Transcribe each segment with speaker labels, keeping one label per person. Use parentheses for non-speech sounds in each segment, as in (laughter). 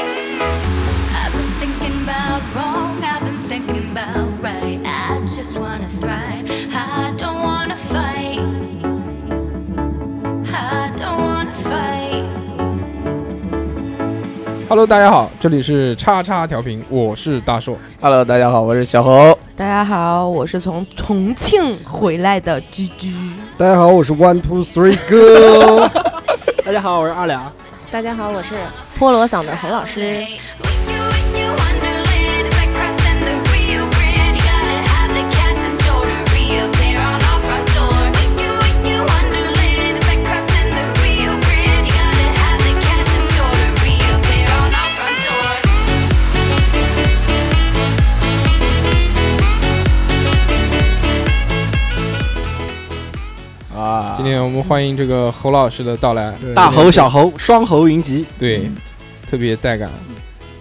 Speaker 1: I've been thinking about wrong, I've been thinking about right. I just wanna thrive, I don't wanna fight. I don't wanna fight.
Speaker 2: Hello，大家好，这里是叉叉调频，我是大硕。
Speaker 3: Hello，大家好，我是小侯。
Speaker 4: 大家好，我是从重庆回来的居居。
Speaker 5: 大家好，我是 One Two Three 哥。
Speaker 3: (laughs) 大家好，我是二两。
Speaker 6: 大家好，我是菠萝嗓的侯老师。
Speaker 3: 啊，
Speaker 2: 今天我们欢迎这个侯老师的到来，
Speaker 3: 大侯、小侯双侯云集。
Speaker 2: 对，特别带感。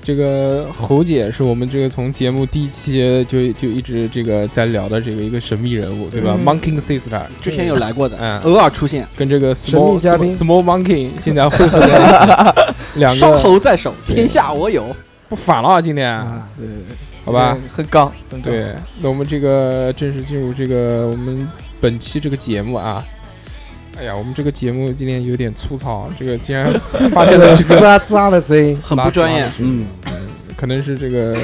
Speaker 2: 这个侯姐是我们这个从节目第一期就就一直这个在聊的这个一个神秘人物，对吧、
Speaker 4: 嗯
Speaker 2: m o n k e y Sister，
Speaker 3: 之前有来过的，
Speaker 2: 嗯，
Speaker 3: 偶尔出现。
Speaker 2: 跟这个
Speaker 5: 神
Speaker 2: Small
Speaker 5: 秘嘉宾
Speaker 2: Small Monkey 现在恢复在一起，两
Speaker 3: 双 (laughs)
Speaker 2: 个
Speaker 3: 侯在手，
Speaker 2: 对
Speaker 3: 天下我有。
Speaker 2: 不反了，今天，
Speaker 5: 啊，对，
Speaker 2: 好吧，
Speaker 3: 很高。
Speaker 2: 对，那我们这个正式进入这个我们本期这个节目啊。哎呀，我们这个节目今天有点粗糙，啊这个竟然发
Speaker 5: 这
Speaker 2: 现
Speaker 5: 个
Speaker 2: 了这个
Speaker 5: 吱啊吱啊的声音，
Speaker 3: 很不专业，
Speaker 5: 嗯，
Speaker 2: 可能是这个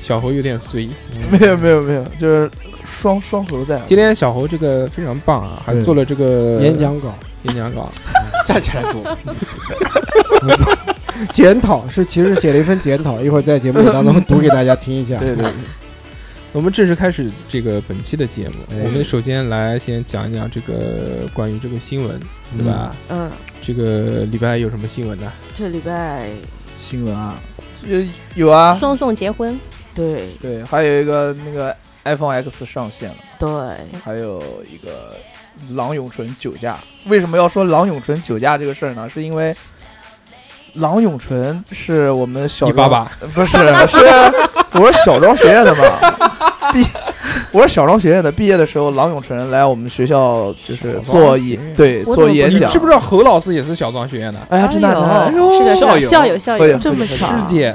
Speaker 2: 小侯有点随。
Speaker 7: 没有没有没有，就是双双核在。
Speaker 2: 今天小侯这个非常棒啊，还
Speaker 5: 对
Speaker 2: 做了这个
Speaker 5: 演讲 (laughs) 稿
Speaker 2: 演讲稿，
Speaker 3: (laughs) 站起来读。
Speaker 5: 检讨是其实写了一份检讨，一会儿在节目当中读给大家听一下。
Speaker 3: 对对，
Speaker 2: 我们正式开始这个本期的节目。
Speaker 5: 哎
Speaker 2: 我们首先来先讲一讲这个关于这个新闻，对吧？
Speaker 4: 嗯，
Speaker 2: 这个礼拜有什么新闻呢？
Speaker 4: 这礼拜
Speaker 8: 新闻啊，
Speaker 7: 有有啊，
Speaker 6: 双宋结婚，
Speaker 4: 对
Speaker 7: 对，还有一个那个 iPhone X 上线了，
Speaker 4: 对，
Speaker 7: 还有一个郎永淳酒驾。为什么要说郎永淳酒驾这个事儿呢？是因为郎永淳是我们小
Speaker 2: 你爸爸
Speaker 7: 呃不是是我是小庄学院的嘛， (laughs) 毕我是小庄学院的，毕业的时候郎永淳来我们学校就是
Speaker 2: 小庄
Speaker 7: 做
Speaker 2: 学
Speaker 7: 演
Speaker 2: 院
Speaker 7: 对
Speaker 6: 我
Speaker 7: 做
Speaker 6: 怎么不
Speaker 7: 演
Speaker 2: 你
Speaker 6: 知
Speaker 7: 讲
Speaker 2: 知，不知道侯老师也是小庄学院的？
Speaker 7: 哎呀，真的，
Speaker 4: 哎
Speaker 7: 哎
Speaker 4: 呦
Speaker 7: 呦，
Speaker 4: 是的
Speaker 3: 校友
Speaker 6: 校友校
Speaker 7: 哎
Speaker 6: 友
Speaker 7: 呀，
Speaker 4: 这么巧
Speaker 2: 师，姐，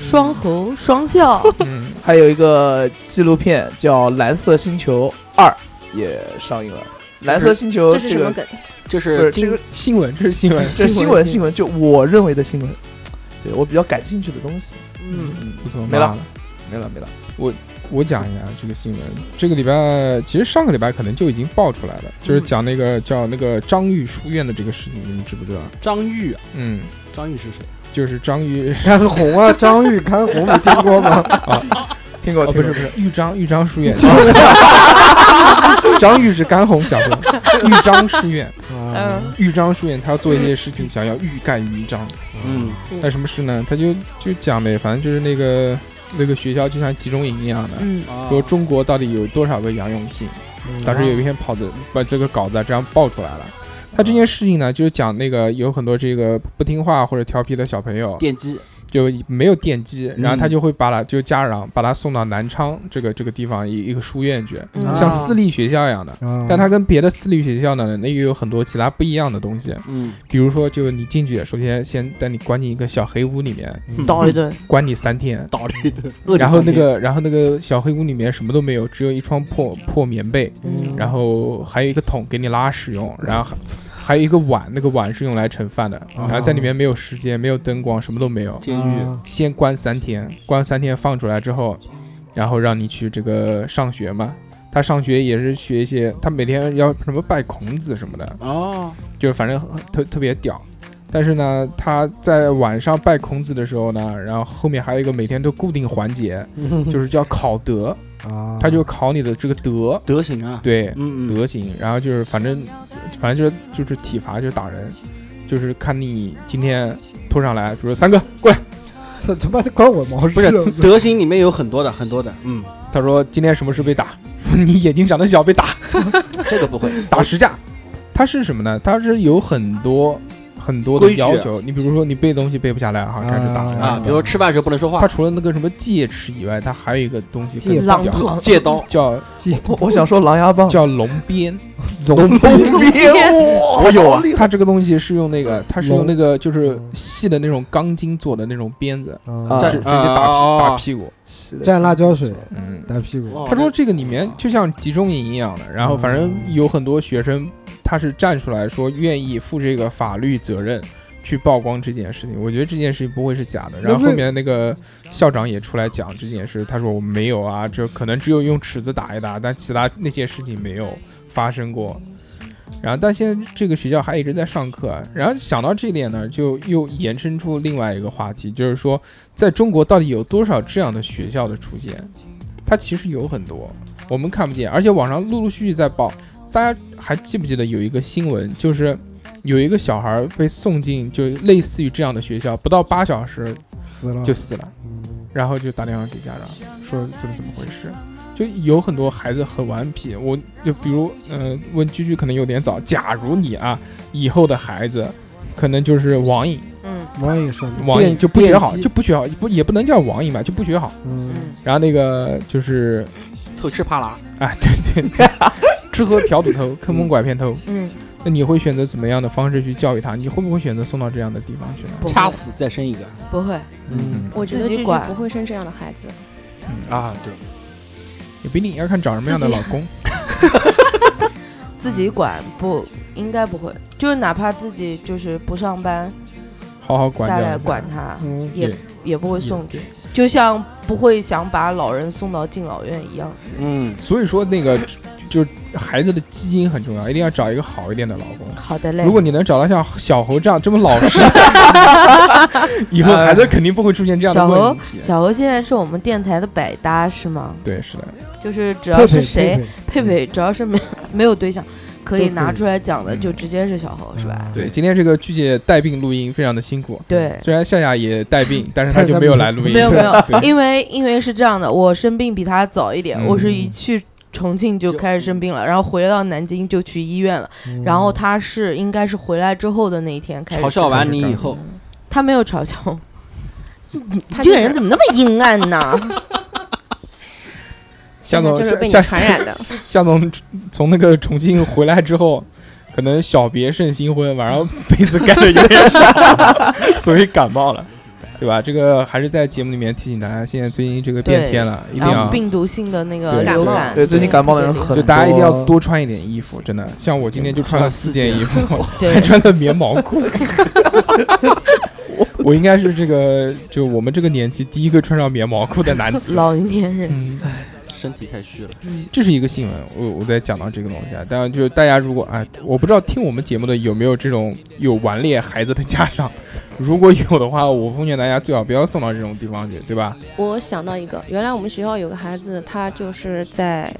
Speaker 4: 双猴双校，
Speaker 2: 嗯，
Speaker 7: 还有一个纪录片叫《蓝色星球二》也上映了。蓝色星球
Speaker 6: 这是
Speaker 7: 这
Speaker 6: 什么
Speaker 7: 个
Speaker 6: 梗？
Speaker 3: 就
Speaker 7: 不
Speaker 3: 是
Speaker 7: 是这个
Speaker 2: 嗯新闻，这是新闻，
Speaker 7: (laughs) 这是新闻新闻，就我认为的新闻，对我比较感兴趣的东西。
Speaker 4: 嗯，
Speaker 7: 嗯，
Speaker 2: 不错，
Speaker 7: 没
Speaker 2: 妈
Speaker 7: 了没了没了。
Speaker 2: 我讲一下这个新闻，这个礼拜其实上个礼拜可能就已经爆出来了，就是讲那个叫那个张裕书院的这个事情，你们知不知道？
Speaker 3: 张玉啊，
Speaker 2: 嗯，
Speaker 3: 张玉是谁？
Speaker 2: 就是张裕，
Speaker 5: 看红啊，张玉看红，没听过吗？
Speaker 7: 听过
Speaker 2: 哦，不是
Speaker 7: 听过
Speaker 2: 不是，豫章豫章书 (laughs) 院，张裕是干红讲的，豫章书院，
Speaker 5: 啊，
Speaker 4: 嗯
Speaker 2: 豫章书院，他要做一些事情，想要欲盖弥彰。
Speaker 3: 嗯，
Speaker 2: 干什么事呢？他就就讲呗，反正就是那个那个学校就像集中营一样的，
Speaker 4: 嗯，
Speaker 3: 啊
Speaker 2: 说中国到底有多少个杨永信？当时有一篇跑的把这个稿子啊这样爆出来了。他这件事情呢，就是讲那个有很多这个不听话或者调皮的小朋友，
Speaker 3: 电击，
Speaker 2: 就没有电击，然后他就会把他就家长把他送到南昌这个这个地方一一个书院去，
Speaker 4: 嗯
Speaker 2: 像私立学校一样的。
Speaker 5: 啊，
Speaker 2: 但他跟别的私立学校呢，那又有很多其他不一样的东西，
Speaker 3: 嗯，
Speaker 2: 比如说，就你进去，首先先带你关进一个小黑屋里面，
Speaker 4: 倒一顿，
Speaker 2: 关你三天，
Speaker 3: 倒了一顿。恶
Speaker 2: 然后那
Speaker 3: 毒
Speaker 2: 个，然后那个小黑屋里面什么都没有，只有一床破破棉被，
Speaker 4: 嗯，
Speaker 2: 然后还有一个桶给你拉屎用，然后还还有一个碗，那个碗是用来盛饭的。然后在里面没有时间，没有灯光，什么都没有，
Speaker 3: 三天监狱，
Speaker 2: 先关三天，关三天放出来之后，然后让你去这个上学嘛。他上学也是学一些，他每天要什么拜孔子什么的，
Speaker 3: 哦，
Speaker 2: 就是反正很特特别屌。但是呢，他在晚上拜孔子的时候呢，然后后面还有一个每天都固定环节，就是叫考德，
Speaker 5: 啊，
Speaker 2: 他就考你的这个德，
Speaker 3: 德行啊，
Speaker 2: 对，
Speaker 3: 嗯嗯，
Speaker 2: 德行，然后就是反正反正就是就是体罚，就是打人，就是看你今天拖上来，就说三哥过来，
Speaker 5: 这他妈的关我毛
Speaker 3: 不
Speaker 5: 事
Speaker 3: 是
Speaker 5: 啊！
Speaker 3: 德行里面有很多的很多的，嗯，
Speaker 2: 他说今天什么事被打， (laughs) 你眼睛长得小被打，
Speaker 3: 这个不会，
Speaker 2: 打十架。他是什么呢？他是有很多很多的
Speaker 3: 规矩
Speaker 2: 要求，你比如说你背东西背不下来，好开始打
Speaker 5: 啊
Speaker 3: 啊，比如说吃饭的时候不能说话
Speaker 2: 他，除了那个什么戒尺以外，他还有一个东西
Speaker 5: 戒嗯
Speaker 2: 更
Speaker 4: 狼
Speaker 2: 屌
Speaker 4: 疼，
Speaker 3: 借刀，
Speaker 2: 叫
Speaker 5: 记
Speaker 7: 我我想说狼牙棒，
Speaker 2: 叫龙鞭。
Speaker 5: 龙
Speaker 3: 我有啊，
Speaker 2: 它这个东西是用那个，它是用
Speaker 5: 龙
Speaker 2: 那个就是细的那种钢筋做的那种鞭子，
Speaker 5: 啊
Speaker 3: 蘸
Speaker 2: 直呃直接打
Speaker 3: 啊
Speaker 2: 打屁股。
Speaker 5: 蘸辣椒水
Speaker 2: 嗯，
Speaker 5: 打屁股，
Speaker 2: 他说这个里面就像集中营一样的，然后反正有很多学生他是站出来说愿意负这个法律责任。去曝光这件事情，我觉得这件事情不会是假的。然后后面那个校长也出来讲这件事，他说我没有啊，这可能只有用尺子打一打，但其他那些事情没有发生过。然后，但现在这个学校还一直在上课。啊然后想到这一点呢，就又延伸出另外一个话题，就是说，在中国到底有多少这样的学校的出现？它其实有很多，我们看不见，而且网上陆陆续续在报。大家还记不记得有一个新闻，就是有一个小孩儿被送进就类似于这样的学校，不到八小时
Speaker 5: 死了
Speaker 2: 就死了，
Speaker 5: 嗯
Speaker 2: 然后就打电话给家长说怎么怎么回事。就有很多孩子很顽皮，我就比如，呃，问居居可能有点早。假如你啊，以后的孩子可能就是网瘾，
Speaker 4: 嗯
Speaker 5: 网瘾上
Speaker 2: 网瘾
Speaker 5: 电
Speaker 2: 就不学好，
Speaker 5: 电击
Speaker 2: 就不学好，不也不能叫网瘾吧，就不学好。
Speaker 5: 嗯
Speaker 4: 嗯，
Speaker 2: 然后那个就是，
Speaker 3: 特吃帕拉，
Speaker 2: 哎，对对
Speaker 5: (laughs)
Speaker 2: 对，吃喝嫖赌偷，坑蒙拐骗偷，
Speaker 4: 嗯，
Speaker 2: 那你会选择怎么样的方式去教育他？你会不会选择送到这样的地方去呢？
Speaker 4: 不会
Speaker 3: 掐死再生一个
Speaker 4: 不会，
Speaker 5: 嗯，
Speaker 6: 我觉得
Speaker 4: 自己
Speaker 6: 这
Speaker 4: 管
Speaker 6: 不会生这样的孩子。
Speaker 2: 嗯
Speaker 3: 啊，对，
Speaker 2: 也不一定要看找什么样的老公。
Speaker 4: 自己管不应该不会，就是哪怕自己就是不上班
Speaker 2: 好好管
Speaker 4: 下
Speaker 2: 教一
Speaker 4: 来
Speaker 2: 下
Speaker 4: 管他，
Speaker 2: 嗯
Speaker 4: 也
Speaker 2: 对
Speaker 4: 也不会送
Speaker 2: 也
Speaker 4: 去，就像不会想把老人送到敬老院一样。
Speaker 3: 嗯，
Speaker 2: 所以说那个就是孩子的基因很重要，一定要找一个好一点的老公。
Speaker 4: 好的嘞
Speaker 2: 如，果你能找到像小猴这样这么老
Speaker 4: (laughs)
Speaker 2: 实，以后孩子肯定不会出现这样的
Speaker 4: 小
Speaker 2: 问
Speaker 4: 猴
Speaker 2: 题。
Speaker 4: 小猴现在是我们电台的百搭是吗？
Speaker 2: 对，是的，
Speaker 4: 就是只
Speaker 5: 佩
Speaker 4: 要
Speaker 5: 佩
Speaker 4: 是谁
Speaker 5: 佩佩
Speaker 4: 佩佩，只要是没 (laughs) 没有对象可
Speaker 5: 都
Speaker 4: 以
Speaker 5: 可
Speaker 4: 拿
Speaker 5: 以
Speaker 4: 出来讲的，
Speaker 2: 嗯
Speaker 4: 就直接是小猴是吧？
Speaker 5: 嗯
Speaker 2: 对，今天这个鞠姐带病录音非常的辛苦，
Speaker 4: 对，
Speaker 2: 虽然夏夏也带病，但是她就没有来录音。
Speaker 4: 没有没
Speaker 2: 对
Speaker 4: 有，因为因为是这样的，我生病比他早一点，
Speaker 2: 嗯
Speaker 4: 我是一去重庆就
Speaker 3: 就
Speaker 4: 开始生病了，然后回到南京就去医院了，
Speaker 5: 嗯
Speaker 4: 然后他是应该是回来之后的那一天开始
Speaker 3: 嘲笑完你以后，
Speaker 4: 他没有嘲笑我，
Speaker 6: 他
Speaker 4: 这
Speaker 6: 就
Speaker 4: 个
Speaker 6: 是
Speaker 4: 人怎么那么阴暗 (laughs) 呢？
Speaker 2: 夏
Speaker 6: 真的
Speaker 2: 总
Speaker 6: 就是被你
Speaker 2: 夏夏
Speaker 6: (laughs) 传染的。
Speaker 2: 夏总从那个重庆回来之后，可能小别胜新婚，晚上被子盖的有点少，所以感冒
Speaker 4: (laughs)
Speaker 2: 了，对吧？这个还是在节目里面提醒大家，现在最近这个变天了，一定
Speaker 4: 然后
Speaker 2: 要
Speaker 4: 病毒性的那个
Speaker 2: 对
Speaker 4: 流
Speaker 6: 感
Speaker 4: 感，
Speaker 7: 啊对最近感冒的人很
Speaker 2: 就
Speaker 7: 多，
Speaker 2: 大家一定要多穿一点衣服，真的。像我今天就穿了四件衣服，
Speaker 4: (laughs) 对
Speaker 2: 还穿了棉毛裤。我应该是这个，就我们这个年纪第一个穿上棉毛裤的男子。
Speaker 4: 老年人，
Speaker 2: 嗯，
Speaker 3: 身体太虚了，
Speaker 2: 这是一个新闻，我我在讲到这个东西啊，当然就是大家如果哎，我不知道听我们节目的有没有这种有顽劣孩子的家长， (laughs) 如果有的话，我奉劝大家最好不要送到这种地方去，对吧？
Speaker 6: 我想到一个，原来我们学校有个孩子，他就是在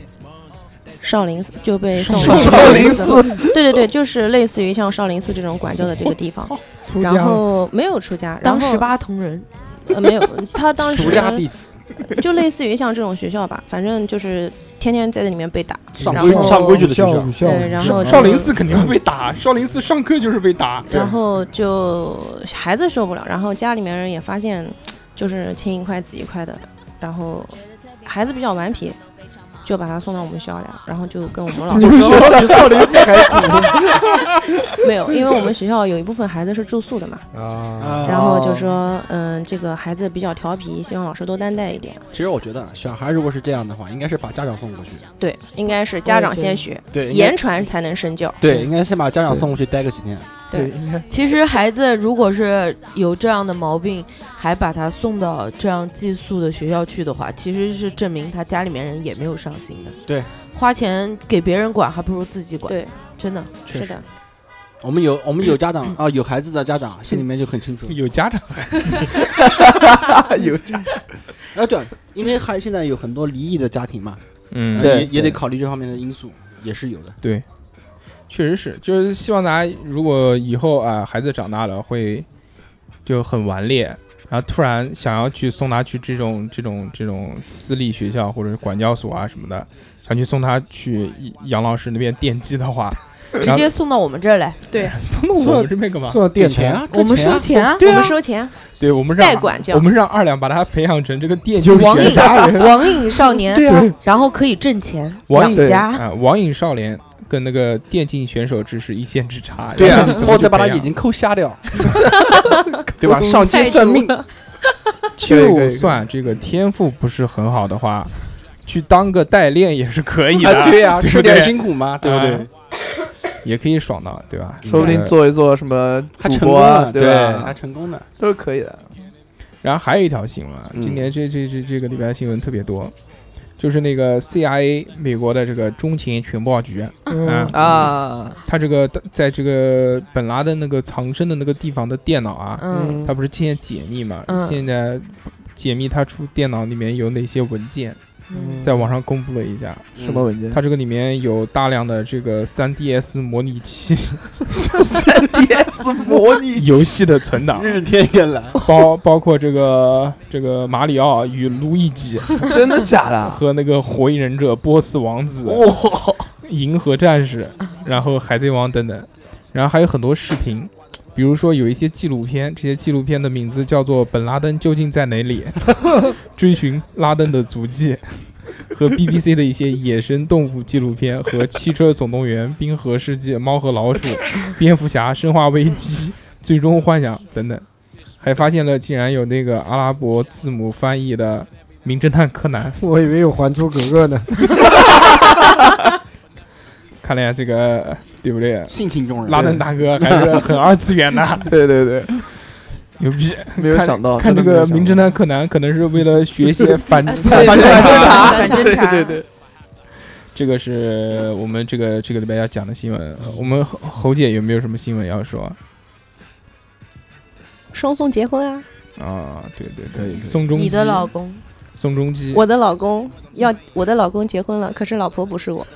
Speaker 6: 少林寺就被送
Speaker 2: 少
Speaker 6: 到
Speaker 7: 少林
Speaker 6: 寺，对对对，就是类似于像少林寺这种管教的这个地方。
Speaker 5: 出家
Speaker 6: 然后没有出家，然
Speaker 4: 当
Speaker 6: 后
Speaker 4: 十八铜人，
Speaker 6: 呃没有，他当时
Speaker 3: 俗家弟子，
Speaker 6: 就类似于像这种学校吧，反正就是天天在这里面被打，
Speaker 3: 上
Speaker 6: 然
Speaker 3: 规
Speaker 6: 后
Speaker 3: 上规矩的
Speaker 5: 午
Speaker 3: 学
Speaker 5: 校
Speaker 3: 校
Speaker 5: 午，校，
Speaker 6: 对，然后
Speaker 2: 少
Speaker 6: 就
Speaker 2: 少林寺肯定会被打，少林寺上课就是被打，
Speaker 6: 然后就孩子受不了，然后家里面人也发现，就是亲一块紫一块的，然后孩子比较顽皮，就把他送到我们学校来，然后就跟我们老
Speaker 8: 你
Speaker 6: 师
Speaker 8: 们学校比少林寺还苦，
Speaker 6: 没有，因为我们学校有一部分孩子是住宿的嘛，
Speaker 3: 哦
Speaker 5: 啊，
Speaker 6: 然后就说，嗯，这个孩子比较调皮，希望老师多担待一点。
Speaker 3: 其实我觉得小孩如果是这样的话，应该是把家长送过去。
Speaker 6: 对，应该是家长先学，
Speaker 3: 对
Speaker 6: 言传才能身教。
Speaker 3: 对，应该先把家长送过去待个几天。
Speaker 7: 对，应该
Speaker 4: 其实孩子如果是有这样的毛病，还把他送到这样寄宿的学校去的话，其实是证明他家里面人也没有上心的。
Speaker 3: 对，
Speaker 4: 花钱给别人管，还不如自己管。
Speaker 6: 对，
Speaker 4: 真的，
Speaker 3: 确
Speaker 6: 是
Speaker 3: 实
Speaker 6: 的，
Speaker 3: 我们有我们有家长啊，有孩子的家长心里面就很清楚。
Speaker 2: 有家长
Speaker 7: 有这样
Speaker 3: 啊，对，因为还现在有很多离异的家庭嘛，
Speaker 2: 嗯
Speaker 3: 啊
Speaker 7: 对
Speaker 3: 也也得
Speaker 7: 对
Speaker 3: 考虑这方面的因素，也是有的。
Speaker 2: 确实是，就是希望大家如果以后啊、孩子长大了会就很顽劣，然后突然想要去送他去这种这种这种私立学校或者是管教所啊什么的，想去送他去杨老师那边电击
Speaker 3: (laughs)
Speaker 2: 的话，
Speaker 4: 直接送到我们这儿来，
Speaker 2: 送到我们这边干嘛？
Speaker 5: 送到
Speaker 3: 给
Speaker 5: 电
Speaker 3: 钱
Speaker 5: 台，
Speaker 3: 啊，
Speaker 4: 我们
Speaker 3: 是
Speaker 4: 收钱啊！
Speaker 6: 我们收钱
Speaker 2: 对我们让
Speaker 6: 代管教
Speaker 2: 我。们让二两把他培养成这个电击王
Speaker 4: 王
Speaker 2: 啊
Speaker 4: 瘾网瘾少年，
Speaker 5: 对啊，
Speaker 4: 然后可以挣钱
Speaker 2: 网瘾
Speaker 4: 养家。、
Speaker 2: 啊网瘾少年。跟那个电竞选手只是一线之差，
Speaker 3: 对啊，
Speaker 2: 然后
Speaker 3: 然后再把他
Speaker 2: 培养
Speaker 3: 眼睛抠瞎 (laughs) 掉，对吧？上街
Speaker 6: 太
Speaker 3: 算命，啊
Speaker 6: 毒了
Speaker 2: 就算这个天赋不是很好的话，去当个代练也是可以的，
Speaker 3: 啊对呀，
Speaker 2: 对
Speaker 3: 吃
Speaker 2: 不对
Speaker 3: 点辛苦嘛，对不对
Speaker 2: 啊？也可以爽到，对吧？
Speaker 7: (laughs)
Speaker 2: 呃
Speaker 7: 说不定做一做什么
Speaker 3: 他
Speaker 7: 主
Speaker 3: 成功
Speaker 7: 播啊，
Speaker 3: 了，对，他
Speaker 7: 吧？
Speaker 3: 成功了。
Speaker 7: (laughs) 都是可以的。
Speaker 2: 然后还有一条新闻啊，
Speaker 3: 嗯
Speaker 2: 今年这这这这个礼拜新闻特别多，就是那个 CIA 美国的这个中情情报局，
Speaker 5: 嗯
Speaker 7: 啊，
Speaker 2: 它这个在这个本拉登那个藏身的那个地方的电脑啊，
Speaker 4: 嗯，
Speaker 2: 它不是现在解密嘛？
Speaker 4: 嗯
Speaker 2: 现在解密它出电脑里面有哪些文件，
Speaker 4: 嗯
Speaker 2: 在网上公布了一下，
Speaker 3: 嗯
Speaker 7: 什么文件？
Speaker 2: 它这个里面有大量的这个 3DS 模拟器 (laughs)
Speaker 7: (laughs) 3DS 模拟
Speaker 2: 游戏的存
Speaker 3: (laughs)
Speaker 2: 档，
Speaker 3: (laughs) 日天夜蓝，
Speaker 2: 包包括这个这个马里奥与路易吉
Speaker 7: 真的假的？啊
Speaker 2: 和那个火影忍者、波斯王子、
Speaker 7: 哇，
Speaker 2: 银河战士，然后海贼王等等，然后还有很多视频。比如说有一些纪录片，这些纪录片的名字叫做《本拉登究竟在哪里》，追寻拉登的足迹，和 BBC 的一些野生动物纪录片，和《汽车总动员》《冰河世界》《猫和老鼠》《蝙蝠侠》《生化危机》《最终幻想》等等，还发现了竟然有那个阿拉伯字母翻译的《名侦探柯南》。
Speaker 5: 我以为有《还珠格格》呢，
Speaker 2: 看来这个对不对？
Speaker 3: 性情中人，
Speaker 2: 拉登大哥还是很二次
Speaker 3: (laughs)
Speaker 2: 元的，
Speaker 7: 对对对，
Speaker 2: 牛逼！
Speaker 7: (laughs) 没有
Speaker 2: 看
Speaker 7: 想到，
Speaker 2: 看这
Speaker 7: 真的没有
Speaker 2: 个
Speaker 7: 想
Speaker 2: 名侦探柯南，可能是为了学一
Speaker 3: (laughs)
Speaker 2: 些反
Speaker 4: 呃
Speaker 2: 啊
Speaker 4: 对
Speaker 2: 反
Speaker 4: 对
Speaker 2: 转
Speaker 4: 对
Speaker 2: 侦查。
Speaker 4: 反
Speaker 7: 到，
Speaker 4: 侦查， (laughs)
Speaker 7: 对对对，
Speaker 2: 这个是我们这个这个礼拜要讲的新闻。呃我们侯侯姐有没有什么新闻要说
Speaker 6: 双宋结婚啊！
Speaker 2: 啊？对对
Speaker 3: 可以可
Speaker 2: 对，
Speaker 3: 以
Speaker 2: 宋仲基，
Speaker 4: 你的老公
Speaker 2: 宋仲基，
Speaker 6: 我的老公要我的老公结婚了，可是老婆不是我。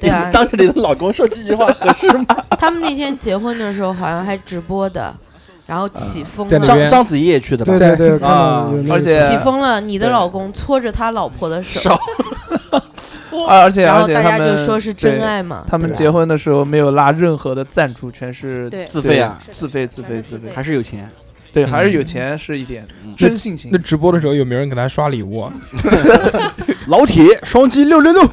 Speaker 4: 对啊
Speaker 3: (laughs) ，当着你的老公说这句话合适吗？
Speaker 4: (laughs) 他们那天结婚的时候好像还直播的，然后起风
Speaker 2: 在那
Speaker 4: 了，
Speaker 2: 边
Speaker 3: 章章子怡也去的吧
Speaker 5: 对？对对，看
Speaker 3: 啊
Speaker 5: 到有那个
Speaker 7: 而且
Speaker 4: 起风了，你的老公搓着他老婆的手，
Speaker 7: 啊而且
Speaker 4: 然
Speaker 7: 而
Speaker 4: 后
Speaker 7: 且
Speaker 4: 大
Speaker 7: 他
Speaker 4: 家
Speaker 7: 们
Speaker 4: 就说是真
Speaker 7: 对
Speaker 4: 爱嘛。
Speaker 7: 他们
Speaker 5: 对啊
Speaker 7: 结婚的时候没有拉任何的赞助，全是
Speaker 6: 对
Speaker 3: 自费啊，
Speaker 7: 自费自费自费，
Speaker 3: 还是有钱，
Speaker 7: 对，还是有钱是一点
Speaker 3: 嗯，
Speaker 7: 真性情
Speaker 2: 那。直播的时候有没有人给他刷礼物啊？ (laughs)
Speaker 3: 老铁双击六六六，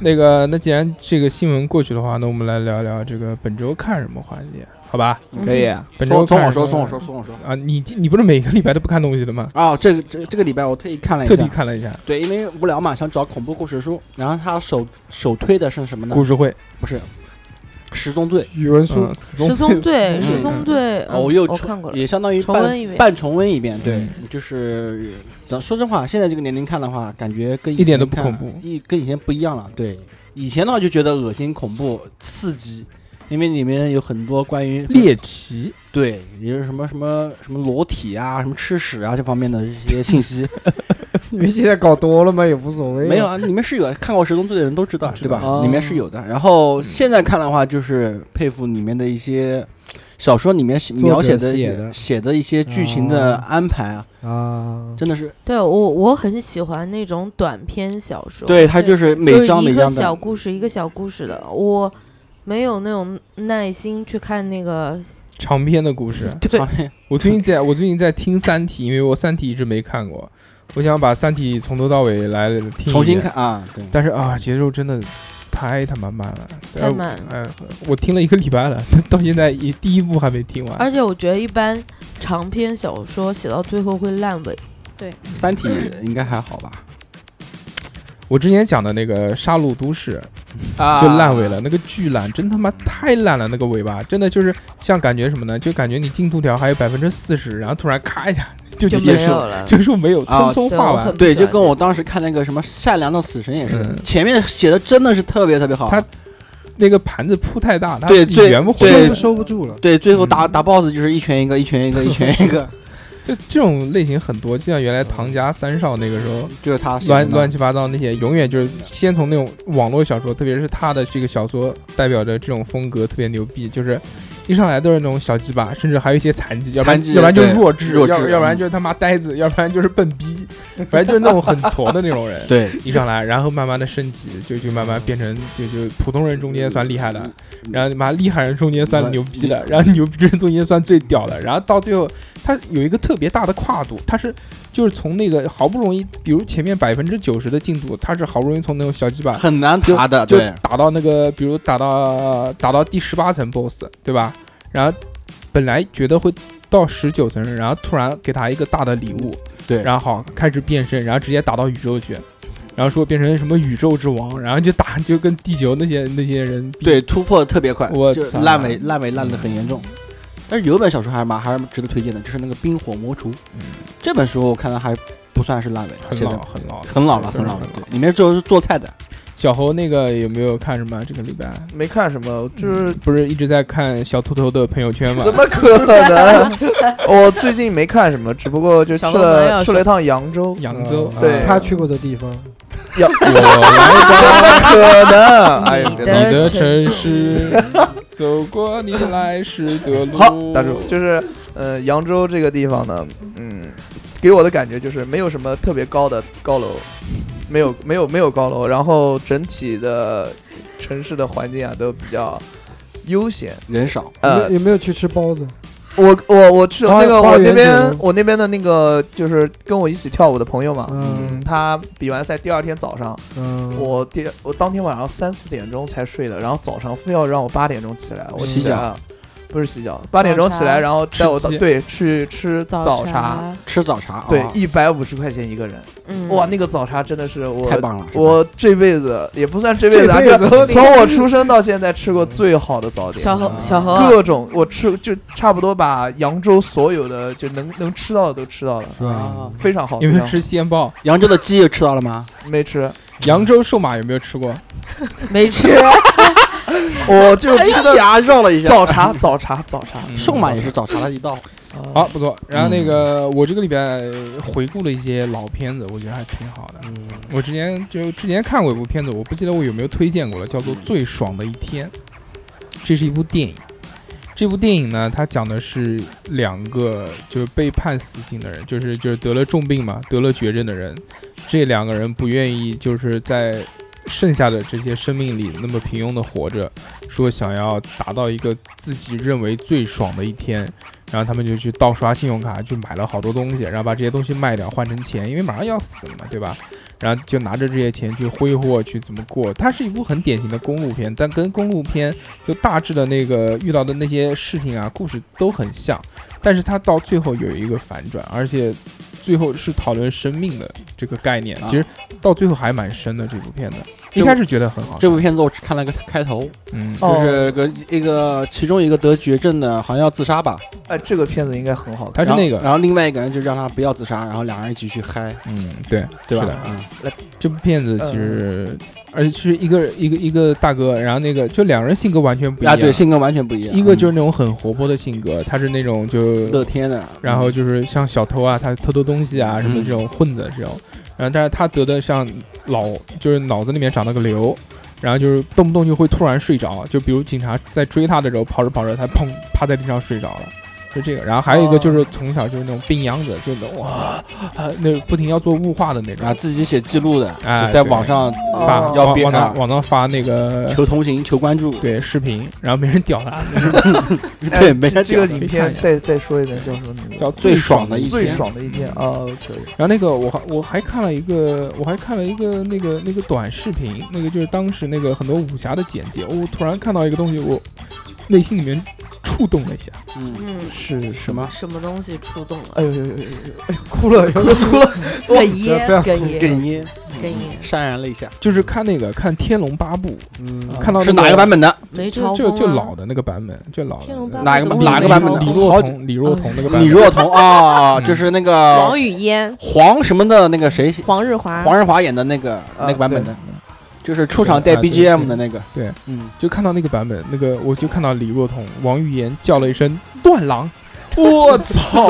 Speaker 2: 那个，那既然这个新闻过去的话，那我们来聊聊这个本周看什么环节，好吧？
Speaker 7: 可以啊，
Speaker 2: 本周
Speaker 3: 从从
Speaker 2: 看
Speaker 3: 我
Speaker 2: 什
Speaker 3: 说，
Speaker 2: 么
Speaker 3: 从我说，从我说。
Speaker 2: 啊！你你不是每个礼拜都不看东西的吗？
Speaker 3: 啊，这个这这个礼拜我特意看了一
Speaker 2: 特地
Speaker 3: 下，
Speaker 2: 看了一下
Speaker 3: 对，因为无聊嘛，想找恐怖故事书，然后他首首推的是什么呢
Speaker 2: 故？事会，
Speaker 3: 不是《十宗罪
Speaker 5: 语文书
Speaker 2: 嗯，死 (laughs)
Speaker 4: 失踪队，失
Speaker 3: 失
Speaker 4: 踪队，嗯
Speaker 3: 我又
Speaker 4: 我
Speaker 3: 重
Speaker 4: 看过了，
Speaker 3: 也相当于
Speaker 4: 重
Speaker 3: 半
Speaker 4: 温一遍。
Speaker 3: 半重温一遍。对
Speaker 2: 嗯，
Speaker 3: 就是咱说真话，现在这个年龄看的话，感觉跟以
Speaker 2: 一点都
Speaker 3: 前
Speaker 2: 不
Speaker 3: 看
Speaker 2: 恐怖
Speaker 3: 一跟以前不一样了。对，以前的话就觉得恶心、恐怖、刺激，因为里面有很多关于
Speaker 2: 猎奇，
Speaker 3: 对，也就是什么什么什么裸体啊、什么吃屎啊这方面的一些信息。
Speaker 5: 因为现在搞多了嘛，也无所谓。
Speaker 3: 没有，啊，里面是有的看过《十宗罪》的人都知道，对吧？
Speaker 7: 哦
Speaker 3: 里面是有的。然后现在看的话，就是佩服里面的一些小说里面写
Speaker 5: 作者
Speaker 3: 描写的一
Speaker 5: 写
Speaker 3: 些
Speaker 5: 的
Speaker 3: 写的一些剧情的安排啊，
Speaker 5: 啊，
Speaker 3: 真的是
Speaker 4: 对我我很喜欢那种短篇小说，
Speaker 3: 对他就是每
Speaker 4: 就是
Speaker 3: 章
Speaker 4: 一
Speaker 3: 每
Speaker 4: 个
Speaker 3: 章
Speaker 4: 小
Speaker 3: 的，
Speaker 4: 故事一个小故事的，我没有那种耐心去看那个
Speaker 2: 长篇的故事。
Speaker 3: 对，
Speaker 4: (laughs)
Speaker 2: 我最近在我最近在听《三体》，因为我《三体》一直没看过，我想把《三体》从头到尾来听一遍
Speaker 3: 重新看，啊，对，
Speaker 2: 但是啊，节奏真的太他妈慢了，
Speaker 4: 太慢
Speaker 2: 哎。哎，我听了一个礼拜了， (laughs) 到现在一第一部还没听完。
Speaker 4: 而且我觉得一般长篇小说写到最后会烂尾，
Speaker 3: 《三体》应该还好吧？
Speaker 2: 我之前讲的那个《杀戮都市》
Speaker 7: 啊
Speaker 2: 就烂尾了，那个巨烂，真他妈太烂了，那个尾巴真的就是像感觉什么呢？就感觉你进度条还有百分之四十，然后突然咔一下就
Speaker 4: 就
Speaker 2: 结
Speaker 4: 没
Speaker 2: 束
Speaker 4: 有
Speaker 2: 了，
Speaker 4: 了。
Speaker 2: (laughs) 就说没有，匆
Speaker 3: 啊
Speaker 2: 匆
Speaker 4: 嗯对
Speaker 2: 画
Speaker 4: 我
Speaker 2: 完。
Speaker 4: 很不
Speaker 3: (laughs) 对，
Speaker 4: 喜欢
Speaker 3: 就跟我当时看那个什么《善良的死神》也是
Speaker 2: 嗯，
Speaker 3: 前面写的真的是特别特别好，
Speaker 2: 他那个盘子铺太大，他
Speaker 3: 对
Speaker 2: 自己
Speaker 3: 最
Speaker 2: 圆不回
Speaker 3: 对
Speaker 2: 来
Speaker 5: 收不收不住了。
Speaker 3: 对，最后
Speaker 2: 嗯
Speaker 3: 打打 BOSS 就是一拳一个，一拳一个，一拳一
Speaker 2: (laughs)
Speaker 3: 个，
Speaker 2: 就这种类型很多，就像原来唐家三少那个时候。
Speaker 3: 就是他写的
Speaker 2: 乱乱七八糟那些，永远就是先从那种网络小说，特别是他的这个小说代表着这种风格特别牛逼，就是一上来都是那种小鸡巴，甚至还有一些残疾，要不然
Speaker 3: 残疾
Speaker 2: 要不然就是
Speaker 3: 对
Speaker 2: 弱智，
Speaker 3: 弱智
Speaker 2: 要
Speaker 3: 嗯
Speaker 2: 要不然就是他妈呆子，要不然就是笨逼，反正就是那种很挫的那种人。
Speaker 3: 对，
Speaker 2: 一上来，然后慢慢的升级，就就慢慢变成就就普通人中间算厉害的，然后你妈厉害人中间算牛逼的，然后牛逼人中间算最屌的，然后到最后，它有一个特别大的跨度，它是就是从那个好不容易，比如前面百分之九十的进度，它是好不容易从那种小鸡
Speaker 3: (laughs)
Speaker 2: 巴
Speaker 3: 很难爬的，
Speaker 2: 就
Speaker 3: 对，
Speaker 2: 打到那个，比如打到打到第十八层 BOSS，对吧？然后本来觉得会到十九层，然后突然给他一个大的礼物，
Speaker 3: 对
Speaker 2: 然后好开始变身，然后直接打到宇宙去，然后说变成什么宇宙之王，然后就打就跟地球那些那些人比，
Speaker 3: 对，突破得特别快，
Speaker 2: 我
Speaker 3: 就
Speaker 2: 操
Speaker 3: 烂尾烂尾烂的很严重。但是有本小说还是蛮还是值得推荐的，就是那个《冰火魔厨》这本书，我看到还不算是烂尾，
Speaker 2: 嗯很
Speaker 3: 写
Speaker 2: 老
Speaker 3: 的
Speaker 2: 很老
Speaker 3: 很老了，
Speaker 2: 真
Speaker 3: 很
Speaker 2: 的
Speaker 3: 老了。对里面就是做菜的，
Speaker 2: 小猴那个有没有看什么？这个礼拜
Speaker 7: 没看什么，就是
Speaker 2: 不是一直在看小秃头的朋友圈吗？(laughs)
Speaker 7: 怎么可能？我最近没看什么，只不过就去
Speaker 4: 小朋友要
Speaker 7: 了去了一趟扬州，
Speaker 2: 扬州
Speaker 5: 嗯
Speaker 7: 对
Speaker 5: 他去过的地方，
Speaker 2: 我
Speaker 7: 怎么可能？哎呀，别
Speaker 4: 你的
Speaker 7: 闹
Speaker 2: 你的城市，走过你来时的路。
Speaker 7: 好，大叔，就是呃，扬州这个地方呢，嗯，给我的感觉就是没有什么特别高的高楼，没有没有没有高楼，然后整体的城市的环境啊都比较悠闲。
Speaker 3: 人少，
Speaker 7: 呃，
Speaker 5: 有没有去吃包子？
Speaker 7: 我我我去
Speaker 5: 花
Speaker 7: 那个我
Speaker 5: 花园
Speaker 7: 那边
Speaker 5: 酒
Speaker 7: 我那边的那个就是跟我一起跳舞的朋友嘛，
Speaker 5: 嗯
Speaker 7: 嗯，他比完赛第二天早上，
Speaker 5: 嗯，
Speaker 7: 我第我当天晚上三四点钟才睡的，然后早上非要让我八点钟起来，我
Speaker 3: 洗
Speaker 7: 起来
Speaker 3: 脚
Speaker 7: 了，不是洗脚，八点钟起
Speaker 4: 早
Speaker 7: 来，
Speaker 4: 茶
Speaker 7: 然后带我到
Speaker 2: 吃鸡
Speaker 7: 对去吃
Speaker 4: 早
Speaker 7: 早茶，
Speaker 3: 吃早茶，
Speaker 7: 对
Speaker 3: 哦，
Speaker 7: 一百五十块钱一个人，
Speaker 4: 嗯，
Speaker 7: 哇，那个早茶真的是我
Speaker 3: 太棒了。是吧
Speaker 7: 我这辈子也不算这辈子啊，
Speaker 5: 这辈
Speaker 7: 就
Speaker 5: 子
Speaker 7: 从我出生到现在吃过最好的早点，
Speaker 4: 小猴小猴啊，
Speaker 7: 各种我吃就差不多把扬州所有的就能能吃到的都吃到了，
Speaker 5: 是
Speaker 2: 嗯
Speaker 5: 吧
Speaker 3: 啊？
Speaker 7: 非常好。
Speaker 2: 有没有
Speaker 7: 非常
Speaker 2: 吃西安包？
Speaker 3: 扬州的鸡又吃到了吗？
Speaker 7: 好？
Speaker 2: (laughs)
Speaker 7: 没吃，
Speaker 2: 扬州瘦马有没有吃过？
Speaker 4: 没吃，
Speaker 7: 我哦就吃
Speaker 2: 哎
Speaker 7: 的
Speaker 3: 哎呀，绕了一下，
Speaker 7: 早茶，早茶，早茶。
Speaker 5: 嗯
Speaker 7: 哦
Speaker 3: 瘦马也是早茶的一道。
Speaker 2: 嗯好，不错。然后那个，我这个礼拜回顾了一些老片子，我觉得还挺好的。
Speaker 3: 嗯
Speaker 2: 我之前就之前看过一部片子，我不记得我有没有推荐过了，叫做《最爽的一天》。这是一部电影。这部电影呢，它讲的是两个就是被判死刑的人，就是就是得了重病嘛，得了绝症的人，这两个人不愿意就是在剩下的这些生命里那么平庸的活着，说想要达到一个自己认为最爽的一天，然后他们就去盗刷信用卡，去买了好多东西，然后把这些东西卖掉换成钱，因为马上要死了嘛，对吧？然后就拿着这些钱去挥霍，去怎么过？它是一部很典型的公路片，但跟公路片就大致的那个遇到的那些事情啊、故事都很像，但是它到最后有一个反转，而且最后是讨论生命的这个概念，
Speaker 3: 啊
Speaker 2: 其实到最后还蛮深的这部片子。一
Speaker 3: 这
Speaker 2: 开始觉得很好，
Speaker 3: 这部片子我只看了个开头，
Speaker 2: 嗯，
Speaker 7: 哦
Speaker 3: 就是个一个其中一个得绝症的，好像要自杀吧，
Speaker 7: 哎，这个片子应该很好
Speaker 2: 它
Speaker 7: 看。
Speaker 2: 是
Speaker 3: 然后
Speaker 2: 那个，
Speaker 3: 然后另外一个人就让他不要自杀，然后两人一起去嗨，
Speaker 2: 嗯，对，
Speaker 3: 对吧
Speaker 2: 是的？
Speaker 3: 嗯
Speaker 2: 这部片子其实，而且是一个一个一个大哥，然后那个就两人性格完全不一样，
Speaker 3: 啊，对，性格完全不一样。
Speaker 2: 一个就是
Speaker 3: 嗯
Speaker 2: 那种很活泼的性格，他是那种就，
Speaker 3: 乐天的，
Speaker 2: 然后就是像小偷啊，他偷偷东西啊什么这种混的这种，然后但是他得的像老就是脑子里面长了个瘤，然后就是动不动就会突然睡着，就比如警察在追他的时候，跑着跑着他砰趴在地上睡着了。是这个。然后还有一个
Speaker 3: 哦
Speaker 2: 就是从小就是那种病秧子，就那种哇，啊那不停要做雾化的那种
Speaker 3: 啊，，自己写记录的，
Speaker 2: 哎
Speaker 3: 就在网上
Speaker 2: 发
Speaker 7: 哦
Speaker 2: (laughs)
Speaker 3: 要
Speaker 2: 往
Speaker 3: 变
Speaker 2: 往
Speaker 3: 啊
Speaker 2: 那往那发那个
Speaker 3: 求同行、求关注，
Speaker 2: 对视频，然后没人屌
Speaker 3: (laughs)
Speaker 2: 他，
Speaker 3: 对，没人
Speaker 7: 哎这个
Speaker 3: 讲
Speaker 7: 影
Speaker 2: 可以
Speaker 7: 片
Speaker 2: 看一下
Speaker 7: 再再说一遍叫什么名字？
Speaker 2: 叫
Speaker 3: 最
Speaker 2: 爽
Speaker 3: 爽的一
Speaker 7: 最
Speaker 3: 天，
Speaker 7: 爽的一天啊，可以。
Speaker 2: 然后那个我还我还看了一个，我还看了一个那个那个短视频，那个就是当时那个很多武侠的简介，我突然看到一个东西，我内心里面触动了一下，
Speaker 3: 嗯，
Speaker 4: 嗯，
Speaker 7: 是
Speaker 3: 什么？
Speaker 4: 什么东西触动了？
Speaker 7: 哎呦呦呦呦呦！哎呦，哭了，哭了，哭了！
Speaker 4: 哽咽
Speaker 3: 不要，
Speaker 4: 哽
Speaker 3: 哽咽，
Speaker 4: 咽，哽咽，
Speaker 3: 嗯潸然泪下。
Speaker 2: 就是看那个看《天龙八部》，
Speaker 3: 嗯
Speaker 2: (laughs) 看到、那
Speaker 3: 是哪一个版本的？
Speaker 4: 没
Speaker 2: 就
Speaker 4: 成
Speaker 2: 就
Speaker 4: 功
Speaker 2: 就
Speaker 4: 啊
Speaker 2: 老的那个版本，就老的
Speaker 6: 天龙八部
Speaker 3: 哪个
Speaker 6: 怎么
Speaker 3: 哪
Speaker 6: 会
Speaker 3: 个
Speaker 6: 没
Speaker 3: 版本
Speaker 6: 有
Speaker 3: 的
Speaker 2: 李
Speaker 3: 好
Speaker 2: 若
Speaker 3: 几
Speaker 2: 彤，李若彤那个版
Speaker 3: 李
Speaker 2: 本，
Speaker 3: 若彤
Speaker 2: (laughs)
Speaker 3: 啊，
Speaker 2: 嗯
Speaker 3: 就是那
Speaker 6: 王
Speaker 3: 个
Speaker 6: 语嫣、
Speaker 3: 黄什么的那个谁，
Speaker 6: 黄日华、
Speaker 3: 黄日华演的那个
Speaker 7: 啊
Speaker 3: 那个版本的
Speaker 7: 对，
Speaker 3: 就是出场带
Speaker 2: 对啊对
Speaker 3: BGM 的那个。
Speaker 2: 对，
Speaker 3: 嗯，
Speaker 2: 就看到那个版本，那个我就看到李若彤、王语嫣叫了一声“段郎”，我操，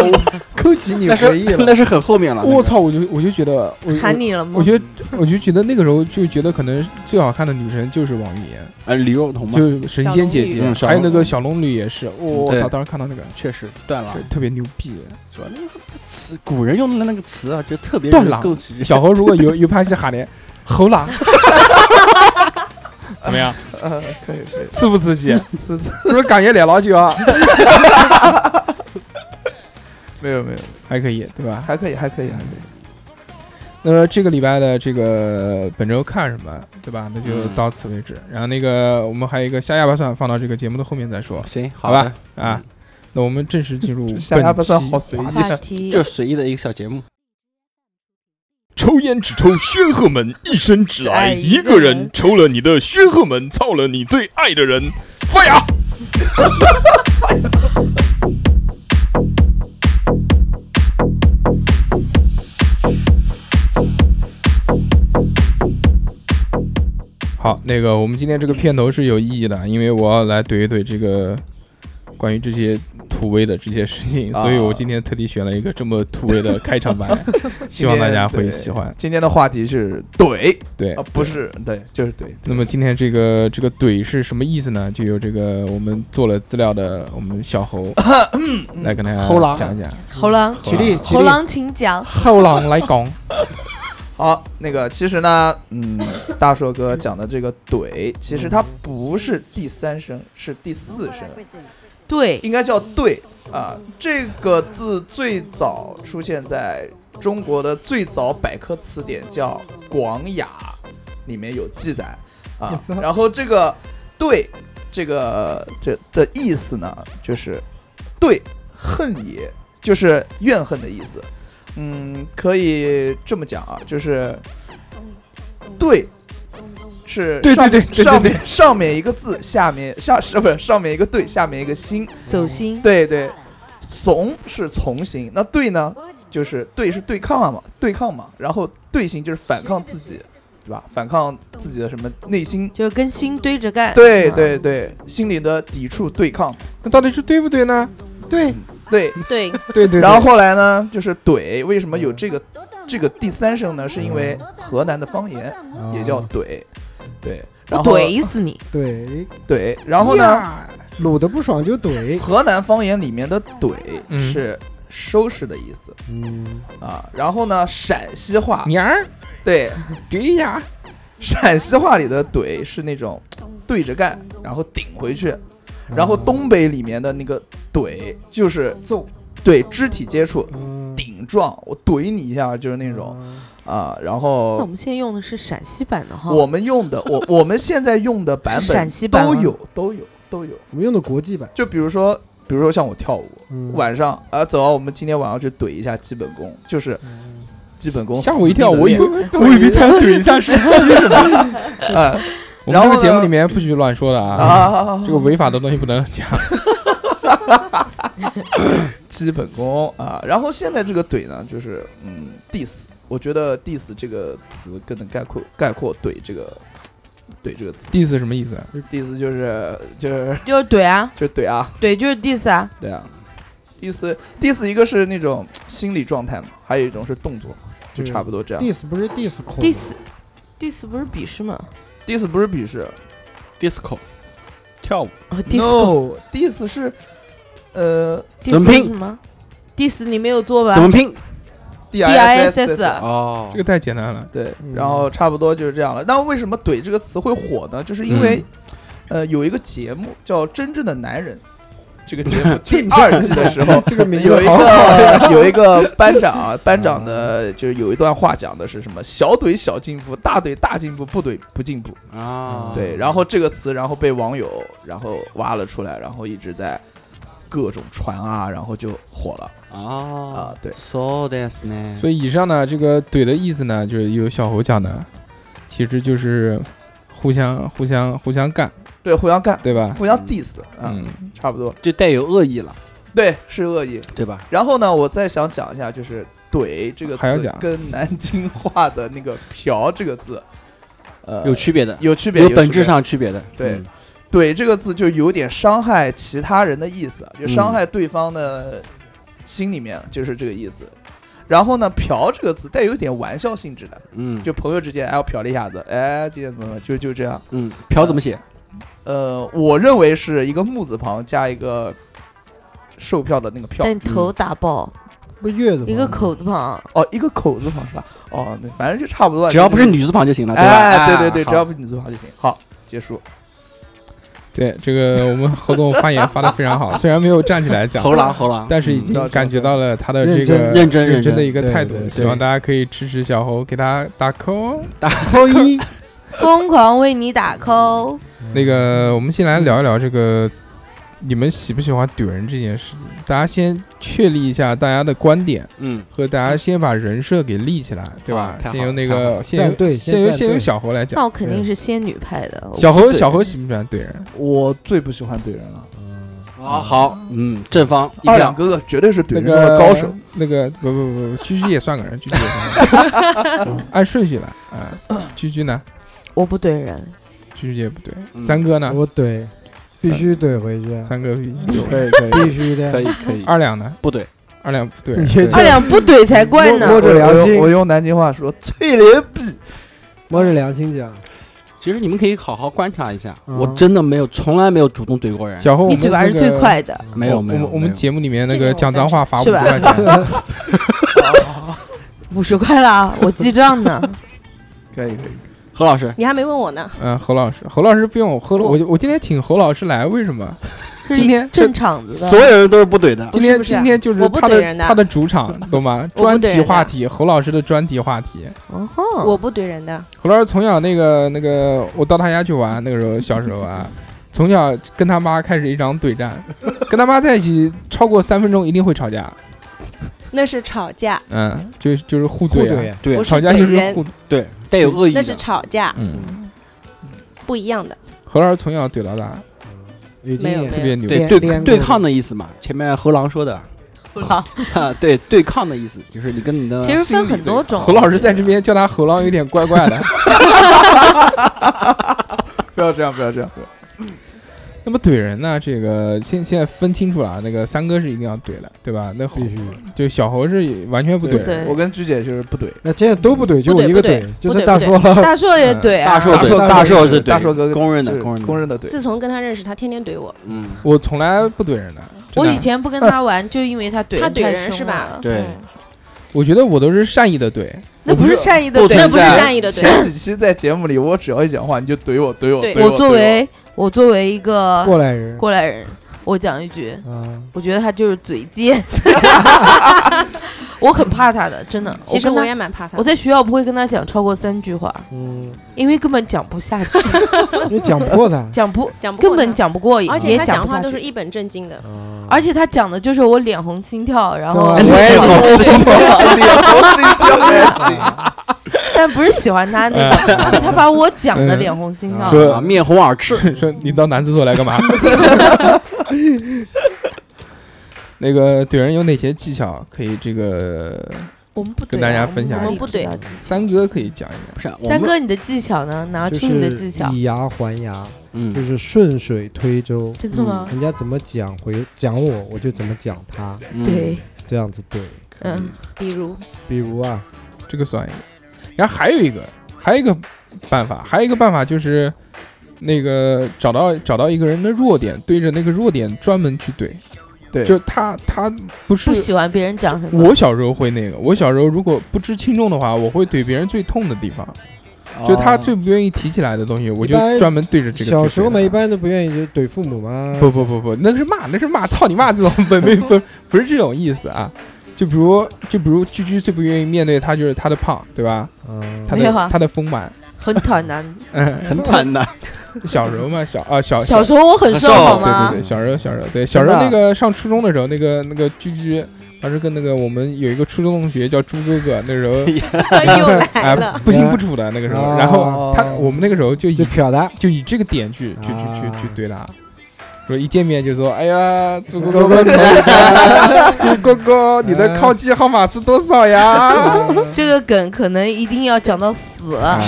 Speaker 7: 勾起你
Speaker 3: 那是
Speaker 7: 回忆了。
Speaker 3: 那是很后面了。那个
Speaker 2: 我，操，我就我就觉得我
Speaker 4: 喊你了
Speaker 2: 我
Speaker 4: 吗？
Speaker 2: 觉得，我就觉得那个时候就觉得，可能最好看的女神就是王语嫣，
Speaker 3: 呃，李若彤嘛，
Speaker 2: 就是神仙姐姐，
Speaker 3: 嗯小
Speaker 2: 还有
Speaker 3: 龙
Speaker 2: 那个小龙女也是。我
Speaker 3: 对
Speaker 2: 操，当时看到那个
Speaker 3: 确实断了
Speaker 2: 对。特别牛逼。
Speaker 3: 主要那个词，古人用的那个词啊，就特别
Speaker 2: 断了
Speaker 3: 够直接。
Speaker 2: 小何如果有有拍戏喊的“
Speaker 3: (laughs)
Speaker 2: 猴狼”，怎么样？
Speaker 7: 呃，可以可以。
Speaker 2: 刺不刺
Speaker 3: (laughs)
Speaker 2: 激？
Speaker 7: 此次
Speaker 2: 是不是感觉脸老久啊？
Speaker 7: 没有没有，
Speaker 2: 还可以，对吧？
Speaker 7: 还可以还可以还可以。
Speaker 2: 那么这个礼拜的这个本周看什么，对吧？那就
Speaker 3: 嗯
Speaker 2: 到此为止。然后那个我们还有一个下下巴算放到这个节目的后面再说
Speaker 3: 行，
Speaker 2: 好
Speaker 3: 的
Speaker 2: 吧，啊。
Speaker 3: 嗯
Speaker 2: 那我们正式进入
Speaker 7: 下下
Speaker 2: 本
Speaker 7: 巴算
Speaker 2: 期
Speaker 7: 好随
Speaker 3: 啊
Speaker 7: 意
Speaker 4: 话题
Speaker 3: 嗯就是随意的一个小节目。
Speaker 9: 抽烟只抽宣赫门，一生只爱
Speaker 4: 爱一
Speaker 9: 一
Speaker 4: 个
Speaker 9: 个
Speaker 4: 人
Speaker 9: 人。抽了你的宣赫门，操了你最爱的人，发芽。
Speaker 2: 好，那个我们今天这个片头是有意义的，因为我要来怼一怼这个关于这些土味的这些事情，
Speaker 7: 啊
Speaker 2: 所以我今天特地选了一个这么土味的开场白，希望大家会喜欢。
Speaker 7: 今天的话题是怼
Speaker 2: 对
Speaker 7: (laughs) 啊，，不是对，就是怼。
Speaker 2: 那么今天这个这个怼是什么意思呢？就由这个我们做了资料的我们小猴来跟大
Speaker 3: 猴
Speaker 2: 家
Speaker 3: 狼
Speaker 2: 讲一讲，
Speaker 4: 猴狼，
Speaker 2: 举例
Speaker 4: 猴狼，请讲。
Speaker 2: 猴狼来讲，
Speaker 7: 好，那个其实呢，嗯，大硕哥讲的这个怼，其实它不是第三声，是第四声，
Speaker 4: 对，
Speaker 7: 应该叫对啊。这个字最早出现在中国的最早百科词典叫《广雅》，里面有记载啊。然后这个“对”这个这的意思呢，就是“对恨也”，就是怨恨的意思。嗯，可以这么讲啊，就是“对”是
Speaker 2: 对对
Speaker 7: 上
Speaker 2: 对对对
Speaker 7: 上
Speaker 2: 对
Speaker 7: 面上面一个字，下面下是不是上面一个“对”，下面一个“心”，
Speaker 4: 走心，
Speaker 7: 对对，怂是从心，那对呢，就是对是对抗嘛，对抗嘛，然后对行就是反抗自己，对吧？反抗自己的什么内心，
Speaker 4: 就是跟心堆着干。
Speaker 7: 对对对，心里的抵触对抗，
Speaker 2: 那到底是对不对呢？对
Speaker 7: 对。
Speaker 6: 对，
Speaker 2: 对对，
Speaker 7: 然后后来呢，就是怼，为什么有这个这个第三声呢？是因为河南的方言
Speaker 2: 哦
Speaker 5: 啊
Speaker 7: 也叫怼，对，然后
Speaker 4: 怼死你！
Speaker 5: 怼，
Speaker 7: 怼，然后呢，
Speaker 5: 撸的不爽就怼，
Speaker 7: 河南方言里面的怼
Speaker 2: 嗯
Speaker 7: 是收拾的意思
Speaker 5: 嗯，
Speaker 7: 啊，然后呢，陕西话
Speaker 2: 娘儿
Speaker 7: 对
Speaker 2: 怼一下，
Speaker 7: 陕西话里的“怼”是那种对着干，然后顶回去，然后东北里面的那个“怼”就是
Speaker 5: 揍，
Speaker 7: 对肢体接触、
Speaker 5: 嗯
Speaker 7: 顶撞，我怼你一下就是那种啊。
Speaker 4: 那
Speaker 7: 然
Speaker 4: 我
Speaker 7: 后
Speaker 4: 们现在用的是陕西版的哈，
Speaker 7: 我们用的，我 (laughs) 我们现在用的版
Speaker 4: 是陕
Speaker 7: 本
Speaker 4: 西版
Speaker 7: 都
Speaker 4: 吗
Speaker 7: 有都有都有，
Speaker 5: 我们用的国际版，
Speaker 7: 就比如说比如说像我跳舞，
Speaker 5: 嗯
Speaker 7: 晚上啊走啊，我们今天晚上去怼一下基本功，就是基本功。
Speaker 2: 吓我一跳，我以
Speaker 7: 也
Speaker 2: 为我以为他要怼一下是
Speaker 7: 啊
Speaker 2: 我们这
Speaker 7: 然后
Speaker 2: 个节目
Speaker 7: 呢
Speaker 2: 里面不许乱说的啊，
Speaker 7: 啊，
Speaker 2: 这个违法的东西不能讲。
Speaker 7: 基本功啊。然后现在这个怼呢，就是嗯，diss，我觉得 diss 这个词更能概括概括怼这个怼这个词。
Speaker 2: diss 什么意思？
Speaker 7: diss 就是就是
Speaker 4: 就是怼啊，
Speaker 7: 就是怼啊，
Speaker 4: 怼就是 diss 啊，
Speaker 7: 对啊。diss diss 一个是那种心理状态嘛，还有一种是动作，就差不多这样。
Speaker 4: 嗯
Speaker 5: diss 不是 diss 控
Speaker 4: diss diss 不是鄙视吗？
Speaker 7: diss 不是鄙视
Speaker 3: disco 跳舞
Speaker 4: 哦，diss
Speaker 7: ，no，diss 是呃
Speaker 4: 第
Speaker 3: 怎么
Speaker 4: 四是
Speaker 3: 拼
Speaker 4: 什么？diss 你没有做完
Speaker 3: 怎么拼？
Speaker 7: ，D
Speaker 4: ？D I S 啊 S
Speaker 3: 哦
Speaker 2: 这个太简单了。
Speaker 7: 对，然后差不多就是这样了。那为什么“怼”这个词会火呢？就是因
Speaker 5: 嗯
Speaker 7: 为，呃，有一个节目叫《真正的男人》，这个节
Speaker 5: (laughs)，
Speaker 7: 目第二季的时候
Speaker 5: 这个名字
Speaker 7: 有一
Speaker 5: 好啊嗯
Speaker 7: 个有一个班长啊，班长的就是有一段话讲的是什么？小怼小进步，大怼大进步，不怼不进步。
Speaker 3: 啊，
Speaker 2: 嗯
Speaker 5: 嗯
Speaker 7: 对，然后这个词，然后被网友然后挖了出来，然后一直在各种传啊，然后就火了
Speaker 5: 哦
Speaker 3: 啊
Speaker 7: 啊。对，
Speaker 3: ，so this 呢？
Speaker 2: 所以以上呢，这个怼的意思呢，就是有小猴讲的，其实就是互相互相互相干，
Speaker 7: 对，互相干，
Speaker 2: 对吧？
Speaker 7: 互相 diss 啊，
Speaker 2: 嗯，
Speaker 7: 差不多。
Speaker 3: 就带有恶意了，
Speaker 7: 对，是恶意。
Speaker 3: 对吧？
Speaker 7: 然后呢，我再想讲一下，就是“怼”这个
Speaker 2: 还要
Speaker 7: 词
Speaker 2: 讲
Speaker 7: 跟南京话的那个“嫖”这个字，呃，
Speaker 3: 有区别的，
Speaker 7: 有区别，
Speaker 3: 有
Speaker 7: 区
Speaker 3: 本质
Speaker 7: 别。
Speaker 3: 上区别的。
Speaker 7: 对
Speaker 3: 嗯，
Speaker 7: 怼这个字就有点伤害其他人的意思，
Speaker 3: 嗯
Speaker 7: 就伤害对方的心里面，就是这个意思。然后呢，嫖这个字带有点玩笑性质的，
Speaker 3: 嗯，
Speaker 7: 就朋友之间哎我嫖了一下子，哎今天怎么怎么就就这样。
Speaker 3: 嗯，嫖怎么写？
Speaker 7: 呃，我认为是一个木字旁加一个售票的那个票
Speaker 4: 但头打爆，
Speaker 5: 不是月子吗
Speaker 4: 一个口字旁，啊
Speaker 7: 哦，一个口字旁是吧？哦，那反正就差不多了。
Speaker 3: 只要
Speaker 7: 就
Speaker 3: 不是女字旁就行了，吧？
Speaker 7: 哎，对
Speaker 3: 啊
Speaker 7: 对对，
Speaker 3: 好
Speaker 7: 只要不是女字旁就行。好，结束。
Speaker 2: 对，这个我们侯总发言发的非常好，虽然没有站起来讲，
Speaker 3: (laughs) 猴狼猴狼，
Speaker 2: 但是已经感觉到了他的这个
Speaker 3: 认真认真
Speaker 2: 的一个态度
Speaker 5: 对，对
Speaker 2: 希望大家可以支持小猴，给他打 call。哦
Speaker 5: 扣一，
Speaker 4: 疯狂为你打 call。
Speaker 2: 那个，我们先来聊一聊这个，你们喜不喜欢怼人这件事？大家先确立一下大家的观点，
Speaker 3: 嗯，
Speaker 2: 和大家先把人设给立起来，对吧
Speaker 3: 好太？好
Speaker 2: 先由那
Speaker 3: 太
Speaker 2: 个，先
Speaker 5: 站
Speaker 2: 由
Speaker 5: 队
Speaker 2: 先
Speaker 5: 先
Speaker 2: 由
Speaker 5: 站
Speaker 2: 先由
Speaker 5: 队
Speaker 2: 小猴来
Speaker 4: 那
Speaker 2: 讲。
Speaker 4: 我肯定是仙女派的。
Speaker 2: 小猴，
Speaker 7: 对
Speaker 2: 小猴喜不喜欢怼人？
Speaker 7: 我最不喜欢怼人了，
Speaker 3: 啊好，嗯，正方一票
Speaker 7: 二两哥哥绝对是
Speaker 2: 那
Speaker 7: 怼人中的
Speaker 2: 个
Speaker 7: 高手。，
Speaker 2: 那个不不不，居居也算个人，居居也算个
Speaker 3: (laughs)
Speaker 2: 人，嗯按顺序来啊。居居呢？
Speaker 4: 我不怼人，
Speaker 2: 居居也不对。
Speaker 3: 嗯
Speaker 2: 三哥呢？
Speaker 5: 我怼，必须怼回去，
Speaker 2: 三哥必须怼。
Speaker 5: 可以可以，必须
Speaker 3: 可
Speaker 5: 的。
Speaker 3: 以可以，
Speaker 2: 二两呢？
Speaker 3: 不对，
Speaker 2: 二两不对。
Speaker 5: 也就
Speaker 4: 二两不怼才怪呢。
Speaker 5: 摸着
Speaker 7: 我
Speaker 5: 良
Speaker 7: 用
Speaker 5: 心
Speaker 7: 我，用南京话说，最牛逼。
Speaker 5: 摸着良心讲，
Speaker 3: 其实你们可以好好观察一下，
Speaker 5: 嗯
Speaker 3: 我真的没有，从来没有主动怼过人，
Speaker 2: 小猴，
Speaker 4: 你嘴巴是最，快的，
Speaker 3: 没有
Speaker 2: 我
Speaker 3: 没有，
Speaker 2: 们我们
Speaker 3: 没有
Speaker 2: 节目里面那
Speaker 6: 这个
Speaker 2: 个
Speaker 6: 我
Speaker 2: 讲脏话罚五
Speaker 4: 是
Speaker 2: 十
Speaker 4: 吧
Speaker 2: 块钱，
Speaker 4: 五十块啦，我记账呢。
Speaker 7: 可以可以，
Speaker 3: 何老师
Speaker 6: 你还没问我呢，
Speaker 2: 嗯，侯老师，侯老师不用，侯我我今天请侯老师来，为什
Speaker 6: (laughs)
Speaker 2: 么？
Speaker 4: 是
Speaker 2: 今天
Speaker 4: 正场子
Speaker 3: 所
Speaker 4: 的，
Speaker 3: 有人都是不怼的，
Speaker 2: 今天
Speaker 6: 不是
Speaker 2: 今天就是
Speaker 6: 我不
Speaker 2: 他
Speaker 6: 怼
Speaker 2: 的
Speaker 6: 人的
Speaker 2: 他的主场，懂吗？
Speaker 6: (laughs) 我不怼
Speaker 2: 专
Speaker 6: 人的
Speaker 2: 题话题，侯老师的专题话题。
Speaker 4: 哦吼，
Speaker 6: 我不怼人的。
Speaker 2: 侯老师从小那个那个，我到他家去玩，那个时候小时候啊，从小跟他妈开始一场对战，跟他妈在一起超过三分钟一定会吵架，
Speaker 6: 那是吵架，
Speaker 2: 嗯，就就是互
Speaker 5: 互
Speaker 2: 怼
Speaker 5: 怼
Speaker 2: 啊，
Speaker 5: 啊，
Speaker 3: 对
Speaker 6: 不是
Speaker 2: 吵架就
Speaker 6: 怼
Speaker 2: 是
Speaker 6: 人
Speaker 2: 互，
Speaker 3: 对，带有恶意
Speaker 6: 那是
Speaker 3: 的，
Speaker 6: 吵架，
Speaker 2: 嗯，
Speaker 6: 不一样的。
Speaker 2: 侯老师从小怼到大，
Speaker 5: 已
Speaker 6: 没有
Speaker 5: 经
Speaker 6: 没
Speaker 2: 特
Speaker 6: 有
Speaker 2: 别牛，
Speaker 3: 对
Speaker 5: 练
Speaker 3: 对
Speaker 5: 练过
Speaker 3: 对抗的意思嘛，前面猴狼说的，啊，对对抗的意思，就是你跟你的
Speaker 4: 其实分很多种。啊
Speaker 2: 侯老师在这边叫他侯狼有点怪怪的。 (laughs)
Speaker 7: 不要这样，不要这样。
Speaker 2: 那么怼人呢？这个现现在分清楚了啊，那个三哥是一定要怼的，对吧？那侯
Speaker 5: 必须。
Speaker 2: 就小侯是完全不怼人，
Speaker 4: 对
Speaker 7: 我跟鞠姐就是不怼，
Speaker 5: 那现在都不怼，就我一个
Speaker 6: 不怼不
Speaker 5: 怼
Speaker 6: 怼，
Speaker 5: 就是
Speaker 6: 不怼
Speaker 5: 大说了，
Speaker 4: 大硕也怼啊，
Speaker 3: 呃大硕
Speaker 7: 大
Speaker 3: 对
Speaker 7: 硕哥
Speaker 3: 大硕是
Speaker 7: 大硕哥
Speaker 3: 对，公认
Speaker 7: 就
Speaker 3: 的
Speaker 7: 是
Speaker 3: 公认的
Speaker 7: 公认的怼。
Speaker 6: 自从跟他认识，他天天怼我。
Speaker 3: 嗯，
Speaker 2: 我从来不怼人的。
Speaker 4: 我
Speaker 2: 真的
Speaker 4: 以前不跟他玩，就因为他怼
Speaker 6: 他怼
Speaker 4: 太
Speaker 6: 人
Speaker 4: 凶
Speaker 6: 是吧
Speaker 4: 了
Speaker 3: 对，
Speaker 2: 我觉得我都是善意的怼，
Speaker 4: 那不是善意的
Speaker 3: 不
Speaker 4: 怼，
Speaker 3: 存
Speaker 6: 那不是
Speaker 3: 在
Speaker 6: 善意的怼，
Speaker 7: 前几期在节目里，我只要一讲话，你就怼我，怼我，
Speaker 6: 对
Speaker 7: 怼
Speaker 4: 我作
Speaker 7: 怼
Speaker 4: 为我作为一个
Speaker 5: 过来人
Speaker 4: 过来人，我讲一句，
Speaker 5: 啊，
Speaker 4: 我觉得他就是嘴贱， (laughs) 我很怕他的，真的。
Speaker 6: 其实
Speaker 4: 我
Speaker 6: 我
Speaker 4: 跟他，
Speaker 6: 也蛮怕他的。
Speaker 4: 我在学校不会跟他讲超过三句话，
Speaker 5: 嗯，
Speaker 4: 因为根本讲不下去，
Speaker 5: 你讲不过
Speaker 4: (laughs)
Speaker 5: 他，
Speaker 4: 讲不
Speaker 6: 讲不过
Speaker 4: 根本
Speaker 6: 他，
Speaker 4: 讲不过瘾，
Speaker 6: 而且
Speaker 4: 也
Speaker 6: 他
Speaker 4: 不
Speaker 6: 讲
Speaker 4: 下
Speaker 6: 话都
Speaker 4: 去
Speaker 6: 是一本正经的。
Speaker 4: 而且他讲的就是我脸红心跳，然后
Speaker 3: 啊
Speaker 5: 哎
Speaker 3: (laughs) 我也有
Speaker 7: 脸红心
Speaker 3: (laughs)
Speaker 7: 跳也行。
Speaker 4: (laughs) 但不是喜欢他那
Speaker 2: (laughs)
Speaker 4: 个，就他把我讲的脸红心跳。
Speaker 2: 嗯说
Speaker 3: 啊面红耳赤，
Speaker 2: 说你到男厕所来干嘛？ (laughs) 那个怼人有哪些技巧可以？这个
Speaker 4: 我们不怼啊
Speaker 2: 跟大家分享一下
Speaker 4: 我们不怼。
Speaker 2: 三哥可以讲一讲。
Speaker 3: 不是我
Speaker 4: 三
Speaker 3: 们
Speaker 4: 哥，你的技巧呢？拿
Speaker 5: 就
Speaker 4: 出你的
Speaker 5: 是
Speaker 4: 技巧，
Speaker 5: 以牙还牙，就
Speaker 3: 嗯
Speaker 5: 是顺水推舟，
Speaker 4: 真的吗？
Speaker 2: 嗯
Speaker 5: 人家怎么讲回讲我，我就怎么讲他，
Speaker 3: 嗯
Speaker 4: 对，
Speaker 5: 这样子怼。
Speaker 4: 嗯，
Speaker 6: 比如，
Speaker 5: 比如啊，
Speaker 2: 这个算一个。然后还有一个，还有一个办法，还有一个办法就是，那个找到找到一个人的弱点，对着那个弱点专门去怼，
Speaker 7: 对啊
Speaker 2: 就他他不是
Speaker 4: 不喜欢别人讲什么。
Speaker 2: 我小时候会那个，我小时候如果不知轻重的话，我会怼别人最痛的地方，
Speaker 3: 嗯哦
Speaker 2: 就他最不愿意提起来的东西，我就
Speaker 5: 一般
Speaker 2: 专门对着这个。
Speaker 5: 小时候嘛，一。般都不愿意就怼父母嘛。
Speaker 2: 不不不不，那个是骂，那是骂，操你妈！这种不没不不是这种意思啊。就比如就比如居居最不愿意面对他就是他的胖，对吧？
Speaker 5: 嗯，
Speaker 2: 他
Speaker 4: 没有啊
Speaker 2: 的他的丰满，
Speaker 4: 很坦然。
Speaker 2: 嗯，
Speaker 3: 很坦然，
Speaker 2: 小时候嘛，小啊小
Speaker 4: 小时候我很瘦
Speaker 3: 很瘦
Speaker 4: 好
Speaker 2: 对对
Speaker 4: 吗？
Speaker 2: 对，小时候小时候对小时候那个上初中的时候，那个那个居居。当时跟那个我们有一个初中同学叫朱哥哥，那时候
Speaker 6: 又来
Speaker 2: 哎 (laughs)
Speaker 6: 了，
Speaker 2: 不清不楚的那个时候，
Speaker 5: 哦
Speaker 2: 然后他我们那个时候就以
Speaker 5: 就瞟他，
Speaker 2: 就以这个点去去去
Speaker 5: 啊
Speaker 2: 去去怼他，说一见面就说哎呀，朱哥
Speaker 5: 哥
Speaker 2: 哥，
Speaker 5: 哥
Speaker 2: 朱哥哥，你的靠机号码是多少呀？
Speaker 4: 这个梗可能一定要讲到死，
Speaker 2: 啊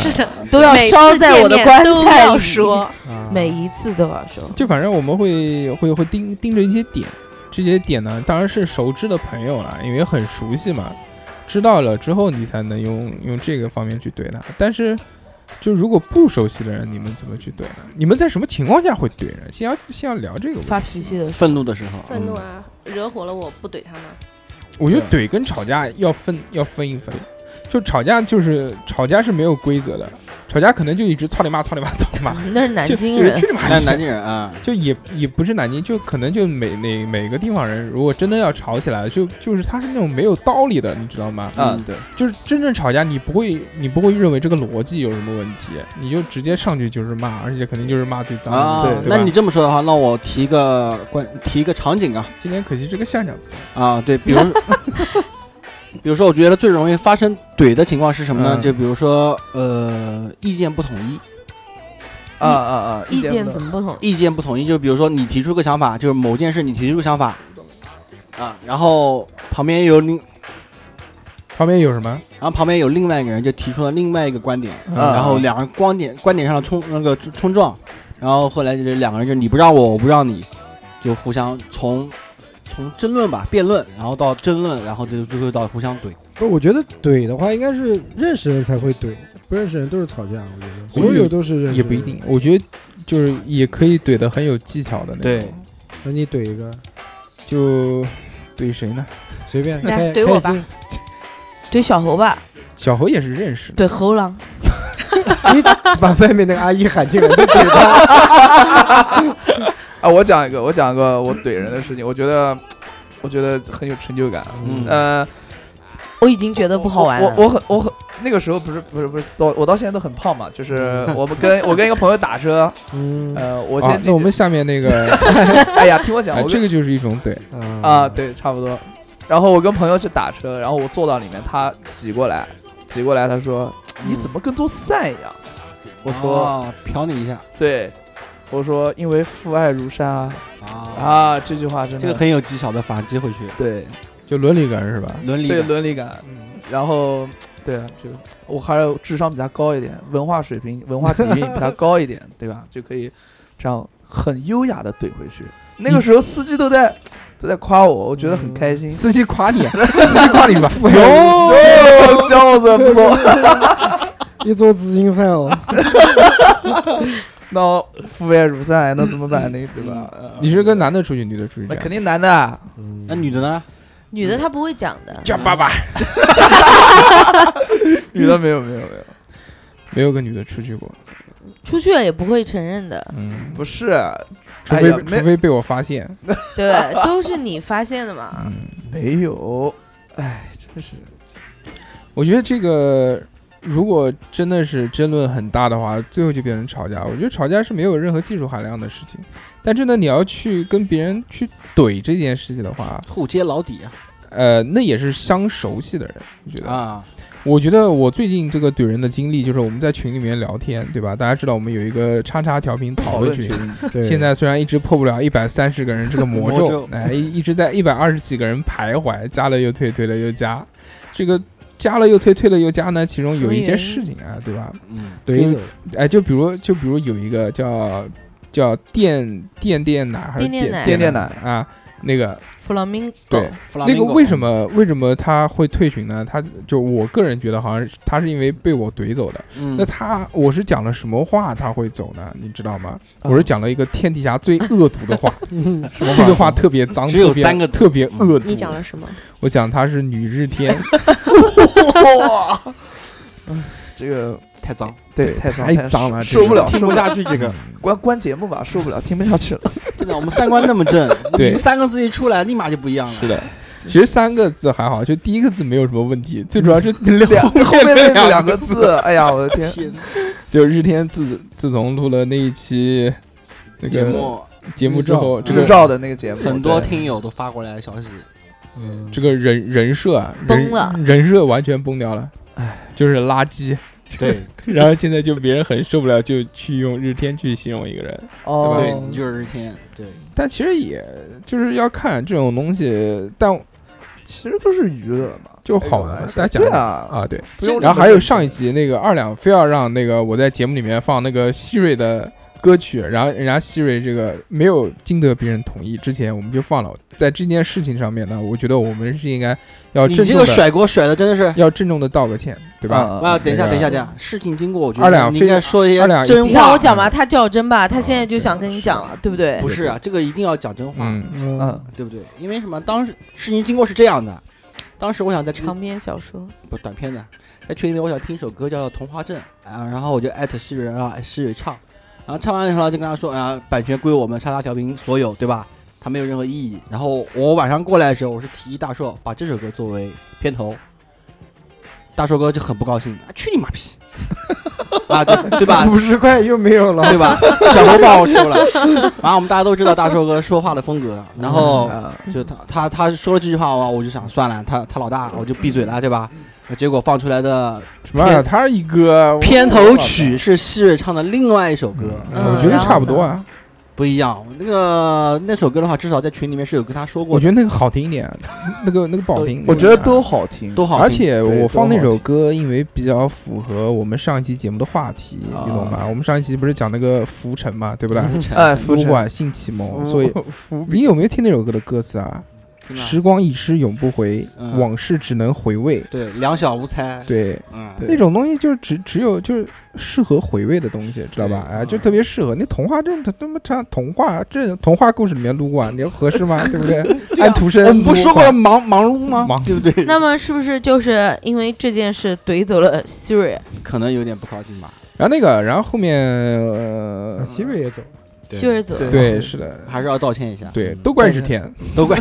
Speaker 4: 都要
Speaker 6: 每次
Speaker 4: 烧在我的
Speaker 6: 见面
Speaker 4: 棺
Speaker 6: 都
Speaker 4: 材
Speaker 6: 要
Speaker 4: 里。
Speaker 6: 说，
Speaker 4: 每一次都要说。
Speaker 2: 就反正我们会会会盯盯着一些点，这些点呢，当然是熟知的朋友啦，因为很熟悉嘛，知道了之后你才能用用这个方面去怼他。但是，就如果不熟悉的人，你们怎么去怼呢？你们在什么情况下会怼人？先要先要聊这个问题。
Speaker 4: 发脾气的时
Speaker 3: 愤怒的时候，
Speaker 6: 愤怒啊，惹火了我不怼他吗？
Speaker 2: 我觉得怼跟吵架要分要分一分，就吵架就是吵架是没有规则的，吵架可能就一直操你妈操你妈操你
Speaker 4: (laughs)
Speaker 2: 妈
Speaker 4: 候，，那是南
Speaker 2: 就
Speaker 4: 京人
Speaker 2: 去，你妈
Speaker 3: 但
Speaker 2: 的
Speaker 3: 是南京人啊，
Speaker 2: 就也也不是南京，就可能就每每每个地方人，如果真的要吵起来，就就是他是那种没有道理的，你知道吗？
Speaker 7: 啊
Speaker 3: 嗯，
Speaker 7: 对，
Speaker 2: 就是真正吵架，你不会你不会认为这个逻辑有什么问题，你就直接上去就是骂，而且肯定就是骂最脏的。
Speaker 3: 啊
Speaker 2: (laughs) 对，，
Speaker 3: 那
Speaker 2: 吧
Speaker 3: 你这么说的话，那我提一个关，提一个场景啊
Speaker 2: 今天可惜这个下场不在，
Speaker 3: 啊，对，
Speaker 2: (laughs)
Speaker 3: 比如，比如说，我觉得最容易发生怼的情况是什么呢？
Speaker 2: 嗯
Speaker 3: 就比如说，呃，意见不统一，
Speaker 7: 啊啊啊，
Speaker 4: 意见
Speaker 7: 不
Speaker 4: 怎么不同？
Speaker 3: 意见不统一，就比如说你提出个想法，就是某件事你提出个想法，啊，然后旁边有另，
Speaker 2: 旁边有什么？嗯
Speaker 3: 然后旁边有另外一个人就提出了另外一个观点，
Speaker 7: 啊
Speaker 3: 然后两个人观点观点上的冲那个冲冲撞，然后后来就是两个人就你不让我，我不让你，就互相从从争论吧辩论，然后到争论，然后就最后到互相怼。
Speaker 5: 不，我觉得怼的话应该是认识人才会怼，不认识人都是吵架。
Speaker 2: 我
Speaker 5: 我觉得
Speaker 2: 觉得
Speaker 5: 所有都是认识人
Speaker 2: 也不一定，。我觉得就是也可以怼的很有技巧的那种。
Speaker 3: 对，
Speaker 5: 那你怼一个，
Speaker 2: 就怼谁呢？
Speaker 5: 随便
Speaker 4: 来
Speaker 5: 开
Speaker 4: 怼我吧
Speaker 5: 开心
Speaker 4: 怼小猴吧，
Speaker 2: 小侯也是认识的，
Speaker 4: 怼猴狼，
Speaker 5: 你把外面那个阿姨喊进来，再怼她。
Speaker 7: (laughs) 啊，我讲一个，我讲一个我怼人的事情，我觉得，我觉得很有成就感。
Speaker 3: 嗯
Speaker 7: 呃，
Speaker 4: 我已经觉得不好玩啊
Speaker 7: 我
Speaker 4: 了。
Speaker 7: 我很我很那个时候不是不是不是到我到现在都很胖嘛，就是我们跟我跟一个朋友打车，
Speaker 5: 嗯
Speaker 7: 呃，我
Speaker 2: 嗯啊
Speaker 7: 先进
Speaker 2: 那我们下面那个，
Speaker 7: 哎呀，听我讲，
Speaker 2: 哎
Speaker 7: 我
Speaker 2: 这
Speaker 7: 跟
Speaker 2: 个就是一种怼，
Speaker 7: 啊，，对，差不多。然后我跟朋友去打车，然后我坐到里面，他挤过来，挤过来，他说你
Speaker 2: 嗯
Speaker 7: 怎么跟做散一样？我
Speaker 2: 哦
Speaker 7: 说
Speaker 3: 啊瞟你一下
Speaker 7: 对，我说因为父爱如山啊
Speaker 2: 哦
Speaker 3: 啊，
Speaker 7: 啊，这句话真
Speaker 3: 这个
Speaker 7: 的
Speaker 3: 很有技巧的反击回去，
Speaker 7: 对
Speaker 2: 就伦理感是吧？
Speaker 3: 伦理
Speaker 7: 对嗯
Speaker 3: 感
Speaker 7: 伦理感，然后对啊，就我还有智商比他高一点，文化水平、 (laughs) 文化底蕴比他高一点，对吧？就可以这样很优雅的怼回去。那个时候司机都在嗯都在夸我，我觉得很开心。
Speaker 2: 司机夸
Speaker 7: 啊 (laughs)
Speaker 2: 你，司机夸你吧，
Speaker 7: 哟，哦笑死，不错。
Speaker 5: (laughs) 一桌紫金赛
Speaker 2: (laughs)
Speaker 5: 哦，
Speaker 7: 那父爱如山，那怎么办呢？对吧？呃
Speaker 2: 你是跟男的出去，女的出去这
Speaker 7: 那
Speaker 2: 样？
Speaker 7: 肯定男的啊，
Speaker 3: 那女的呢？
Speaker 4: 女的她不会讲的，
Speaker 2: 叫爸爸。
Speaker 7: 女的没有没有没有，
Speaker 2: 没有跟女的出去过，
Speaker 4: 出去了也不会承认的。
Speaker 2: 嗯，
Speaker 7: 不是，
Speaker 2: 除
Speaker 7: 哎
Speaker 2: 非、
Speaker 7: 呀
Speaker 2: 除非被我发现，
Speaker 4: 对，都是你发现的嘛。
Speaker 2: 嗯，
Speaker 7: 没有，哎，真是
Speaker 2: 我觉得这个如果真的是争论很大的话，最后就变成吵架。我觉得吵架是没有任何技术含量的事情，但真的你要去跟别人去怼这件事情的话，
Speaker 3: 后街老底啊
Speaker 2: 呃，那也是相熟悉的人，我觉得
Speaker 3: 啊，
Speaker 2: 我觉得我最近这个怼人的经历，就是我们在群里面聊天，对吧？大家知道我们有一个叉叉调频讨论群，
Speaker 5: 对
Speaker 2: 现在虽然一直破不了一百三十个人这个魔
Speaker 3: 魔
Speaker 2: 咒
Speaker 3: 咒，
Speaker 2: 哎，一一直在一百二十几个人徘徊，加了又退，退了又加，这个加了又退，退了又加呢，其中有一些事情啊，对吧？
Speaker 3: 嗯，
Speaker 5: 怼走，
Speaker 2: 哎，就比如就比如有一个叫叫电电电奶还是
Speaker 4: 电电奶
Speaker 2: 电
Speaker 7: 电
Speaker 2: 奶
Speaker 7: 奶
Speaker 2: 啊，那个
Speaker 4: 弗朗明
Speaker 2: 对，那个为什么为什么他会退群呢？他就我个人觉得好像是他是因为被我怼走的。
Speaker 3: 嗯
Speaker 2: 那他我是讲了什么话他会走呢？你知道吗？
Speaker 3: 嗯
Speaker 2: 我是讲了一个天底下最恶毒的话，
Speaker 5: 嗯
Speaker 3: (laughs) 什么
Speaker 2: 这个话特别脏，
Speaker 3: 只有
Speaker 2: 特别
Speaker 3: 三个字
Speaker 2: 特别恶毒。
Speaker 6: 你讲了什么？
Speaker 2: 我讲他是女
Speaker 3: (laughs)
Speaker 2: 日天，
Speaker 7: 这个
Speaker 3: 太脏，
Speaker 7: 对太脏
Speaker 2: 太脏
Speaker 7: 脏
Speaker 2: 了，
Speaker 7: 受不了，
Speaker 3: 听
Speaker 7: 受
Speaker 3: 不
Speaker 7: 了
Speaker 3: 下去这个。
Speaker 7: 关关节目吧，受不了，听不下去了。
Speaker 3: 真的，我们三观那么正，
Speaker 2: 对
Speaker 3: 你三个字一出来，立马就不一样了。
Speaker 2: 是的， (laughs) 其实三个字还好，就第一个字没有什么问题，最主要
Speaker 3: (laughs)
Speaker 2: 是两
Speaker 7: 后面
Speaker 2: 那
Speaker 7: 那两个字，哎呀，我的天！
Speaker 3: 天，
Speaker 2: (laughs) 就日天自自从录了那一期那
Speaker 3: 节
Speaker 2: 个
Speaker 3: 目
Speaker 2: 节目之后，这
Speaker 7: 日
Speaker 2: 个
Speaker 7: 照的那个节目，
Speaker 3: 很多
Speaker 7: 对
Speaker 3: 听友都发过来消息，
Speaker 2: 这个人人设啊，人
Speaker 4: 崩了
Speaker 2: 人设完全崩掉了，哎，就是垃圾。
Speaker 3: 对
Speaker 2: 然后现在就别人很受不了，就去用日天去形容一个人，
Speaker 3: 对，
Speaker 7: (laughs) 哦
Speaker 3: 你，就是日天，对，
Speaker 2: 但其实也就是要看这种东西，但
Speaker 7: 其实都是娱乐嘛，
Speaker 2: 就好玩
Speaker 7: 玩。
Speaker 2: 大家讲
Speaker 7: 对
Speaker 2: 讲
Speaker 7: 啊，
Speaker 2: 啊，对。
Speaker 7: 不用
Speaker 2: 然
Speaker 7: 这
Speaker 2: 后
Speaker 7: 么
Speaker 2: 还有
Speaker 7: 认
Speaker 2: 上一
Speaker 7: 真
Speaker 2: 集那个二两非要让那个我在节目里面放那个希瑞的歌曲，然后人家希瑞这个没有经得别人同意之前，我们就放了。在这件事情上面呢，我觉得我们是应该要
Speaker 3: 你
Speaker 2: 郑
Speaker 3: 这
Speaker 2: 重
Speaker 3: 个
Speaker 2: 的
Speaker 3: 甩锅甩的真的是
Speaker 2: 要郑重的道个歉，对吧？
Speaker 7: 啊
Speaker 3: 啊！等一下，
Speaker 2: 那个
Speaker 3: 等一下，等一下，事情经过，我觉
Speaker 2: 二两
Speaker 3: 得你应该说一
Speaker 2: 二
Speaker 3: 些
Speaker 2: 两
Speaker 3: 真
Speaker 4: 你看我
Speaker 3: 话。
Speaker 4: 讲吧，他较真吧，他现在就想跟你讲了，对不对？
Speaker 3: 不是啊，这个一定要讲真话，
Speaker 2: 嗯，
Speaker 7: 嗯，
Speaker 3: 对不对？因为什么？当时事情经过是这样的，当时我想在群
Speaker 4: 长篇小说，
Speaker 3: 不短片的，在群里面我想听一首歌叫《童话镇》啊，然后我就艾特西人啊，西人唱，然后唱完以后就跟他说啊，版权归我们叉叉调频所有，对吧？它没有任何意义。然后我晚上过来的时候，我是提议大硕把这首歌作为片头，大硕哥就很不高兴啊，去你妈逼！ (laughs) 啊，对对吧？
Speaker 5: 五十块又没有了，
Speaker 3: 对吧？小红帽出来，然后我们大家都知道大寿哥说话的风格，然后
Speaker 7: 啊
Speaker 3: 就
Speaker 4: 嗯
Speaker 3: 他他他说了这句话嘛，我就想算了，他他老大，我就闭嘴了，对吧？结果放出来的
Speaker 2: 什么二两他是一个
Speaker 3: 片头曲，是希瑞唱的另外一首歌，
Speaker 2: 我我觉得差不多啊。
Speaker 3: 不一样。那个那首歌的话，至少在群里面是有跟他说过
Speaker 2: 我
Speaker 3: 的，
Speaker 2: 觉得那个好听一点，那个那个不好听。
Speaker 7: 我觉得都好听，啊
Speaker 3: 都好听。
Speaker 2: 而且
Speaker 7: 对
Speaker 2: 我
Speaker 7: 都
Speaker 2: 放
Speaker 7: 好
Speaker 2: 那首
Speaker 7: 听
Speaker 2: 歌，因为比较符合我们上一期节目的话题，
Speaker 3: 啊
Speaker 2: 你懂吧？我们上一期不是讲那个浮沉嘛，对不对？
Speaker 7: 哎，浮
Speaker 2: 不
Speaker 7: 沉
Speaker 2: 管性启
Speaker 3: 嗯
Speaker 2: 蒙，
Speaker 3: (laughs)
Speaker 2: 所以
Speaker 7: 浮
Speaker 2: 你有没有听那首歌的歌词啊？
Speaker 3: 听了
Speaker 2: 时光一逝永不回，
Speaker 3: 嗯哎
Speaker 2: 往事只能回味。
Speaker 3: 对两小无猜，，
Speaker 2: 对，
Speaker 3: 嗯，
Speaker 7: 对
Speaker 2: 那种东西就只只有就是适合回味的东西，知道吧？
Speaker 3: 对啊
Speaker 2: 哎，就特别适合。那童话镇，他他妈唱童话镇童话故事里面撸啊，你要合适吗？
Speaker 3: (laughs)
Speaker 2: 对不对？按徒生，
Speaker 3: 啊
Speaker 2: 啊
Speaker 3: 我们不
Speaker 2: 撸
Speaker 3: 说过
Speaker 2: 管
Speaker 3: 了忙忙碌吗？
Speaker 2: 忙
Speaker 3: 对不对？
Speaker 4: 那么是不是就是因为这件事怼走了 Siri？
Speaker 3: 可能有点不靠近吧。
Speaker 2: 然后那个，然后后面呃，
Speaker 5: 希瑞也走了，
Speaker 3: 对
Speaker 4: Siri 走了，
Speaker 2: 对，是的，
Speaker 3: 还是要道歉一
Speaker 4: 啊
Speaker 3: 下，嗯
Speaker 2: 对，都怪日天，
Speaker 4: 嗯
Speaker 3: 都怪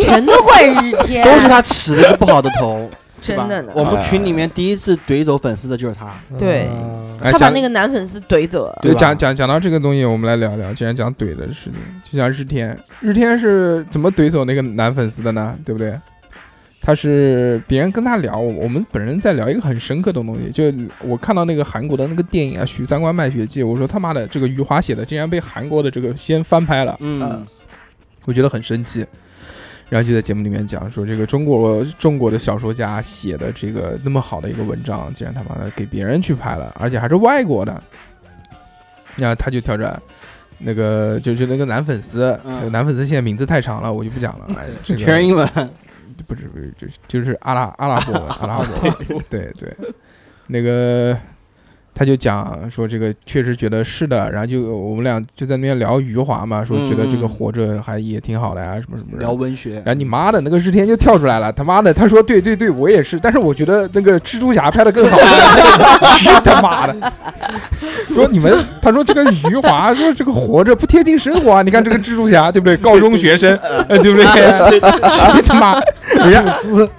Speaker 4: 全都怪日天，
Speaker 3: (laughs) 都是他起了一个不好的
Speaker 4: (laughs)
Speaker 3: 头，
Speaker 4: 哎真的呢
Speaker 3: 我
Speaker 2: 哎
Speaker 3: 们群里面第一次怼走粉丝的就是他，
Speaker 4: 对
Speaker 5: 啊
Speaker 2: 哎，
Speaker 4: 他把
Speaker 2: 讲
Speaker 4: 那个男粉丝怼走了。
Speaker 2: 对
Speaker 3: 对吧
Speaker 2: 讲讲讲到这个东西，我们来聊聊，既然讲怼的事情，就像日天，日天是怎么怼走那个男粉丝的呢？对不对？他是别人跟他聊，我我们本人在聊一个很深刻的东西，就我看到那个韩国的那个电影啊，《许三观卖血记》，我说他妈的，这个余华写的竟然被韩国的这个先翻拍了，
Speaker 3: 嗯，
Speaker 2: 我觉得很生气。然后就在节目里面讲说，这个中国中国的小说家写的这个那么好的一个文章，竟然他妈的给别人去拍了，而且还是外国的。然后他就挑战那个，就是那个男粉丝，
Speaker 3: 嗯
Speaker 2: 那个男粉丝现在名字太长了，我就不讲了。哎，这个
Speaker 3: 全是英文，
Speaker 2: 不是不是，就是就是阿拉阿 (laughs) 拉伯文，阿拉伯文，对对，那个他就讲说这个确实觉得是的，然后就我们俩就在那边聊余华嘛，说觉得这
Speaker 3: 嗯
Speaker 2: 个
Speaker 3: 嗯
Speaker 2: 活着还也挺好的啊，什么什么
Speaker 3: 聊
Speaker 2: 的。
Speaker 3: 文学
Speaker 2: 然后你妈的那个日天就跳出来了，他妈的，他说对对对，我也是，但是我觉得那个蜘蛛侠拍的更好， (laughs) 去他妈的！说你们，他说这个余华说这个活着不贴近生活啊，你看这个蜘蛛侠对不对？高中学生，呃对不 (laughs) 对？去他
Speaker 3: (laughs)
Speaker 2: 妈，人家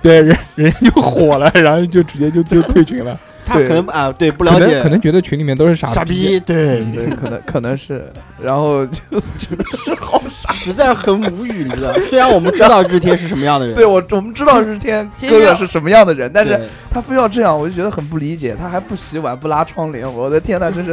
Speaker 2: 对人人家就火了，然后就直接就就退群了，
Speaker 3: 他可能啊，对，不了
Speaker 2: 可
Speaker 3: 解，
Speaker 2: 能可能觉得群里面都是傻
Speaker 3: 傻逼，对，
Speaker 7: 对，可能可能是，然后就真的是好傻。
Speaker 3: 实在很无语，你知道？虽然我们知道日天是什么样的人，
Speaker 7: (laughs) 对我，我们知道日天
Speaker 4: 其
Speaker 7: 哥
Speaker 4: 实
Speaker 7: 哥是什么样的人，但
Speaker 3: 对，
Speaker 7: 是他非要这样，我就觉得很不理解。他还不洗碗，不拉窗帘，我的天呐，真是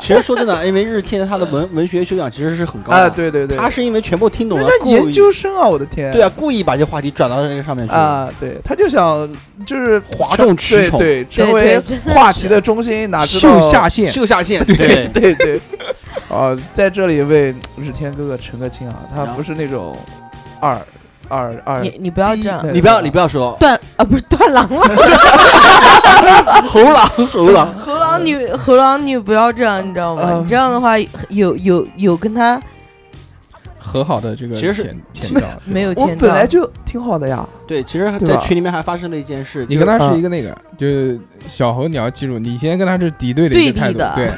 Speaker 3: 其实说真的，因为日天他的文文学修养其实是很高
Speaker 7: 啊！
Speaker 3: 的，，
Speaker 7: 对对对，
Speaker 3: 他是因为全部听懂
Speaker 7: 人
Speaker 3: 了，
Speaker 7: 家
Speaker 3: 故
Speaker 7: 研
Speaker 3: 意
Speaker 7: 究生啊，我的天！
Speaker 3: 对啊，故意把这话题转到那个上面去，
Speaker 7: 啊，对，他就想就是
Speaker 3: 哗众取
Speaker 7: 对
Speaker 3: 宠，
Speaker 7: 对，
Speaker 4: 对
Speaker 7: 成为
Speaker 4: 对真的
Speaker 7: (laughs) 话题的中心，哪知道
Speaker 2: 秀下？限，
Speaker 3: 秀下限，对
Speaker 7: 对对，啊、在这里为日天哥哥陈个清啊，他
Speaker 3: 然后
Speaker 7: 不是那种二二二
Speaker 4: 你你不要这样
Speaker 7: 对
Speaker 3: 你不要你不要
Speaker 4: (laughs)
Speaker 3: 说
Speaker 4: 断啊，不是断狼了，
Speaker 3: 猴狼猴狼，
Speaker 4: 猴狼女猴狼女不要这样，你知道吗？
Speaker 7: 啊
Speaker 4: 你这样的话有有有跟他
Speaker 2: 和好的这个
Speaker 3: 其实是
Speaker 2: 前前兆，对
Speaker 4: 没有
Speaker 7: 我
Speaker 4: 签到，
Speaker 7: 本来就挺好的呀，
Speaker 3: 对，其实，
Speaker 7: 对
Speaker 3: 在
Speaker 7: 吧
Speaker 3: 群里面还发生了一件事，
Speaker 2: 你
Speaker 3: 就
Speaker 2: 跟他
Speaker 4: 啊
Speaker 2: 是一个那个，就是小猴，你要记住，你现在跟他是敌对的一个
Speaker 4: 对
Speaker 2: 态度
Speaker 4: 立的，
Speaker 2: 对，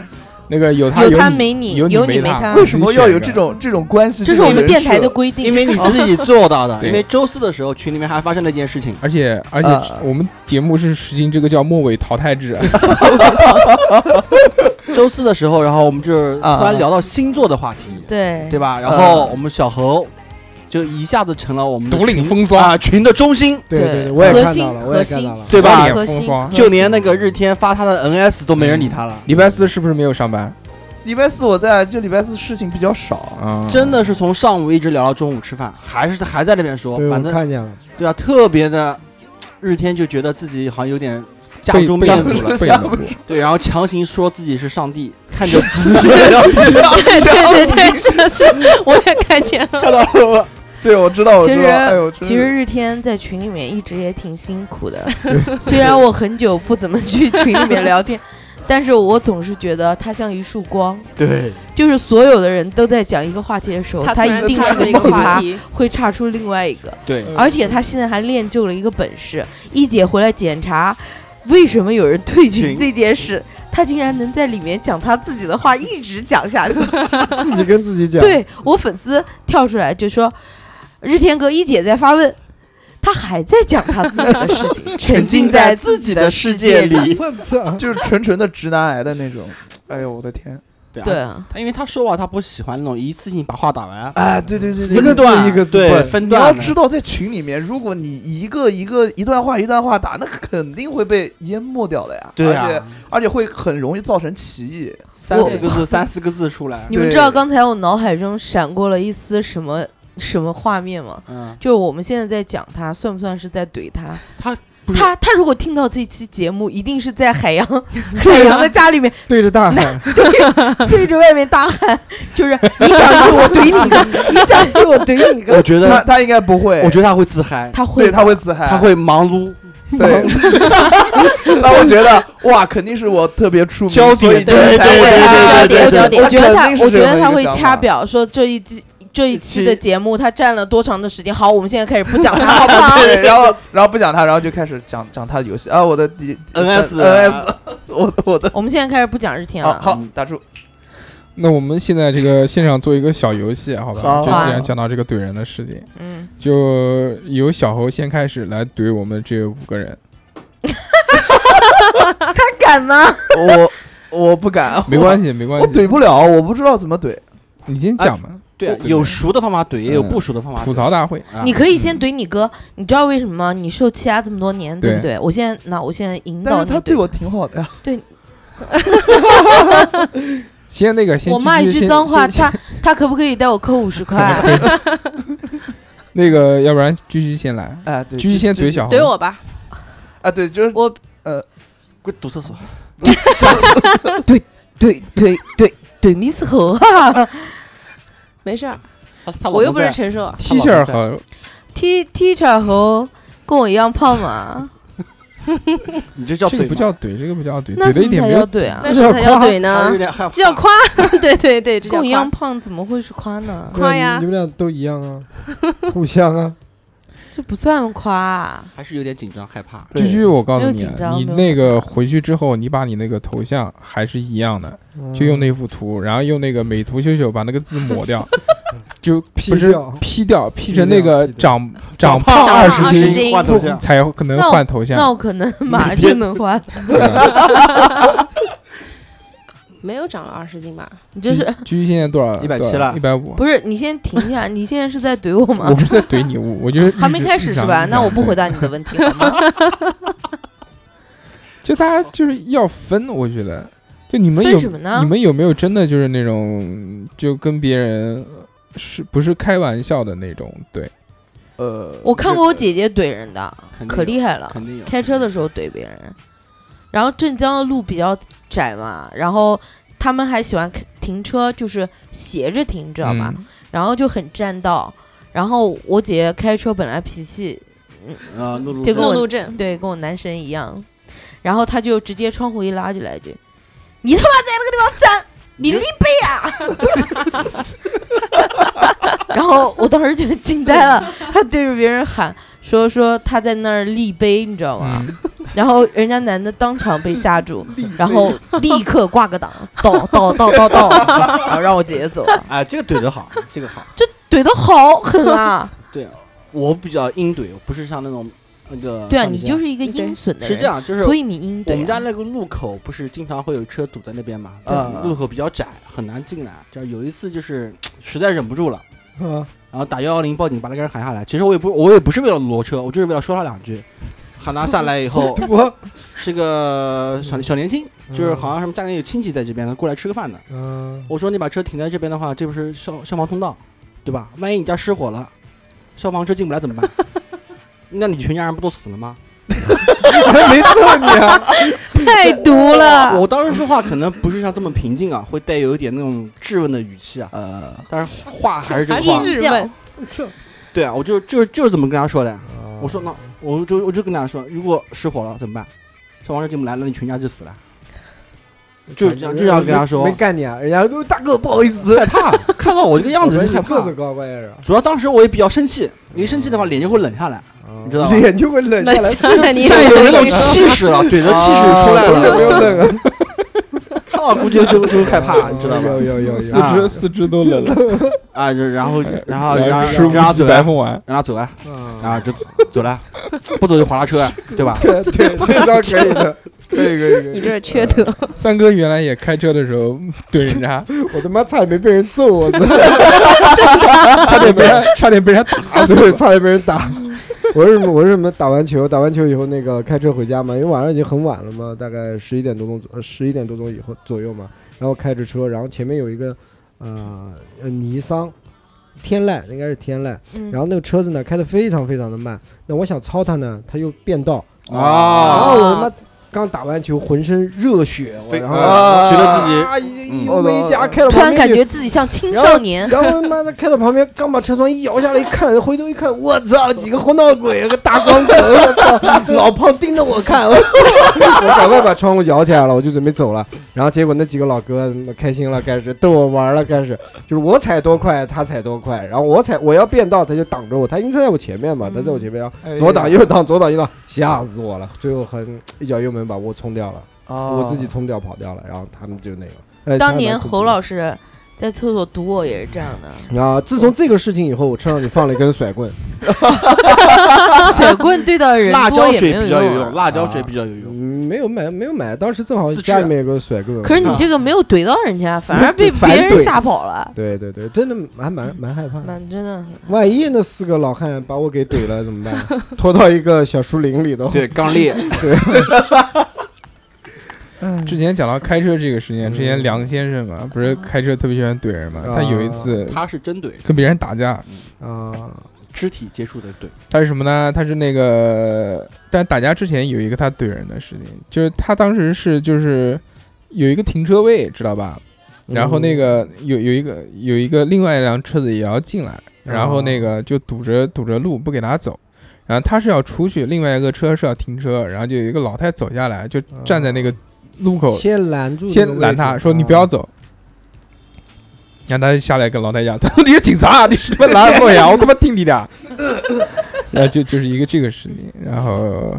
Speaker 2: 那个有他
Speaker 4: 有他
Speaker 2: 他
Speaker 4: 没你
Speaker 2: 有
Speaker 4: 有你
Speaker 2: 没
Speaker 4: 没他
Speaker 7: 为什么要有
Speaker 2: 你
Speaker 7: 这
Speaker 2: 选一个？
Speaker 7: 种这种关系？
Speaker 4: 嗯这是我们
Speaker 7: 种人
Speaker 4: 电台
Speaker 7: 设
Speaker 4: 的规定，
Speaker 3: 因为你自己做到的。
Speaker 2: 对
Speaker 3: 因为周四的时候，群里面还发生了一件事情，
Speaker 2: 而且而且
Speaker 7: 啊
Speaker 2: 我们节目是实行这个叫末尾淘汰
Speaker 7: (laughs)
Speaker 2: 制，
Speaker 3: 周四的时候，然后我们就是突
Speaker 7: 啊
Speaker 3: 然聊到星座的话题，
Speaker 4: 对
Speaker 3: 对吧？然后我们小猴就一下子成了我们的
Speaker 2: 独领
Speaker 3: 群
Speaker 2: 风骚
Speaker 3: 啊群的中心，
Speaker 5: 对对对，
Speaker 4: 对
Speaker 5: 我也
Speaker 4: 核
Speaker 5: 看
Speaker 4: 心
Speaker 5: 到了，我也
Speaker 4: 核
Speaker 5: 看
Speaker 4: 心
Speaker 5: 到了。
Speaker 3: 对吧？
Speaker 2: 两
Speaker 4: 核
Speaker 2: 风
Speaker 4: 心
Speaker 2: 霜
Speaker 4: 核
Speaker 3: 就
Speaker 4: 心
Speaker 3: 连那个日天发他的 NS 都没人理他了，
Speaker 2: 礼拜四是不是没有上班
Speaker 7: 礼拜四我在，就礼拜四事情比较少。
Speaker 2: 啊？
Speaker 3: 嗯真的是从上午一直聊到中午吃饭，还是还在那边说
Speaker 5: 对，，我
Speaker 3: 反正
Speaker 5: 看见了，
Speaker 3: 对啊，特别的，日天就觉得自己好像有点家
Speaker 2: 被
Speaker 3: 中
Speaker 2: 被
Speaker 3: 面
Speaker 2: 冷
Speaker 3: 子
Speaker 2: 落
Speaker 3: 了，
Speaker 7: (laughs)
Speaker 2: 被冷落，
Speaker 3: 对，然后强行说自己是上帝，看
Speaker 2: (laughs)
Speaker 3: 着自己
Speaker 4: (laughs)
Speaker 3: 啊
Speaker 4: 对
Speaker 7: (laughs)
Speaker 4: 对对，是是，我也看见了。
Speaker 7: 看到了吗？对，我知道，我知
Speaker 4: 其
Speaker 7: 道。
Speaker 4: 实
Speaker 7: 哎呦，真
Speaker 4: 其实
Speaker 7: 是
Speaker 4: 日天在群里面一直也挺辛苦的，虽然我很久不怎么去群里面聊天， (laughs) 但是我总是觉得他像一束光，
Speaker 3: 对，
Speaker 4: 就是所有的人都在讲一个话题的时候，他一定是
Speaker 6: 个
Speaker 4: 奇
Speaker 6: 话
Speaker 4: 葩，
Speaker 6: 题，
Speaker 4: 会岔出另外一个。
Speaker 3: 对
Speaker 7: 嗯
Speaker 4: 而且他现在还练就了一个本事，一姐回来检查为什么有人退群
Speaker 3: 群
Speaker 4: 这件事，他竟然能在里面讲他自己的话，一直讲下
Speaker 3: (laughs)
Speaker 4: 去。
Speaker 5: 自己跟自己讲，
Speaker 4: 对我粉丝跳出来就说：“日天哥，一姐在发问，他还在讲他自己的
Speaker 3: (laughs)
Speaker 4: 事情，沉
Speaker 3: 沉
Speaker 4: 浸
Speaker 3: 浸
Speaker 4: 在
Speaker 3: 在
Speaker 4: 自
Speaker 3: 自
Speaker 4: 己
Speaker 3: 己
Speaker 4: 的
Speaker 3: 的
Speaker 4: 世
Speaker 3: 世界
Speaker 4: 界里。
Speaker 3: 里。
Speaker 5: (laughs) 我操，
Speaker 7: 就是纯纯的直男癌的那种。哎呦，我的天！
Speaker 3: 对”啊
Speaker 4: 对，
Speaker 3: 他因为他说话他不喜欢那种一次性把话打完，
Speaker 7: 哎，对对对
Speaker 5: 一个
Speaker 3: 分
Speaker 5: 字
Speaker 3: 段
Speaker 5: 一个字
Speaker 3: 对
Speaker 5: 蹦
Speaker 3: 分
Speaker 7: 你要
Speaker 3: 段的，
Speaker 7: 知道，在群里面，如果你一个一个一段话一段话打，那肯定会被淹没掉的呀。
Speaker 3: 对
Speaker 7: 而且
Speaker 3: 啊，
Speaker 7: 而且会很容易造成歧义。
Speaker 3: 三
Speaker 4: 我
Speaker 3: 四个字三四个字出来，
Speaker 4: 你们知道刚才我脑海中闪过了一丝什么什么画面吗？
Speaker 3: 嗯，
Speaker 4: 就是我们现在在讲他，算不算是在怼他？
Speaker 3: 他不是
Speaker 4: 他他如果听到这期节目，一定是在海
Speaker 7: (laughs)
Speaker 4: 洋海洋的家里面
Speaker 5: 对着大喊，
Speaker 4: 对着外面大喊，就是你讲一句我怼你一
Speaker 7: (laughs)
Speaker 4: 个，你讲一句我怼你一
Speaker 3: 我
Speaker 4: 个。
Speaker 3: 觉
Speaker 7: 他
Speaker 3: 得
Speaker 7: 他应该不会，
Speaker 3: 我觉得他会自嗨，
Speaker 4: 他会
Speaker 7: 对
Speaker 4: 的
Speaker 7: 他会自嗨，
Speaker 3: 他会忙碌，
Speaker 7: 对。 (laughs) 那我觉得哇，肯定是我特别出名，
Speaker 3: 焦点
Speaker 7: 所以
Speaker 3: 对
Speaker 7: 这才
Speaker 3: 对
Speaker 7: 会
Speaker 3: 对
Speaker 7: 啊
Speaker 3: 对对对
Speaker 4: 我觉得他
Speaker 7: 肯定，是
Speaker 4: 我觉
Speaker 7: 这么
Speaker 4: 得
Speaker 7: 一个
Speaker 4: 他会
Speaker 7: 想法
Speaker 4: 掐表说这一季这一期
Speaker 3: 期
Speaker 4: 的节目他占了多长的时间。好，我们现在开始不讲
Speaker 7: (laughs)
Speaker 4: 他，好不好？
Speaker 7: 对，然后然后不讲他，然后就开始讲讲他的游戏啊，我的第
Speaker 3: NS
Speaker 7: NS，我 (laughs) 我的
Speaker 4: 我们现在开始不讲日天啊
Speaker 7: 好
Speaker 4: 了。
Speaker 7: 好打住，
Speaker 2: 那我们现在这个现场做一个小游戏，好吧？
Speaker 7: 好
Speaker 2: 就
Speaker 4: 啊
Speaker 2: 既然讲到这个怼人的事情，
Speaker 4: 嗯，
Speaker 2: 就由小猴先开始来怼我们这五个人。
Speaker 4: 他敢吗？
Speaker 7: 我我不敢，
Speaker 2: 没关系，没
Speaker 7: 我，
Speaker 2: 关
Speaker 7: 我
Speaker 2: 系，
Speaker 7: 怼不了，我不知道怎么怼。
Speaker 2: 你先讲嘛。
Speaker 3: 对啊
Speaker 2: 对，对
Speaker 3: 有熟的方法怼，也有
Speaker 2: 嗯
Speaker 3: 不熟的方法
Speaker 2: 吐
Speaker 3: 怼。
Speaker 2: 槽大会，
Speaker 3: 啊
Speaker 4: 你可以先怼你哥，你知道为什么吗？你受欺压这么多年，对不
Speaker 2: 对
Speaker 4: 对？我现在那我现在引
Speaker 7: 但
Speaker 4: 导
Speaker 7: 是
Speaker 4: 你
Speaker 7: 他对
Speaker 4: 怼
Speaker 7: 我挺好的呀，
Speaker 2: 先那个先
Speaker 4: 我骂一
Speaker 2: 先
Speaker 4: 句脏话，
Speaker 2: 先
Speaker 4: 他他可不可以带我扣五
Speaker 2: (laughs)
Speaker 4: 十块？啊
Speaker 2: 那个，要不然居居先来，
Speaker 7: 哎，对，
Speaker 2: 居居先怼
Speaker 7: 就
Speaker 2: 小猴。
Speaker 6: 怼我吧，
Speaker 7: 啊，对，就是
Speaker 6: 我
Speaker 3: 滚堵厕所，啊
Speaker 7: (laughs)
Speaker 4: 怼怼怼怼 Miss (laughs) 猴哈
Speaker 6: 没事儿，
Speaker 3: 他他老
Speaker 6: 我又
Speaker 3: 公
Speaker 6: 不是
Speaker 3: 在
Speaker 6: 禽兽，
Speaker 2: T 恤和
Speaker 4: ，T Teacher 猴跟我一样胖
Speaker 2: (laughs)
Speaker 4: 嘛？
Speaker 3: 你这叫
Speaker 2: 这个
Speaker 3: 怼
Speaker 2: 不
Speaker 3: 吗？
Speaker 2: 叫怼，这个不叫怼，
Speaker 4: 那
Speaker 2: 怼的
Speaker 4: 怎
Speaker 2: 一
Speaker 4: 么
Speaker 2: 点
Speaker 4: 才
Speaker 2: 没
Speaker 4: 叫
Speaker 2: 有。
Speaker 4: 怼啊？
Speaker 6: 那什么要怼
Speaker 3: 还是有
Speaker 6: 呢？
Speaker 3: 点害怕
Speaker 6: 这叫夸，对对对，这叫
Speaker 4: 跟我一样
Speaker 6: 夸。
Speaker 4: 胖，怎么会是夸
Speaker 2: (laughs)
Speaker 4: 呢？
Speaker 6: 夸呀
Speaker 5: 你们俩都一样啊， (laughs) 互相啊，
Speaker 4: 这不算夸、啊。
Speaker 3: 还是有点紧张害怕。
Speaker 2: 居居，我告诉
Speaker 4: 没有
Speaker 2: 你
Speaker 4: 紧
Speaker 2: 啊，
Speaker 4: 张
Speaker 2: 你
Speaker 4: 没有
Speaker 2: 那个回去之后，你把你那个头像还是一样的，
Speaker 5: 嗯
Speaker 2: 就用那幅图，然后用那个美图秀秀把那个字抹掉，就
Speaker 5: P
Speaker 2: 不是
Speaker 5: 掉
Speaker 2: P 掉，P
Speaker 5: ，P
Speaker 2: 成那
Speaker 5: 掉
Speaker 2: 个
Speaker 5: P 掉
Speaker 2: 长长胖
Speaker 4: 长
Speaker 2: 二
Speaker 4: 胖
Speaker 2: 十
Speaker 4: 20
Speaker 2: 斤
Speaker 4: 斤
Speaker 3: 换头像，
Speaker 2: 才可能
Speaker 4: 那我
Speaker 2: 换头像
Speaker 4: 那。我可能马上就能换，
Speaker 2: 对
Speaker 6: 没有长了二十斤吧？
Speaker 4: 你就是
Speaker 2: 居居现在多少？
Speaker 3: 170了
Speaker 2: 一百五。
Speaker 4: 不是？你先停一下，你现在是在怼我
Speaker 2: 我
Speaker 4: 吗
Speaker 2: 不？是在怼你，我我就是
Speaker 4: 还没开始是吧？那我不回
Speaker 2: 答。
Speaker 4: 答你的问题好
Speaker 2: (laughs)
Speaker 4: 吗？
Speaker 2: 就大家就是要分，我觉得，就你们
Speaker 4: 分
Speaker 2: 有
Speaker 4: 什么呢
Speaker 2: 你们有没有真的就是那种就跟别人是不是开玩笑的那种？对，
Speaker 7: 呃，
Speaker 4: 我看过我姐姐怼人的，
Speaker 3: 肯定有
Speaker 4: 可厉害了，
Speaker 3: 肯定有。
Speaker 4: 开车的时候怼别人。然后镇江的路比较窄嘛，然后他们还喜欢开停车就是斜着停，知道
Speaker 2: 嗯
Speaker 4: 吗？然后就很占道。然后我姐姐开车本来脾气
Speaker 3: 啊，露露
Speaker 4: 这个
Speaker 6: 路
Speaker 4: 我
Speaker 6: 怒症，
Speaker 4: 对跟我男神一样，然后她就直接窗户一拉就来一句：“你他妈在那个地方站，你立碑啊！” (laughs) 然后我当时就惊呆了，她对着别人喊说说她在那儿立碑，你知道吗？然后人家男的当场被吓住，然后立刻挂个档，倒倒倒倒倒，然后让我姐姐走了。
Speaker 3: 哎，这个怼的好，这个好。
Speaker 4: 怼的好狠啊！
Speaker 3: 对，我比较阴怼，我不是像那种那个。
Speaker 4: 对啊，
Speaker 3: 像
Speaker 4: 你
Speaker 3: 这
Speaker 4: 就
Speaker 3: 样
Speaker 4: 是一个
Speaker 6: 对
Speaker 4: 阴损的
Speaker 3: 是
Speaker 4: 人，
Speaker 3: 这，样，就是
Speaker 4: 所以你阴
Speaker 3: 我们
Speaker 4: 怼
Speaker 3: 家
Speaker 4: 啊。
Speaker 3: 那个路口不是经常会有车堵在那边嘛？
Speaker 7: 嗯
Speaker 3: 路口比较窄，很难进来。这有一次就是实在忍不住了，
Speaker 5: 嗯啊
Speaker 3: 然后打幺幺零报警，把那个人喊下来。其实我也不，我也不是为了挪车，我就是为了说他两
Speaker 7: (laughs)
Speaker 3: 句。喊他下来以后，是个小小年轻，就是好像什么家里有亲戚在这边，过来吃个饭的。
Speaker 8: 嗯，
Speaker 3: 我说你把车停在这边的话，这不是消消防通道，对吧？万一你家失火了，消防车进不来怎么
Speaker 7: (laughs)
Speaker 3: 办？那你全家人不都死了吗？
Speaker 8: 没揍你啊！
Speaker 5: (laughs)
Speaker 6: 太毒了，
Speaker 3: 我当时说话可能不是像这么平静啊，会带有一点那种质问的语气啊，
Speaker 7: 呃，
Speaker 3: 但是话还是这个话。
Speaker 6: 质问，
Speaker 3: 对啊，我就就就是这么跟他说的。
Speaker 2: 嗯
Speaker 3: 我说那我就我就跟他说，如果失火了怎么办？消防车进不来，那你全家就死了。就是这样，就这样跟他说
Speaker 5: 哎没，干你啊，人家都大哥不好意思，
Speaker 3: 害怕，看到我这个样子
Speaker 5: 我
Speaker 3: 就
Speaker 5: 说
Speaker 3: 害
Speaker 5: 你个
Speaker 3: 怕
Speaker 5: 子。高，哎关键是，
Speaker 3: 主要当时我也比较生气，一生气的话脸就会冷下来，
Speaker 5: 哦
Speaker 3: 你知
Speaker 5: (laughs)
Speaker 3: 道吗？
Speaker 5: 脸就会冷下来，
Speaker 6: 真的你
Speaker 3: 现在有那种气势
Speaker 5: (laughs)
Speaker 3: 了，怼着气势出来
Speaker 5: 手有没
Speaker 3: 了，
Speaker 5: 有冷啊？哎
Speaker 3: 看到估计就就害怕，你知道吗？
Speaker 5: 有有有有，
Speaker 3: 啊
Speaker 2: 四肢四肢都冷了，
Speaker 3: 啊，就然后然后然
Speaker 2: 来
Speaker 3: 后
Speaker 2: 吃
Speaker 3: 让他
Speaker 2: 乌鸡
Speaker 3: 走
Speaker 2: 白
Speaker 3: 啊，
Speaker 2: 凤丸，
Speaker 3: 让他走啊，
Speaker 5: 嗯
Speaker 3: 啊就走了，不走就划拉车啊，对吧？
Speaker 5: 对对，这招可以的，可以可以可
Speaker 6: 你
Speaker 5: 以，
Speaker 6: 这是缺德，
Speaker 2: 三哥原来也开车的时候怼人家，
Speaker 5: 我他妈差点没被人揍，我操！
Speaker 2: 差点被人差点被人打
Speaker 5: 打死，差点被人打。 (laughs) 我是什么？我是什么？打完球，打完球以后，那个开车回家嘛，因为晚上已经很晚了嘛，大概十一点多钟，呃十一点多钟以后左右嘛。然后开着车，然后前面有一个呃呃尼桑天籁，应该是天籁。
Speaker 4: 嗯
Speaker 5: 然后那个车子呢开得非常非常的慢，那我想超它呢，它又变道。然
Speaker 3: 啊，
Speaker 5: 后我他妈刚打完球，浑身热血，我然后
Speaker 3: 啊觉得自己
Speaker 5: 啊一
Speaker 3: 嗯
Speaker 5: 一微加开了
Speaker 4: 突
Speaker 5: 旁
Speaker 4: 然
Speaker 5: 边
Speaker 4: 感
Speaker 5: 就
Speaker 4: 觉自己像青
Speaker 5: 然后
Speaker 4: 少年，
Speaker 5: (laughs) 然后他妈的开到旁边，刚把车窗一摇下来，一看，回头一看，我操，几个黄道鬼，个大光头，我操，老胖盯着我 (laughs) 看，我我赶快把窗户摇起来了，我就准备走了。然后结果那几个老哥他妈开心了，开始逗我玩了，开始就是我踩多快，他踩多快，然后我踩我要变道，他就挡着我，他因为他在我前面嘛，他在我前面，然后
Speaker 7: 哎
Speaker 5: 左挡右挡，左挡右 (laughs) 挡，吓死我了。最后很一脚油门把我冲掉了，我
Speaker 7: 我
Speaker 5: 自己冲掉跑掉了，然后他们就那个。哎
Speaker 4: 当年侯。
Speaker 5: 他们
Speaker 4: 老师在厕所堵我也是这样的，
Speaker 5: 啊！自
Speaker 2: 哦
Speaker 5: 从这个事情以后，我车上就放了一根
Speaker 2: (laughs)
Speaker 5: 甩棍，
Speaker 4: 甩棍对到人
Speaker 3: 辣
Speaker 4: 多
Speaker 3: 椒
Speaker 4: 也
Speaker 3: 水
Speaker 4: 没有
Speaker 3: 比较有
Speaker 4: 用
Speaker 3: 用，
Speaker 4: 啊。
Speaker 3: 辣椒水比较
Speaker 2: 哎
Speaker 3: 有用。
Speaker 5: 嗯没有买，没有买。当时正好
Speaker 2: 啊
Speaker 3: 自制
Speaker 5: 家里面有个甩棍，
Speaker 4: 可是你这个没有怼到人家，反而被
Speaker 5: 反
Speaker 4: 别人
Speaker 5: 怼
Speaker 4: 吓跑了，
Speaker 5: 对对对，真的蛮蛮蛮害怕的。
Speaker 4: 蛮真的很。
Speaker 5: 万一那四个老汉把我给怼了怎
Speaker 4: (laughs)
Speaker 5: 么办？拖到一个小树林里头。
Speaker 3: 对，刚烈，
Speaker 2: 之前讲到开车这个事情，之前梁先生嘛，不是开车特别喜欢怼人嘛，
Speaker 5: 啊
Speaker 2: 他有一次
Speaker 3: 他是真怼，
Speaker 2: 跟别人打架，
Speaker 5: 啊，
Speaker 3: 肢体接触的怼。
Speaker 2: 他是什么呢？他是那个，但打架之前有一个他怼人的事情，就是他当时是就是有一个停车位，知道吧？
Speaker 5: 嗯
Speaker 2: 然后那个有有一个有一个另外一辆车子也要进来，然后那个就堵着堵着路不给他走，然后他是要出去，另外一个车是要停车，然后就有一个老太走下来，就站在那个路口
Speaker 5: 先拦住，
Speaker 2: 哦先拦
Speaker 5: 啊
Speaker 2: 他说你不要。走，然后他就下来跟老太讲，他说你是警察啊，你是他妈拦我呀，我他妈听你的。然后就就是一个这个事情，然后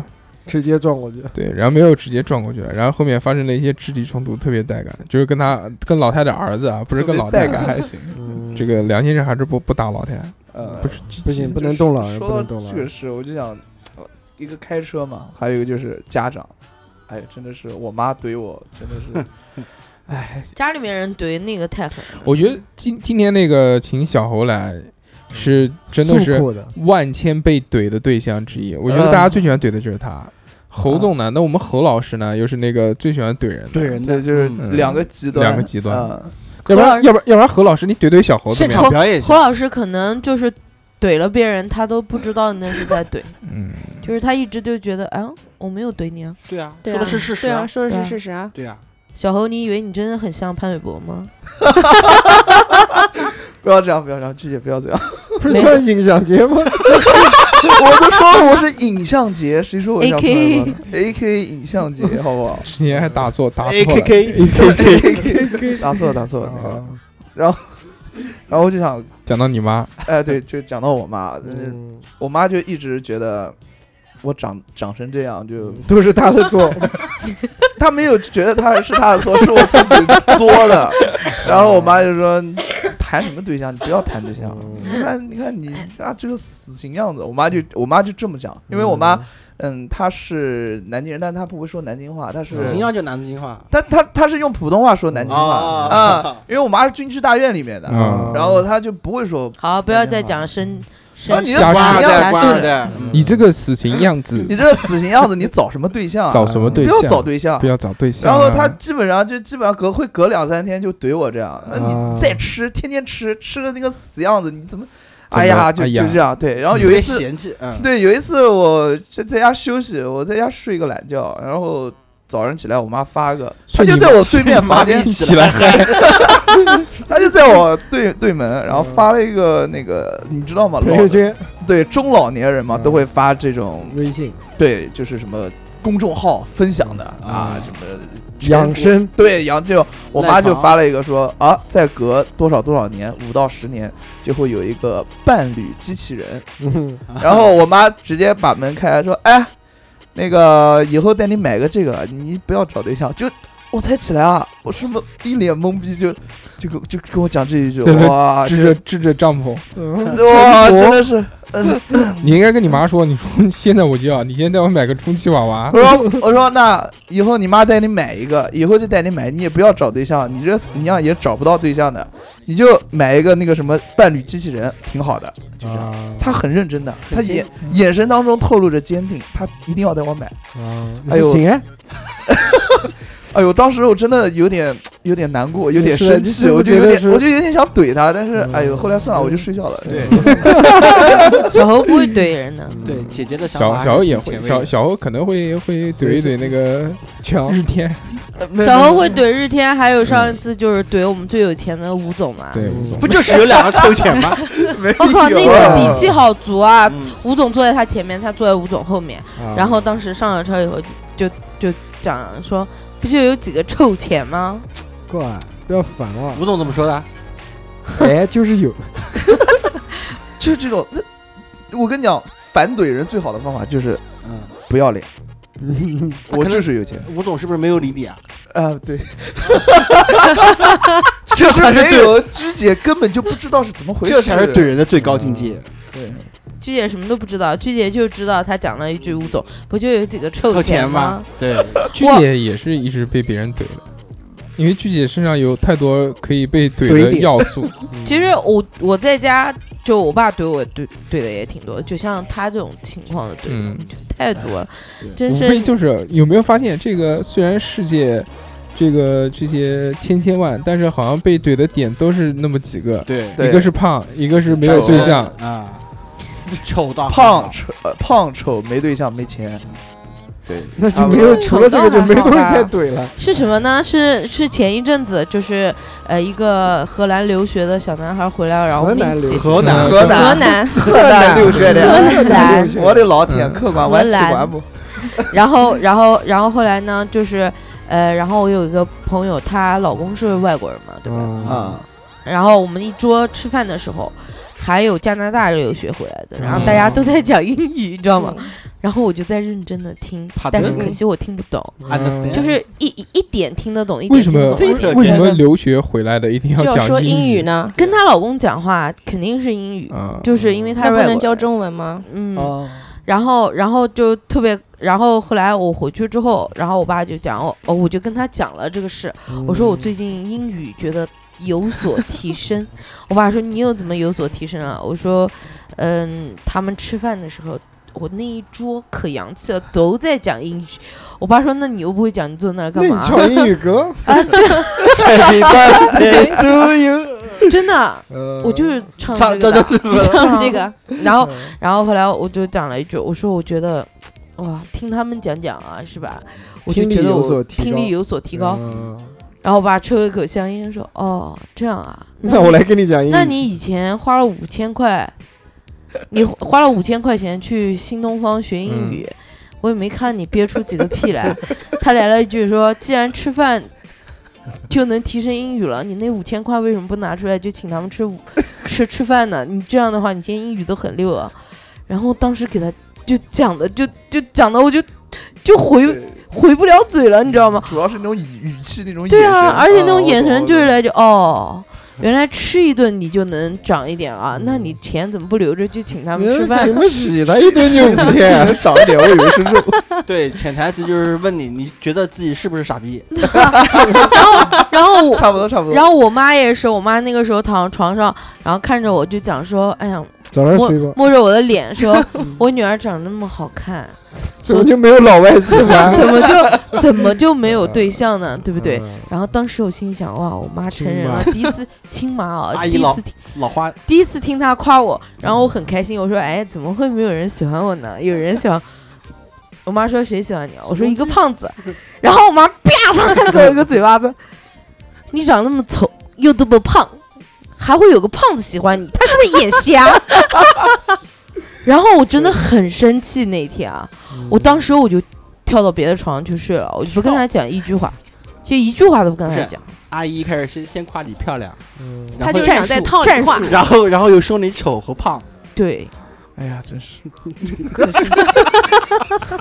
Speaker 5: 直接撞过去。
Speaker 2: 对，然后没有直接撞过去了，然后后面发生了一些肢体冲突，特别带感，就是跟他跟老太的儿子啊，不是跟老太
Speaker 7: 特别带感
Speaker 2: 还行。
Speaker 5: 嗯
Speaker 2: 这个梁先生还是不不打老太，
Speaker 7: 呃
Speaker 2: 不是
Speaker 5: 不行，不能动了，不
Speaker 7: 说
Speaker 5: 能
Speaker 7: 到
Speaker 5: 动了
Speaker 7: 这。个事，我就想，呃一个开车嘛，还有一个就是家长，哎，真的是我妈怼我，真的是，哎，
Speaker 4: 家里面人怼那个太狠了，
Speaker 2: 我觉得今今天那个请小侯来是真的是
Speaker 5: 诉苦的，
Speaker 2: 万千被怼的对象之一。我觉得
Speaker 7: 呃
Speaker 2: 大家最喜欢怼的就是他。侯总呢？那我们侯老师呢？又是那个最喜欢怼人的，
Speaker 3: 怼人
Speaker 7: 这就是
Speaker 2: 嗯
Speaker 7: 两个极端，
Speaker 2: 两个极端。
Speaker 7: 嗯
Speaker 2: 要不
Speaker 4: 侯老
Speaker 2: 然，
Speaker 4: 师
Speaker 2: 要不然，要不然侯老师，你怼怼小侯怎
Speaker 3: 现
Speaker 2: 么
Speaker 3: 场
Speaker 2: 样？
Speaker 3: 表演一
Speaker 4: 侯
Speaker 3: 下，
Speaker 4: 老师可能就是怼了别人，他都不知道那是在怼， (laughs)
Speaker 2: 嗯，
Speaker 4: 就是他一直就觉得，哎，我没有怼你啊，
Speaker 3: 对啊，
Speaker 6: 对
Speaker 3: 说的
Speaker 6: 啊
Speaker 3: 是事实
Speaker 6: 对啊，
Speaker 3: 啊，
Speaker 6: 说的
Speaker 4: 对
Speaker 6: 是
Speaker 4: 啊
Speaker 6: 事实啊，
Speaker 3: 对啊，
Speaker 4: 小侯，你以为你真的很像潘玮柏吗？
Speaker 7: 不要这样，不要这样，拒绝不要这样。
Speaker 5: 不是像影响节吗？
Speaker 7: 我都说我是影像节，谁说我
Speaker 4: AKA
Speaker 7: 像朋友吗 AKA 影像节，好不好？
Speaker 2: 之前还打错打错
Speaker 3: A
Speaker 2: 了
Speaker 3: K K，
Speaker 7: 打错了，打错了。那个
Speaker 5: 啊
Speaker 7: 然后我就想，
Speaker 2: 讲到你妈，
Speaker 7: (laughs) 哎，对，就讲到我妈，就是
Speaker 2: 嗯
Speaker 7: 我妈就一直觉得我长长成这样，就
Speaker 5: 嗯都是他的
Speaker 2: (laughs)
Speaker 5: 错，
Speaker 7: (laughs) 她没有觉得她是她的错，是我自己作 (laughs) 的。然后我妈就说：“你谈什么对象？你不要谈对象。你看，你看你啊，这个死形样子。”我妈就我妈就这么讲，因为我妈，嗯，她是南京人，但她不会说南京话，她是
Speaker 3: 形象就南京话
Speaker 7: 她她她是用普通话说南京话
Speaker 3: 哦
Speaker 7: 啊，因为我妈是军区大院里面的，
Speaker 2: 嗯
Speaker 7: 然后她就不会说。
Speaker 4: 好，不要再
Speaker 7: 哎
Speaker 4: 讲深深。
Speaker 7: 啊你的
Speaker 2: 加
Speaker 7: 死
Speaker 2: 官
Speaker 7: 形
Speaker 2: 二
Speaker 7: 样子，
Speaker 3: 对，
Speaker 2: 你这个死情样子
Speaker 7: 你，这个死形样子，你找什么对象啊？
Speaker 2: 找什么对
Speaker 7: 不
Speaker 2: 象？
Speaker 7: 要找对象
Speaker 2: 不。要找对象
Speaker 7: 然
Speaker 2: 啊。
Speaker 7: 后他基本上就基本上隔会隔两三天就怼我这样，那
Speaker 5: 啊
Speaker 7: 你再吃，天天吃，吃的那个死样子，你怎么？
Speaker 2: 怎么
Speaker 7: 哎呀，就
Speaker 2: 哎呀
Speaker 7: 就这样。对，然后有一
Speaker 3: 被
Speaker 7: 次，
Speaker 3: 嫌弃，嗯，
Speaker 7: 对，有一次我就在家休息，我在家睡个懒觉，然后早上起来，我妈发个，
Speaker 2: 所
Speaker 7: 她
Speaker 2: 以
Speaker 7: 就
Speaker 2: 你
Speaker 7: 在我对面房间
Speaker 2: 一，起来嗨，
Speaker 7: 她就在我对对门，然后发了一个那个，你知道吗？
Speaker 5: 朋
Speaker 7: 老
Speaker 5: 友圈、
Speaker 7: 对中老年人嘛，
Speaker 5: 嗯
Speaker 7: 都会发这种
Speaker 5: 微信、
Speaker 7: 对，就是什么公众号分享的
Speaker 2: 嗯
Speaker 7: 啊，什么全
Speaker 5: 养
Speaker 7: 国
Speaker 5: 生，
Speaker 7: 对，养这种，我妈
Speaker 3: 赖
Speaker 7: 就
Speaker 3: 床
Speaker 7: 发了一个说啊，再隔多少多少年，五到十年就会有一个伴侣机器人。
Speaker 5: 嗯
Speaker 7: 然后我妈直接把门开来说，哎，那个以后带你买个这个，你不要找对象。就我才起来啊，我是不一脸懵逼就，就跟就跟我讲这一句，
Speaker 2: 对对
Speaker 7: 哇，
Speaker 2: 支着支着帐篷。
Speaker 5: 啊
Speaker 7: 哇，真的是，呃
Speaker 2: 你应该跟你妈说，你说现在我就要，你先带我买个充气娃娃
Speaker 7: 我。说我说那以后你妈带你买一个，以后就带你买，你也不要找对象，你这死样也找不到对象的，你就买一个那个什么伴侣机器人，挺好的。
Speaker 5: 啊
Speaker 7: 他很认真的，
Speaker 3: 很
Speaker 7: 他
Speaker 3: 坚
Speaker 7: 眼眼神当中透露着坚定，他一定要带我买。
Speaker 5: 啊，
Speaker 7: 哎呦
Speaker 5: 行啊，
Speaker 7: 哎呦，当时我真的有点有点难过，有点
Speaker 5: 是的
Speaker 7: 生
Speaker 5: 你
Speaker 7: 气，
Speaker 5: 是不
Speaker 7: 我
Speaker 5: 是
Speaker 7: 就有
Speaker 5: 觉得
Speaker 7: 点
Speaker 5: 是
Speaker 7: 我就有点想怼他，但是
Speaker 5: 嗯
Speaker 7: 哎呦，后来算了，我就睡觉了。
Speaker 3: 对
Speaker 4: 小侯不会怼人的，
Speaker 3: 对，姐姐的想
Speaker 2: 小
Speaker 3: 法
Speaker 2: 小
Speaker 3: 还
Speaker 2: 欧
Speaker 3: 是
Speaker 2: 也
Speaker 3: 挺
Speaker 2: 会，
Speaker 3: 前卫的，
Speaker 2: 小小欧可能会会怼一怼那个
Speaker 5: 强
Speaker 2: 日天，
Speaker 7: (laughs) 没，
Speaker 4: 小侯
Speaker 7: 没嗯
Speaker 4: 会怼日天，还有上一次就是怼我们最有钱的吴总嘛。
Speaker 2: 对，吴总
Speaker 3: 不就是有两个臭钱吗？
Speaker 4: 我
Speaker 7: 啊
Speaker 4: 靠， (laughs) 那个底气好足啊！
Speaker 3: 嗯
Speaker 4: 吴总坐在他前面，他坐在吴总后面。(laughs)
Speaker 5: 啊
Speaker 4: 然后当时上了车以后就，就就讲说，不就有几个臭钱吗？
Speaker 5: 过来，不要烦了，
Speaker 3: 吴总怎么说的？
Speaker 5: 哎，就是有，
Speaker 7: 就这种，那我跟你讲，反怼人最好的方法就是
Speaker 3: 嗯，
Speaker 7: 不要脸，
Speaker 3: 他
Speaker 7: 我
Speaker 3: 可能
Speaker 7: 就是有钱。
Speaker 3: 吴总是不是没有理你啊？
Speaker 7: 啊，对， (laughs) 这才是有鞠姐根本就不知道是怎么回事，
Speaker 3: 这才是怼。人的最高境界。
Speaker 7: 对，
Speaker 4: 鞠姐什么都不知道，鞠姐就知道他讲了一句吴总，不就有几个
Speaker 3: 掏
Speaker 4: 臭
Speaker 3: 钱
Speaker 4: 吗
Speaker 3: 吗？？对，
Speaker 2: 鞠姐也是一直被别人怼的，因为鞠姐身上有太多可以被怼
Speaker 5: 怼
Speaker 2: 的
Speaker 5: 点
Speaker 2: 要素。
Speaker 4: 其实我我在家，就我爸怼我怼怼的也挺多，就像他这种情况的怼
Speaker 2: 嗯，
Speaker 4: 太多了，真
Speaker 2: 无
Speaker 4: 是
Speaker 2: 非就是有没有发现，这个虽然世界这个这些千千万，但是好像被怼的点都是那么几个，
Speaker 3: 对
Speaker 7: 对
Speaker 2: 一个是胖，一个是没有对象，
Speaker 3: 啊，丑到
Speaker 7: 胖丑、呃胖丑没对象没钱，
Speaker 5: 那就
Speaker 4: 啊
Speaker 7: 差不
Speaker 5: 没
Speaker 7: 多
Speaker 5: 有除了这个就没东西
Speaker 4: 好吧
Speaker 5: 再怼了。
Speaker 4: 是什么呢？是是前一阵子，就是呃，一个荷兰留学的小男孩回来，然后我
Speaker 5: 河南
Speaker 4: 们一
Speaker 5: 留
Speaker 4: 起
Speaker 5: 学
Speaker 3: 河南
Speaker 2: 河
Speaker 7: 南
Speaker 4: 河南，
Speaker 7: 河南留学
Speaker 4: 河
Speaker 7: 的，
Speaker 4: 南来，
Speaker 7: 我的老天，
Speaker 2: 嗯
Speaker 7: 客观玩
Speaker 4: 荷
Speaker 7: 器
Speaker 4: 兰
Speaker 7: 官不？
Speaker 4: 然后然后然后后来呢，就是呃，然后我有一个朋友，她老公是外国人嘛，对吧？
Speaker 7: 嗯
Speaker 5: 啊，
Speaker 4: 然后我们一桌吃饭的时候，还有加拿大留学回来的，
Speaker 6: 嗯
Speaker 4: 然后大家都在讲英语，你知道吗？然后我就在认真的听
Speaker 3: 好，的
Speaker 4: 但是可惜我听不懂，
Speaker 6: 嗯
Speaker 3: understand
Speaker 4: 就是一一一点听得懂，一点
Speaker 2: 为什么
Speaker 4: 听不懂
Speaker 3: 这个
Speaker 2: 为什么留学回来的一定要
Speaker 6: 就要说
Speaker 2: 讲
Speaker 6: 英
Speaker 2: 语
Speaker 6: 语？呢？
Speaker 4: 跟她老公讲话肯定是英语，
Speaker 2: 啊，
Speaker 4: 就是因为她
Speaker 6: 那
Speaker 4: 是
Speaker 6: 不
Speaker 4: 外国
Speaker 6: 能
Speaker 4: 人
Speaker 6: 教中文吗？
Speaker 4: 嗯，
Speaker 7: (laughs) 哦，
Speaker 4: 然后然后就特别，然后后来我回去之后，然后我爸就讲，哦，哦我就跟他讲了这个事，我
Speaker 5: 嗯
Speaker 4: 说我最近英语觉得有所提
Speaker 5: (laughs)
Speaker 4: 升，我爸说你又怎么有所提升啊？我说，嗯，他们吃饭的时候。我那一桌可洋气了，都在讲英语。我爸说：“那你又不会讲，你坐那儿
Speaker 5: 那
Speaker 4: 干
Speaker 5: 你
Speaker 4: 嘛
Speaker 5: 唱英语歌，
Speaker 4: (laughs)
Speaker 3: do you？？”
Speaker 4: 真的，
Speaker 5: (laughs) 呃
Speaker 4: 我就是唱
Speaker 3: 唱
Speaker 4: 这
Speaker 3: 这
Speaker 4: 个
Speaker 3: 就
Speaker 4: 的。
Speaker 3: 是
Speaker 4: (laughs)
Speaker 6: 唱这
Speaker 5: (laughs)
Speaker 6: 个，
Speaker 4: 然后，然后后来我就讲了一句，我说我觉得，哇，听他们讲讲啊，是吧？我就
Speaker 5: 听力
Speaker 4: 觉得
Speaker 5: 有
Speaker 4: 我
Speaker 5: 所提
Speaker 4: 听
Speaker 5: 高
Speaker 4: 力有所提高。
Speaker 5: 嗯
Speaker 4: 然后我爸抽了口香烟，说：“哦，这样啊，
Speaker 5: 那我来跟你讲英语。
Speaker 4: 那你以前花了五千 (laughs) 块，你花花了五千块钱去新东方学英语，我也没看你憋出几个屁 (laughs) 来。他来了一句说：“既然吃饭就能提升英语了，你那五千块为什么不拿出来就请他们吃午吃吃饭呢？你这样的话，你今天英语都很溜啊。”然后当时给他就讲的就就讲的我就就回
Speaker 7: 对
Speaker 4: 回不了嘴了，你知道吗？
Speaker 7: 主要是那种语语气那种
Speaker 4: 对
Speaker 7: 眼神
Speaker 4: 啊，而且那种
Speaker 7: 我
Speaker 4: 眼
Speaker 7: 懂
Speaker 4: 神
Speaker 7: 我
Speaker 4: 就是
Speaker 7: 懂
Speaker 4: 来就哦，原来吃一顿你就能长一点啊，那你钱怎么不留着就请他们吃饭
Speaker 5: 请
Speaker 4: 呢？
Speaker 5: 不起他一顿就五千，
Speaker 7: (laughs) 长一点，我以为是肉。
Speaker 3: 对，潜台词就是问你，你觉得自己是不是傻逼？
Speaker 4: (laughs) 然后 (laughs) 我，
Speaker 7: (laughs) 差不多，差不多。
Speaker 4: 然后我妈也是，我妈那个时候躺床上，然后看着我就讲说，哎呀，
Speaker 5: 早上
Speaker 4: 摸
Speaker 5: 睡吧，
Speaker 4: 摸着我的脸说， (laughs) 我女儿长那么好看，
Speaker 5: 怎么就没有老外喜欢？
Speaker 4: 怎
Speaker 5: (laughs)
Speaker 4: 么就怎么就没有对象呢？对不对？
Speaker 5: 嗯？
Speaker 4: 然后当时我心想，哇，我妈成人了，第一次亲妈啊，
Speaker 3: 阿
Speaker 4: 第
Speaker 3: 姨
Speaker 4: 一
Speaker 3: 老
Speaker 4: 次听
Speaker 3: 老花，
Speaker 4: 第一次听她夸我，然后我很开心，我说，哎，怎么会没有人喜欢
Speaker 3: (laughs)
Speaker 4: 我呢？有人喜欢。我妈说谁喜欢你啊？我说一个胖子，然后我妈啪嚓给我一个嘴巴子，你长那么丑又这么胖，还会有个胖子喜欢你？他是不是眼瞎？ (laughs) 然后我真的很生气那一天啊，
Speaker 3: 嗯
Speaker 4: 我当时我就跳到别的床上去睡了，我就不跟他讲一句话，就一句话都不跟
Speaker 3: 不
Speaker 4: 他
Speaker 3: 是
Speaker 4: 讲。
Speaker 3: 阿姨开始先先夸你漂亮，然
Speaker 6: 他
Speaker 3: 后
Speaker 6: 就
Speaker 4: 战
Speaker 6: 想再
Speaker 4: 术
Speaker 6: 套
Speaker 4: 战
Speaker 6: 你话
Speaker 3: (laughs)
Speaker 4: 术，
Speaker 3: 然后然后又说你丑和胖，
Speaker 4: 对，
Speaker 7: 哎呀，真是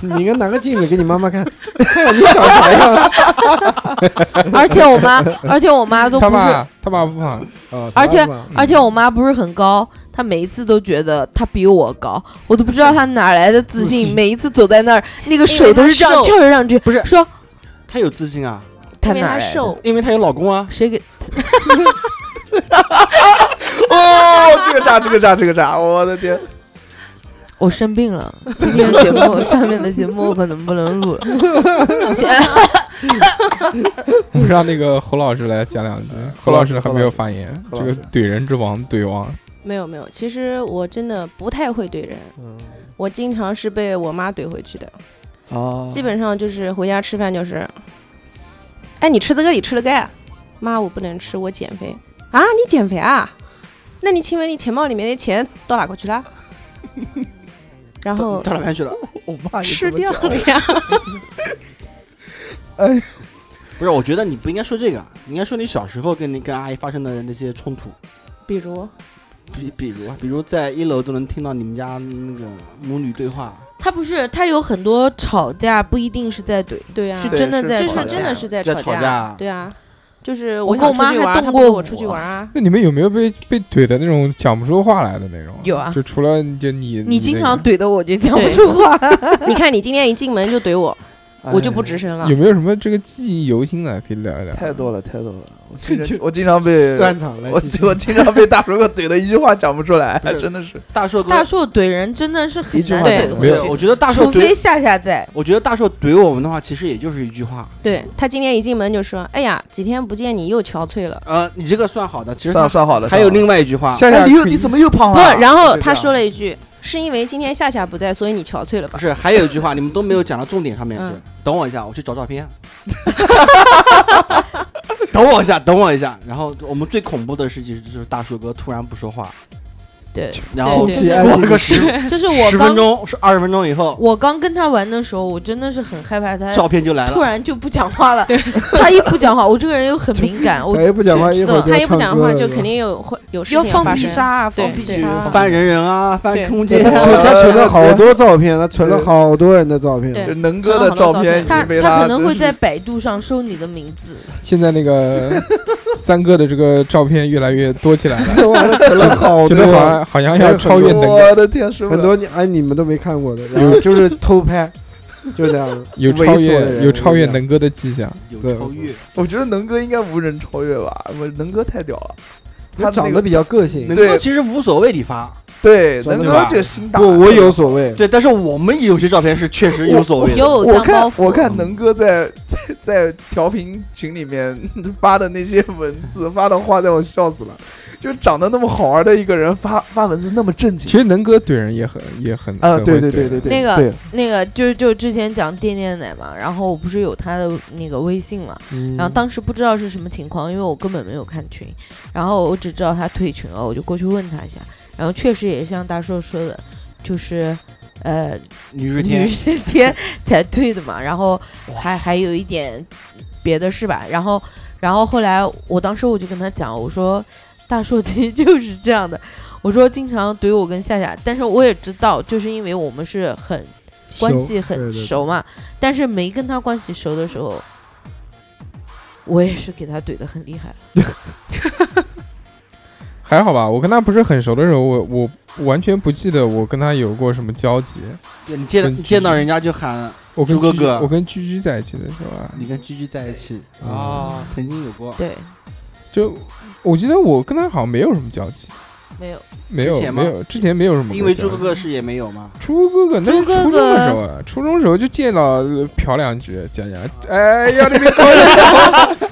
Speaker 5: 你应该拿个镜子给你妈妈看，你长啥样？
Speaker 4: 而且我妈，而且我妈都
Speaker 2: 他
Speaker 4: 不是
Speaker 2: 爸他爸不胖，
Speaker 5: 哦
Speaker 4: 而且
Speaker 5: 早上吧
Speaker 4: 而且我妈不是很高，她每一次都觉得她比我高，我都不知道她哪来的自信。每一次走在那儿，那个手都是这样
Speaker 6: 因为她
Speaker 4: 翘着上去，
Speaker 3: 不是
Speaker 4: 说
Speaker 3: 她有自信啊，
Speaker 4: 她
Speaker 6: 因为
Speaker 4: 哪
Speaker 6: 他
Speaker 4: 来的？
Speaker 6: 瘦，
Speaker 3: 因为她有老公啊。
Speaker 4: 谁给？
Speaker 7: 哦，这个炸，这个炸，这个炸，我的天！
Speaker 4: 我生病了，今天的节目下面的节目我可能不能 (laughs) 录了。现在
Speaker 2: 我们让那个侯老师来讲两句。侯老师还没有发言，这
Speaker 5: 侯老
Speaker 2: 个
Speaker 5: 师
Speaker 2: 怼人之王，怼王。
Speaker 6: 没有没有，其实我真的不太会怼人，我经常是被我妈怼回去的，
Speaker 7: 哦
Speaker 6: 基本上就是回家吃饭就是，哎，你吃这个你吃了个，妈我不能吃，我减肥啊，你减肥啊？那你请问你钱包里面的钱到哪过去了？然后
Speaker 3: 到到哪边去了？
Speaker 7: 我爸也
Speaker 6: 吃
Speaker 7: 这么
Speaker 6: 掉
Speaker 7: 讲
Speaker 6: 了呀，
Speaker 3: 不是，我觉得你不应该说这个，你应该说你小时候跟你跟阿姨发生的那些冲突，
Speaker 6: 比如
Speaker 3: 比比如啊比如在一楼都能听到你们家那个母女对话，
Speaker 4: 她不是，她有很多吵架不一定是在怼，
Speaker 6: 对呀、
Speaker 4: 是
Speaker 7: 对
Speaker 4: 真的
Speaker 7: 是
Speaker 4: 在
Speaker 6: 这
Speaker 4: 吵
Speaker 6: 是
Speaker 4: 架。
Speaker 6: 真的是在
Speaker 3: 在
Speaker 6: 吵
Speaker 3: 吵架
Speaker 6: 对啊，就是
Speaker 4: 我
Speaker 6: 我
Speaker 4: 跟我
Speaker 6: 想出
Speaker 4: 妈
Speaker 6: 去
Speaker 4: 还
Speaker 6: 玩，
Speaker 4: 动
Speaker 6: 她
Speaker 4: 过
Speaker 6: 不跟我
Speaker 4: 我
Speaker 6: 出去玩啊，
Speaker 2: 那你们有没有被被怼的那种讲不出话来的那种？
Speaker 4: 有啊
Speaker 2: 就除了就你，
Speaker 4: 你经
Speaker 2: 那个
Speaker 4: 常怼的我就讲不
Speaker 6: 对
Speaker 4: 出话。
Speaker 6: 你看你今天一进门就怼我，
Speaker 7: 哎
Speaker 6: 我就不吱声了
Speaker 2: 有。没有什么这个记忆犹新的可以聊一聊？
Speaker 7: 太多了，太多了。我经常我经 (laughs) 常被
Speaker 5: 专场来
Speaker 7: 我
Speaker 5: 继续，
Speaker 7: 我经常被大叔哥怼的一句话讲不出 (laughs) 来，
Speaker 3: 不是
Speaker 7: 真的是。
Speaker 3: 大硕哥
Speaker 4: (laughs) 大硕怼人真的是很
Speaker 7: 一句
Speaker 4: 难
Speaker 7: 话
Speaker 4: 怼
Speaker 6: 都
Speaker 4: 回
Speaker 2: 没有
Speaker 3: 我觉
Speaker 4: 去，
Speaker 3: 得大硕
Speaker 4: 除非
Speaker 3: 怼，
Speaker 4: 夏夏在。
Speaker 3: 我觉得大硕怼我们的话，其实也就是一句话。
Speaker 6: 对他今天一进门就说：“哎呀，几天不见你又憔悴了。
Speaker 3: 呃，你这个算好的，其实
Speaker 7: 算
Speaker 3: 他
Speaker 7: 算好了，
Speaker 3: 还有另外一句话，
Speaker 2: 夏夏
Speaker 7: 哎你又
Speaker 2: 可以
Speaker 7: 你怎么又胖
Speaker 6: 不，
Speaker 7: 了？
Speaker 6: 然后
Speaker 7: 就这
Speaker 6: 他
Speaker 7: 样
Speaker 6: 说了一句：“是因为今天夏夏不在，所以你憔悴了吧
Speaker 3: 不是还有一句话，你们都没有讲到重点上面去
Speaker 6: 嗯。
Speaker 3: 等我一下，我去找照片。 (laughs) 等我一下，等我一下。然后我们最恐怖的事情就是大硕哥突然不说话，
Speaker 4: 对，
Speaker 3: 然后
Speaker 6: 对
Speaker 5: 对
Speaker 3: 过个十
Speaker 4: 就是我
Speaker 3: 十
Speaker 4: 刚
Speaker 3: 分钟是二十分钟以后，
Speaker 4: 我刚跟他玩的时候，我真的是很害怕他
Speaker 3: 照片就来
Speaker 4: 突
Speaker 3: 了。
Speaker 4: 然就不讲话了。他一不讲话，我这个人又很敏感，我
Speaker 5: 他一不讲话，一会儿？”就
Speaker 6: 哦他一不讲话，
Speaker 5: 唱歌
Speaker 6: 就
Speaker 5: 了
Speaker 6: 肯定有会有事
Speaker 4: 哎要
Speaker 6: 情
Speaker 4: 放
Speaker 6: 发
Speaker 4: 必
Speaker 6: 生。
Speaker 4: 杀啊，
Speaker 6: 对
Speaker 4: 放必
Speaker 6: 对
Speaker 4: 杀啊。
Speaker 3: 翻人人啊，翻
Speaker 6: 对
Speaker 3: 空
Speaker 5: 对
Speaker 3: 间
Speaker 5: 他
Speaker 3: 啊，
Speaker 5: 存他存了好
Speaker 7: 对
Speaker 5: 多照片，他存了好多人的照
Speaker 6: 对
Speaker 5: 片。
Speaker 7: 就能哥的照片已
Speaker 4: 他
Speaker 7: 经被
Speaker 4: 他可能会
Speaker 7: 真
Speaker 4: 在
Speaker 7: 是
Speaker 4: 百度上搜你的名字，
Speaker 2: 现在那个三哥的这个照片越来越多起来
Speaker 5: (laughs)
Speaker 2: 了，
Speaker 5: (laughs) 我他存了好
Speaker 2: 觉
Speaker 5: 多啊
Speaker 2: 得好 (laughs) 像好像要超越能哥，
Speaker 7: (laughs) 我的天，受不
Speaker 5: 很
Speaker 7: 了
Speaker 5: 多你哎你们都没看过的，然后就是偷拍，就这样的。
Speaker 2: 有
Speaker 5: 猥
Speaker 2: 超
Speaker 5: 琐的
Speaker 2: 越
Speaker 5: 人
Speaker 2: 有超越能哥的迹象。
Speaker 3: 有
Speaker 5: 对
Speaker 3: 超越。
Speaker 7: 我觉得能哥应该无人超越吧，我能哥太屌了，
Speaker 5: 他
Speaker 7: 他
Speaker 5: 长
Speaker 7: 那
Speaker 5: 得
Speaker 7: 个
Speaker 5: 比较个性
Speaker 3: 能，
Speaker 7: 对
Speaker 3: 哥其实无所谓你发，
Speaker 7: 对
Speaker 5: 真的
Speaker 7: 能
Speaker 5: 吧
Speaker 7: 哥这个心大。
Speaker 5: 不，我有所谓。
Speaker 3: 对，但是我们有些照片是确实有所谓
Speaker 4: 有
Speaker 3: 的。
Speaker 4: 偶
Speaker 7: 我
Speaker 4: 像包
Speaker 7: 看
Speaker 4: 袱。
Speaker 7: 我看能哥在 (laughs) 在 (laughs) 在调频群里面发的那些文字发的话，让我笑死了。就长得那么好玩的一个人发发文字那么正
Speaker 2: 其
Speaker 7: 经
Speaker 2: 实能哥怼人也很也很
Speaker 7: 啊！
Speaker 2: 很
Speaker 7: 对
Speaker 2: 会
Speaker 7: 对
Speaker 2: 怼
Speaker 7: 对
Speaker 2: 人
Speaker 7: 对对，
Speaker 4: 那个
Speaker 7: 对
Speaker 4: 那个就就之前讲电电奶嘛，然后我不是有他的那个微信嘛，
Speaker 7: 嗯
Speaker 4: 然后当时不知道是什么情况，因为我根本没有看群，然后我只知道他退群了，我就过去问他一下，然后确实也是像大硕说的，就是呃
Speaker 3: 女日
Speaker 4: 女
Speaker 3: 天，
Speaker 4: 士天 (laughs) 才退的嘛，然后还还有一点别的事吧，然后然后后来我当时我就跟他讲，我说大硕其实就是这样的，我说经常怼我跟夏夏，但是我也知道，就是因为我们是很关系很熟嘛，但是没跟他关系熟的时候，我也是给他怼的很厉害，
Speaker 2: 还好吧。我跟他不是很熟的时候，我我完全不记得我跟他有过什么交集。
Speaker 3: 对你见
Speaker 2: 跟
Speaker 3: 你见到人家就喊
Speaker 2: 我跟
Speaker 3: 朱哥
Speaker 2: 居
Speaker 3: 哥
Speaker 2: 我跟居居在一起的时候啊，
Speaker 3: 你跟居居在一起
Speaker 2: 啊
Speaker 3: 啊，曾经有过，
Speaker 4: 对，
Speaker 2: 就我记得我跟他好像没有什么交集，
Speaker 4: 没有
Speaker 2: 没有
Speaker 3: 之前吗
Speaker 2: 没有，之前没有什么。
Speaker 3: 因为朱哥哥是也没有嘛，
Speaker 2: 朱哥哥，那是
Speaker 4: 朱哥
Speaker 2: 初中的时候啊，初中时候就见到呃瞟两句，讲讲，哎呀，这
Speaker 4: (laughs)
Speaker 2: 边高人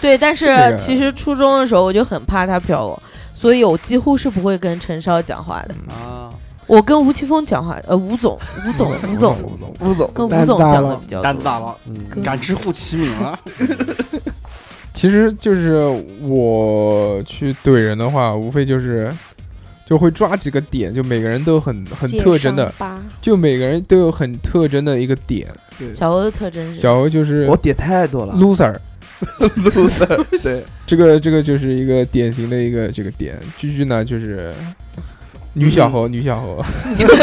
Speaker 4: 对，但是
Speaker 2: (laughs) 这个
Speaker 4: 其实初中的时候我就很怕他瞟我，所以我几乎是不会跟陈少讲话的。
Speaker 3: 啊，
Speaker 4: 我跟吴奇峰讲话，呃，吴总，吴总，吴总，
Speaker 2: 吴总，
Speaker 7: 吴总
Speaker 4: 跟吴
Speaker 5: 胆子
Speaker 4: 总
Speaker 5: 大
Speaker 4: 讲的
Speaker 5: 了
Speaker 4: 比较
Speaker 3: 胆子
Speaker 4: 多。
Speaker 3: 大了，
Speaker 5: 嗯
Speaker 4: 哥
Speaker 3: 敢直呼其名啊了，
Speaker 2: 其实就是我去怼人的话，无非就是就会抓几个点，就每个人都很很特征的，
Speaker 6: 吧，
Speaker 2: 就每个人都有很特征的一个点。
Speaker 4: 小欧的特征是，
Speaker 2: 小欧就是
Speaker 7: 我点太多 (laughs) 了
Speaker 2: loser，
Speaker 7: ，loser，对，
Speaker 2: 这个这个就是一个典型的一个这个点。居居呢就是女小
Speaker 3: 嗯
Speaker 2: 猴，女小猴，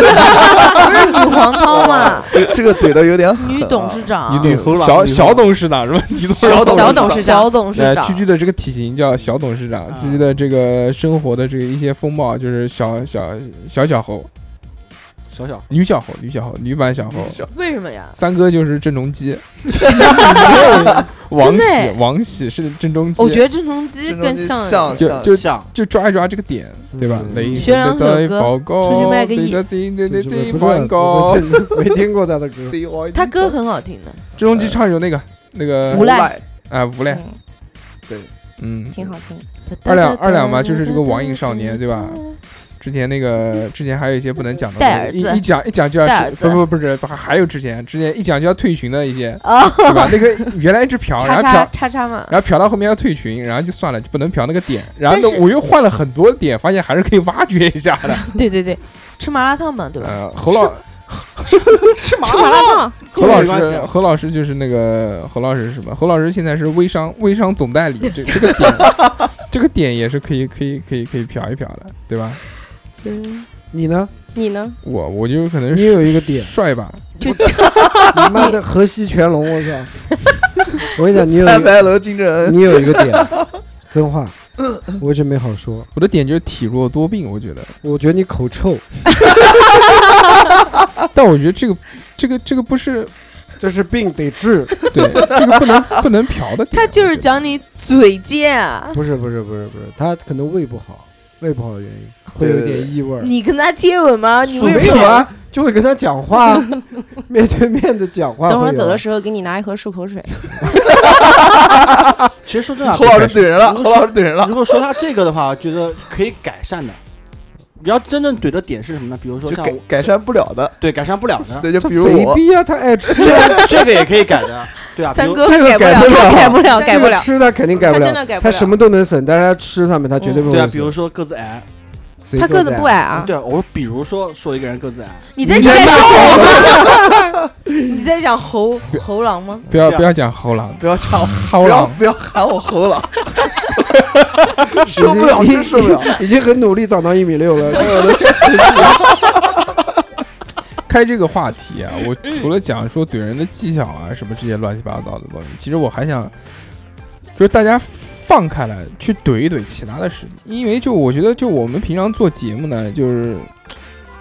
Speaker 4: 不是女黄涛
Speaker 2: (laughs)
Speaker 4: 嘛？
Speaker 7: 这个这个怼的有点狠啊，
Speaker 4: 女董事长，
Speaker 3: 女猴郎
Speaker 2: 小
Speaker 3: 女猴
Speaker 2: 小
Speaker 3: 郎
Speaker 2: 董事长是吧？你
Speaker 7: 小董
Speaker 4: 小董
Speaker 7: 事
Speaker 4: 小董事
Speaker 2: 呃，
Speaker 4: 长
Speaker 2: 居，居的这个体型叫小董事长
Speaker 3: 啊，
Speaker 2: 居居的这个生活的这个一些风貌就是小小小小猴，
Speaker 3: 小小
Speaker 2: 女小猴，女小猴，女版小猴。
Speaker 7: 小
Speaker 4: 为什么呀？
Speaker 2: 三哥就是郑中
Speaker 4: (laughs)
Speaker 2: 基，王
Speaker 4: 真的
Speaker 2: 喜
Speaker 4: 哎，
Speaker 2: 王喜是郑中基
Speaker 4: 我，觉得郑中基
Speaker 7: 郑中
Speaker 4: 更
Speaker 7: 基
Speaker 4: 像人
Speaker 7: 像
Speaker 2: 就
Speaker 7: 像
Speaker 2: 就
Speaker 3: 像
Speaker 2: 就抓一抓这个点，对吧？
Speaker 5: 嗯
Speaker 2: 雷
Speaker 4: 学
Speaker 2: 声
Speaker 4: 两首
Speaker 2: 的在
Speaker 4: 歌
Speaker 2: 报告，
Speaker 4: 出去卖个艺
Speaker 2: 对的对的对
Speaker 5: 不是不
Speaker 2: 的
Speaker 5: 是
Speaker 2: 报告
Speaker 5: 不是没听过他的
Speaker 7: (laughs)
Speaker 5: 歌，
Speaker 7: C Y，
Speaker 4: 他歌很好听的，
Speaker 2: 郑中基唱一首那个那个
Speaker 4: 无赖
Speaker 2: 啊无赖，
Speaker 6: 嗯
Speaker 2: 嗯，
Speaker 6: 挺好听。
Speaker 2: 二两二两嘛就是这个网瘾少年对吧之前那个之前还有一些不能讲的
Speaker 4: 戴尔
Speaker 2: 东西，
Speaker 4: 字
Speaker 2: 一一讲一讲就
Speaker 4: 戴
Speaker 2: 要
Speaker 4: 尔
Speaker 2: 是
Speaker 4: 字，
Speaker 2: 不不不是，不还还有之前之前一讲就要退群的一些
Speaker 4: 啊，
Speaker 2: 对吧？那个原来一直嫖，然
Speaker 4: 叉
Speaker 2: 后
Speaker 4: 叉
Speaker 2: 嫖。
Speaker 4: 叉叉嘛，
Speaker 2: 然后嫖到后面要退群，然后就算了，就不能嫖那个点。然后呢
Speaker 4: 但，是
Speaker 2: 我又换了很多点，发现还是可以挖掘一下的。
Speaker 4: 对对对，吃麻辣烫嘛，对吧？
Speaker 2: 呃，侯老
Speaker 3: 吃麻
Speaker 6: 吃麻辣烫，
Speaker 2: 侯
Speaker 3: 跟我
Speaker 2: 老
Speaker 3: 没关系
Speaker 2: 师
Speaker 3: 啊
Speaker 2: 侯老师就是那个侯老师是什么？侯老师现在是微商微商总代理，这这个点这个点也是可以可以可以可以嫖一嫖的，对吧？
Speaker 6: 嗯，
Speaker 5: 你呢？
Speaker 6: 你呢？
Speaker 2: 我我就可能
Speaker 5: 你有一个点
Speaker 2: 帅吧，
Speaker 5: 你妈的河西全龙，我操！我跟你讲，你有一
Speaker 7: 三
Speaker 5: 个
Speaker 7: 白楼金正
Speaker 5: (laughs)
Speaker 7: 恩，
Speaker 5: 你有一个点，真话，我真没好说。
Speaker 2: 我的点就是体弱多病，我觉得。
Speaker 5: 我觉得你口臭，
Speaker 2: 但我觉得这个这个这个不是
Speaker 5: 这是病得治。 (laughs)
Speaker 2: 对，这个不能不能嫖的点。
Speaker 4: 他就是
Speaker 2: 讲
Speaker 4: 讲你嘴贱啊，
Speaker 5: 不是不是不是不是，他可能胃不好，胃不好的原因会有
Speaker 7: 对对
Speaker 5: 点异味儿。
Speaker 4: 你跟他接吻吗？你为
Speaker 5: 没
Speaker 4: 什
Speaker 5: 有
Speaker 4: 么？
Speaker 5: 啊，就会跟他讲话， (laughs) 面对面的讲话。啊
Speaker 6: 等会儿走的
Speaker 5: 时
Speaker 6: 时候给你拿一盒漱口水。
Speaker 3: 其实说真的啊，
Speaker 7: 侯老师怼人了，
Speaker 3: 如
Speaker 7: 侯
Speaker 3: 果
Speaker 7: 老师怼人了，
Speaker 3: 如果说他这个的话，觉得可以改善的。你要真正怼的点是什么呢？比如说
Speaker 7: 就
Speaker 3: 像
Speaker 7: 改
Speaker 3: 我
Speaker 7: 改善不了的，
Speaker 3: 对改善不了的，
Speaker 7: 对，就
Speaker 5: 候，
Speaker 7: 比如
Speaker 5: 肥
Speaker 7: 我，
Speaker 5: 逼啊，他爱吃
Speaker 3: (laughs) 这，个这个也可以改的，对啊。比
Speaker 4: 三
Speaker 3: 如
Speaker 4: 哥
Speaker 5: 这个
Speaker 4: 改不
Speaker 5: 改
Speaker 4: 了，
Speaker 5: 不
Speaker 4: 他改不了，
Speaker 5: 了
Speaker 4: 改
Speaker 5: 这
Speaker 4: 不
Speaker 5: 个
Speaker 4: 了。
Speaker 5: 吃他肯定改不
Speaker 6: 他
Speaker 5: 了
Speaker 6: 真，的改不
Speaker 5: 他
Speaker 6: 了
Speaker 5: 什么都能省，但是他吃上面他绝对不会
Speaker 3: 对
Speaker 5: 省。
Speaker 3: 啊，比如说个子矮，
Speaker 5: 谁
Speaker 6: 他个子
Speaker 5: (laughs)
Speaker 6: 不矮啊，
Speaker 3: 对啊，我说比如说说一个人个子矮，
Speaker 4: 你在你在说我 (laughs) 吗？
Speaker 6: 嗯
Speaker 4: 你在讲猴猴狼吗？
Speaker 2: 不要
Speaker 3: 对啊
Speaker 2: 不要讲侯狼，
Speaker 7: 不要抢我，
Speaker 2: 侯
Speaker 7: 不要
Speaker 2: 狼
Speaker 7: 不要喊我侯老，
Speaker 5: 已经
Speaker 7: 受不了，真受不了。，
Speaker 5: 已经已经很努力长到一米六了。
Speaker 2: 开这个话题啊，我除了讲说怼人的技巧啊什么这些乱七八糟的东西，其实我还想就是大家放开来去怼一怼其他的事情，因为就我觉得就我们平常做节目呢，就是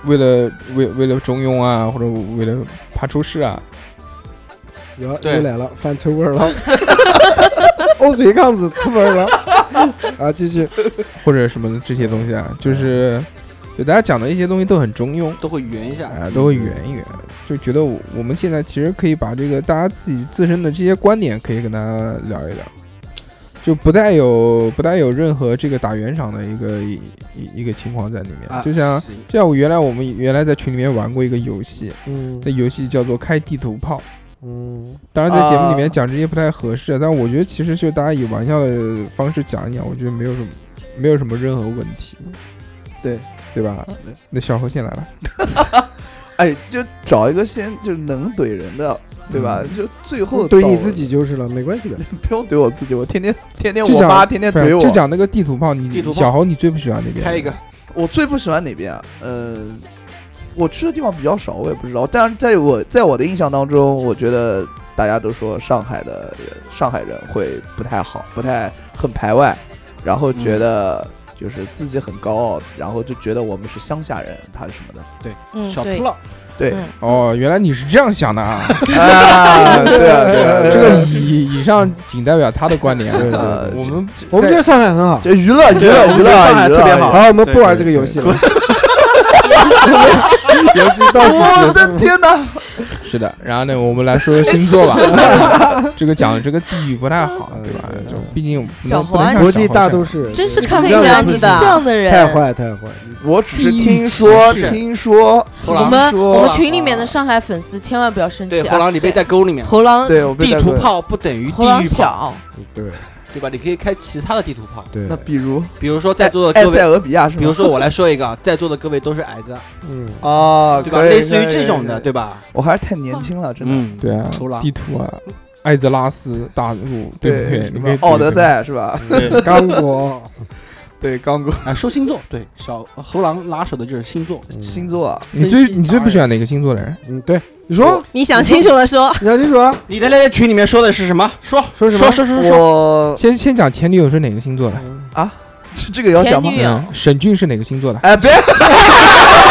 Speaker 2: 为了为为了中庸啊，或者为了怕出事啊，
Speaker 5: 哟，
Speaker 3: 对
Speaker 5: 又来了，翻臭味儿了， (laughs) 欧水杠子出门了。 (laughs) 啊，继续，
Speaker 2: 或者什么的这些东西啊，就是就大家讲的一些东西都很中庸，
Speaker 3: 都会圆一下。
Speaker 2: 啊，都会圆一圆，就觉得我我们现在其实可以把这个大家自己自身的这些观点可以跟大家聊一聊。就不带有不带有任何这个打圆场的一个一一一个情况在里面，
Speaker 3: 啊
Speaker 2: 就像
Speaker 3: 行
Speaker 2: 就像我原来我们原来在群里面玩过一个游戏，
Speaker 5: 嗯
Speaker 2: 那游戏叫做开地图炮。
Speaker 5: 嗯，
Speaker 2: 当然，在节目里
Speaker 7: 啊
Speaker 2: 面讲这些不太合适，啊但我觉得其实就大家以玩笑的方式讲一讲，我觉得没有什么没有什么任何问题，
Speaker 7: 对
Speaker 2: 对吧？那小何先来吧，
Speaker 7: 哎，就找一个先就能怼人的，对吧？就最后
Speaker 5: 嗯怼
Speaker 7: 到
Speaker 5: 你
Speaker 7: 了
Speaker 5: 自己就是了，没关系的。
Speaker 7: 不用怼我自己，我天天天天
Speaker 2: 就
Speaker 7: 我
Speaker 2: 讲
Speaker 7: 妈天天怼我。
Speaker 2: 就讲那个地图炮，
Speaker 3: 地
Speaker 2: 你
Speaker 3: 图炮
Speaker 2: 小侯你最不喜欢哪边？
Speaker 3: 开一个，
Speaker 7: 我最不喜欢哪边啊？呃，我去的地方比较少，我也不知道。但是在我在我的印象当中，我觉得大家都说上海的人上海人会不太好，不太很排外，然后觉得就是自己很高傲，然后就觉得我们是乡下人，他是什么的。
Speaker 6: 嗯，
Speaker 3: 小
Speaker 6: 对
Speaker 3: 次郎，
Speaker 7: 对
Speaker 6: 嗯
Speaker 2: 哦，原来你是这样想的啊！
Speaker 7: 啊，对啊，对
Speaker 3: 呃
Speaker 7: 啊，
Speaker 2: 这个以以上仅代表他的观点，啊
Speaker 7: 对对对
Speaker 2: 我们
Speaker 5: 我们觉得上海很好，
Speaker 7: 这娱乐娱乐娱乐
Speaker 3: 上海特别好
Speaker 5: 然后我们不玩这
Speaker 3: 对对
Speaker 5: 个游戏了。 (laughs)
Speaker 7: 游戏到我的天哪！
Speaker 2: 是的，然后呢，我们来说说
Speaker 3: (laughs)
Speaker 2: 星座吧。这个讲这个地域不太好，
Speaker 3: 嗯
Speaker 2: 对吧？就毕竟不
Speaker 4: 小
Speaker 2: 能
Speaker 4: 黄
Speaker 2: 不能
Speaker 4: 啊
Speaker 2: 像
Speaker 5: 国际
Speaker 2: 小
Speaker 5: 大
Speaker 2: 黄
Speaker 5: 都
Speaker 2: 这样
Speaker 5: 市，
Speaker 4: 真是
Speaker 6: 你
Speaker 4: 看
Speaker 6: 不
Speaker 4: 不
Speaker 6: 可以
Speaker 4: 出
Speaker 6: 这
Speaker 4: 来
Speaker 6: 样
Speaker 4: 你
Speaker 6: 子
Speaker 4: 是
Speaker 6: 的
Speaker 4: 这样的人，
Speaker 5: 太坏太坏，
Speaker 7: 我只是
Speaker 2: 地域
Speaker 7: 听说
Speaker 3: 歧视
Speaker 7: 听说，
Speaker 3: 后
Speaker 4: 我
Speaker 3: 狼
Speaker 4: 们
Speaker 7: 说啊
Speaker 4: 我们群里面的上海粉丝千万不要生气
Speaker 3: 对，
Speaker 4: 啊！
Speaker 3: 后狼你被在沟里面，
Speaker 4: 猴狼
Speaker 7: 对我被
Speaker 3: 地
Speaker 7: 带
Speaker 3: 图
Speaker 7: 过
Speaker 3: 炮不等于
Speaker 4: 猴
Speaker 3: 地
Speaker 4: 狼
Speaker 3: 狱炮，
Speaker 4: 小，
Speaker 5: 嗯对
Speaker 3: 对吧？你可以开其他的地图炮，
Speaker 5: 对
Speaker 7: 那比如
Speaker 3: 比如说在座
Speaker 4: 哎
Speaker 3: 的
Speaker 7: 埃
Speaker 3: 各
Speaker 7: 塞
Speaker 3: 位，
Speaker 7: 俄比亚是吗？
Speaker 3: 比如说我来说一个，啊，在座的各位都是矮子，
Speaker 5: 嗯，
Speaker 7: 啊，
Speaker 3: 对吧？
Speaker 7: 可以
Speaker 3: 类似于
Speaker 7: 可以
Speaker 3: 这种的，
Speaker 7: 可以
Speaker 3: 对吧？
Speaker 7: 我还是太年轻了，真的。
Speaker 3: 嗯，
Speaker 2: 对啊
Speaker 3: 头狼，
Speaker 2: 地图啊，艾泽拉斯大陆，对不对？
Speaker 7: 什
Speaker 2: 你
Speaker 7: 么
Speaker 2: 可以
Speaker 7: 奥德，赛是吧？
Speaker 3: 对，
Speaker 5: (laughs) 刚果
Speaker 7: (laughs) 对，刚哥
Speaker 3: 啊，说星座，对，小猴狼拿手的就是星座，
Speaker 2: 嗯
Speaker 7: 星座啊，
Speaker 2: 对不对
Speaker 3: 分
Speaker 2: 你最
Speaker 3: 析哎
Speaker 2: 你最不喜欢哪个星座的人？
Speaker 5: 嗯，对，你说，
Speaker 6: 你想清楚了说，
Speaker 5: 你要就说，啊
Speaker 3: 你的那些群里面说的是什么？说
Speaker 5: 说什
Speaker 3: 说
Speaker 5: 么
Speaker 3: 说说
Speaker 7: 我
Speaker 2: 先先讲前女友是哪个星座的？
Speaker 7: 这这个要讲吗
Speaker 4: 前？女友
Speaker 2: 嗯沈俊是哪个星座的？
Speaker 7: 哎，别，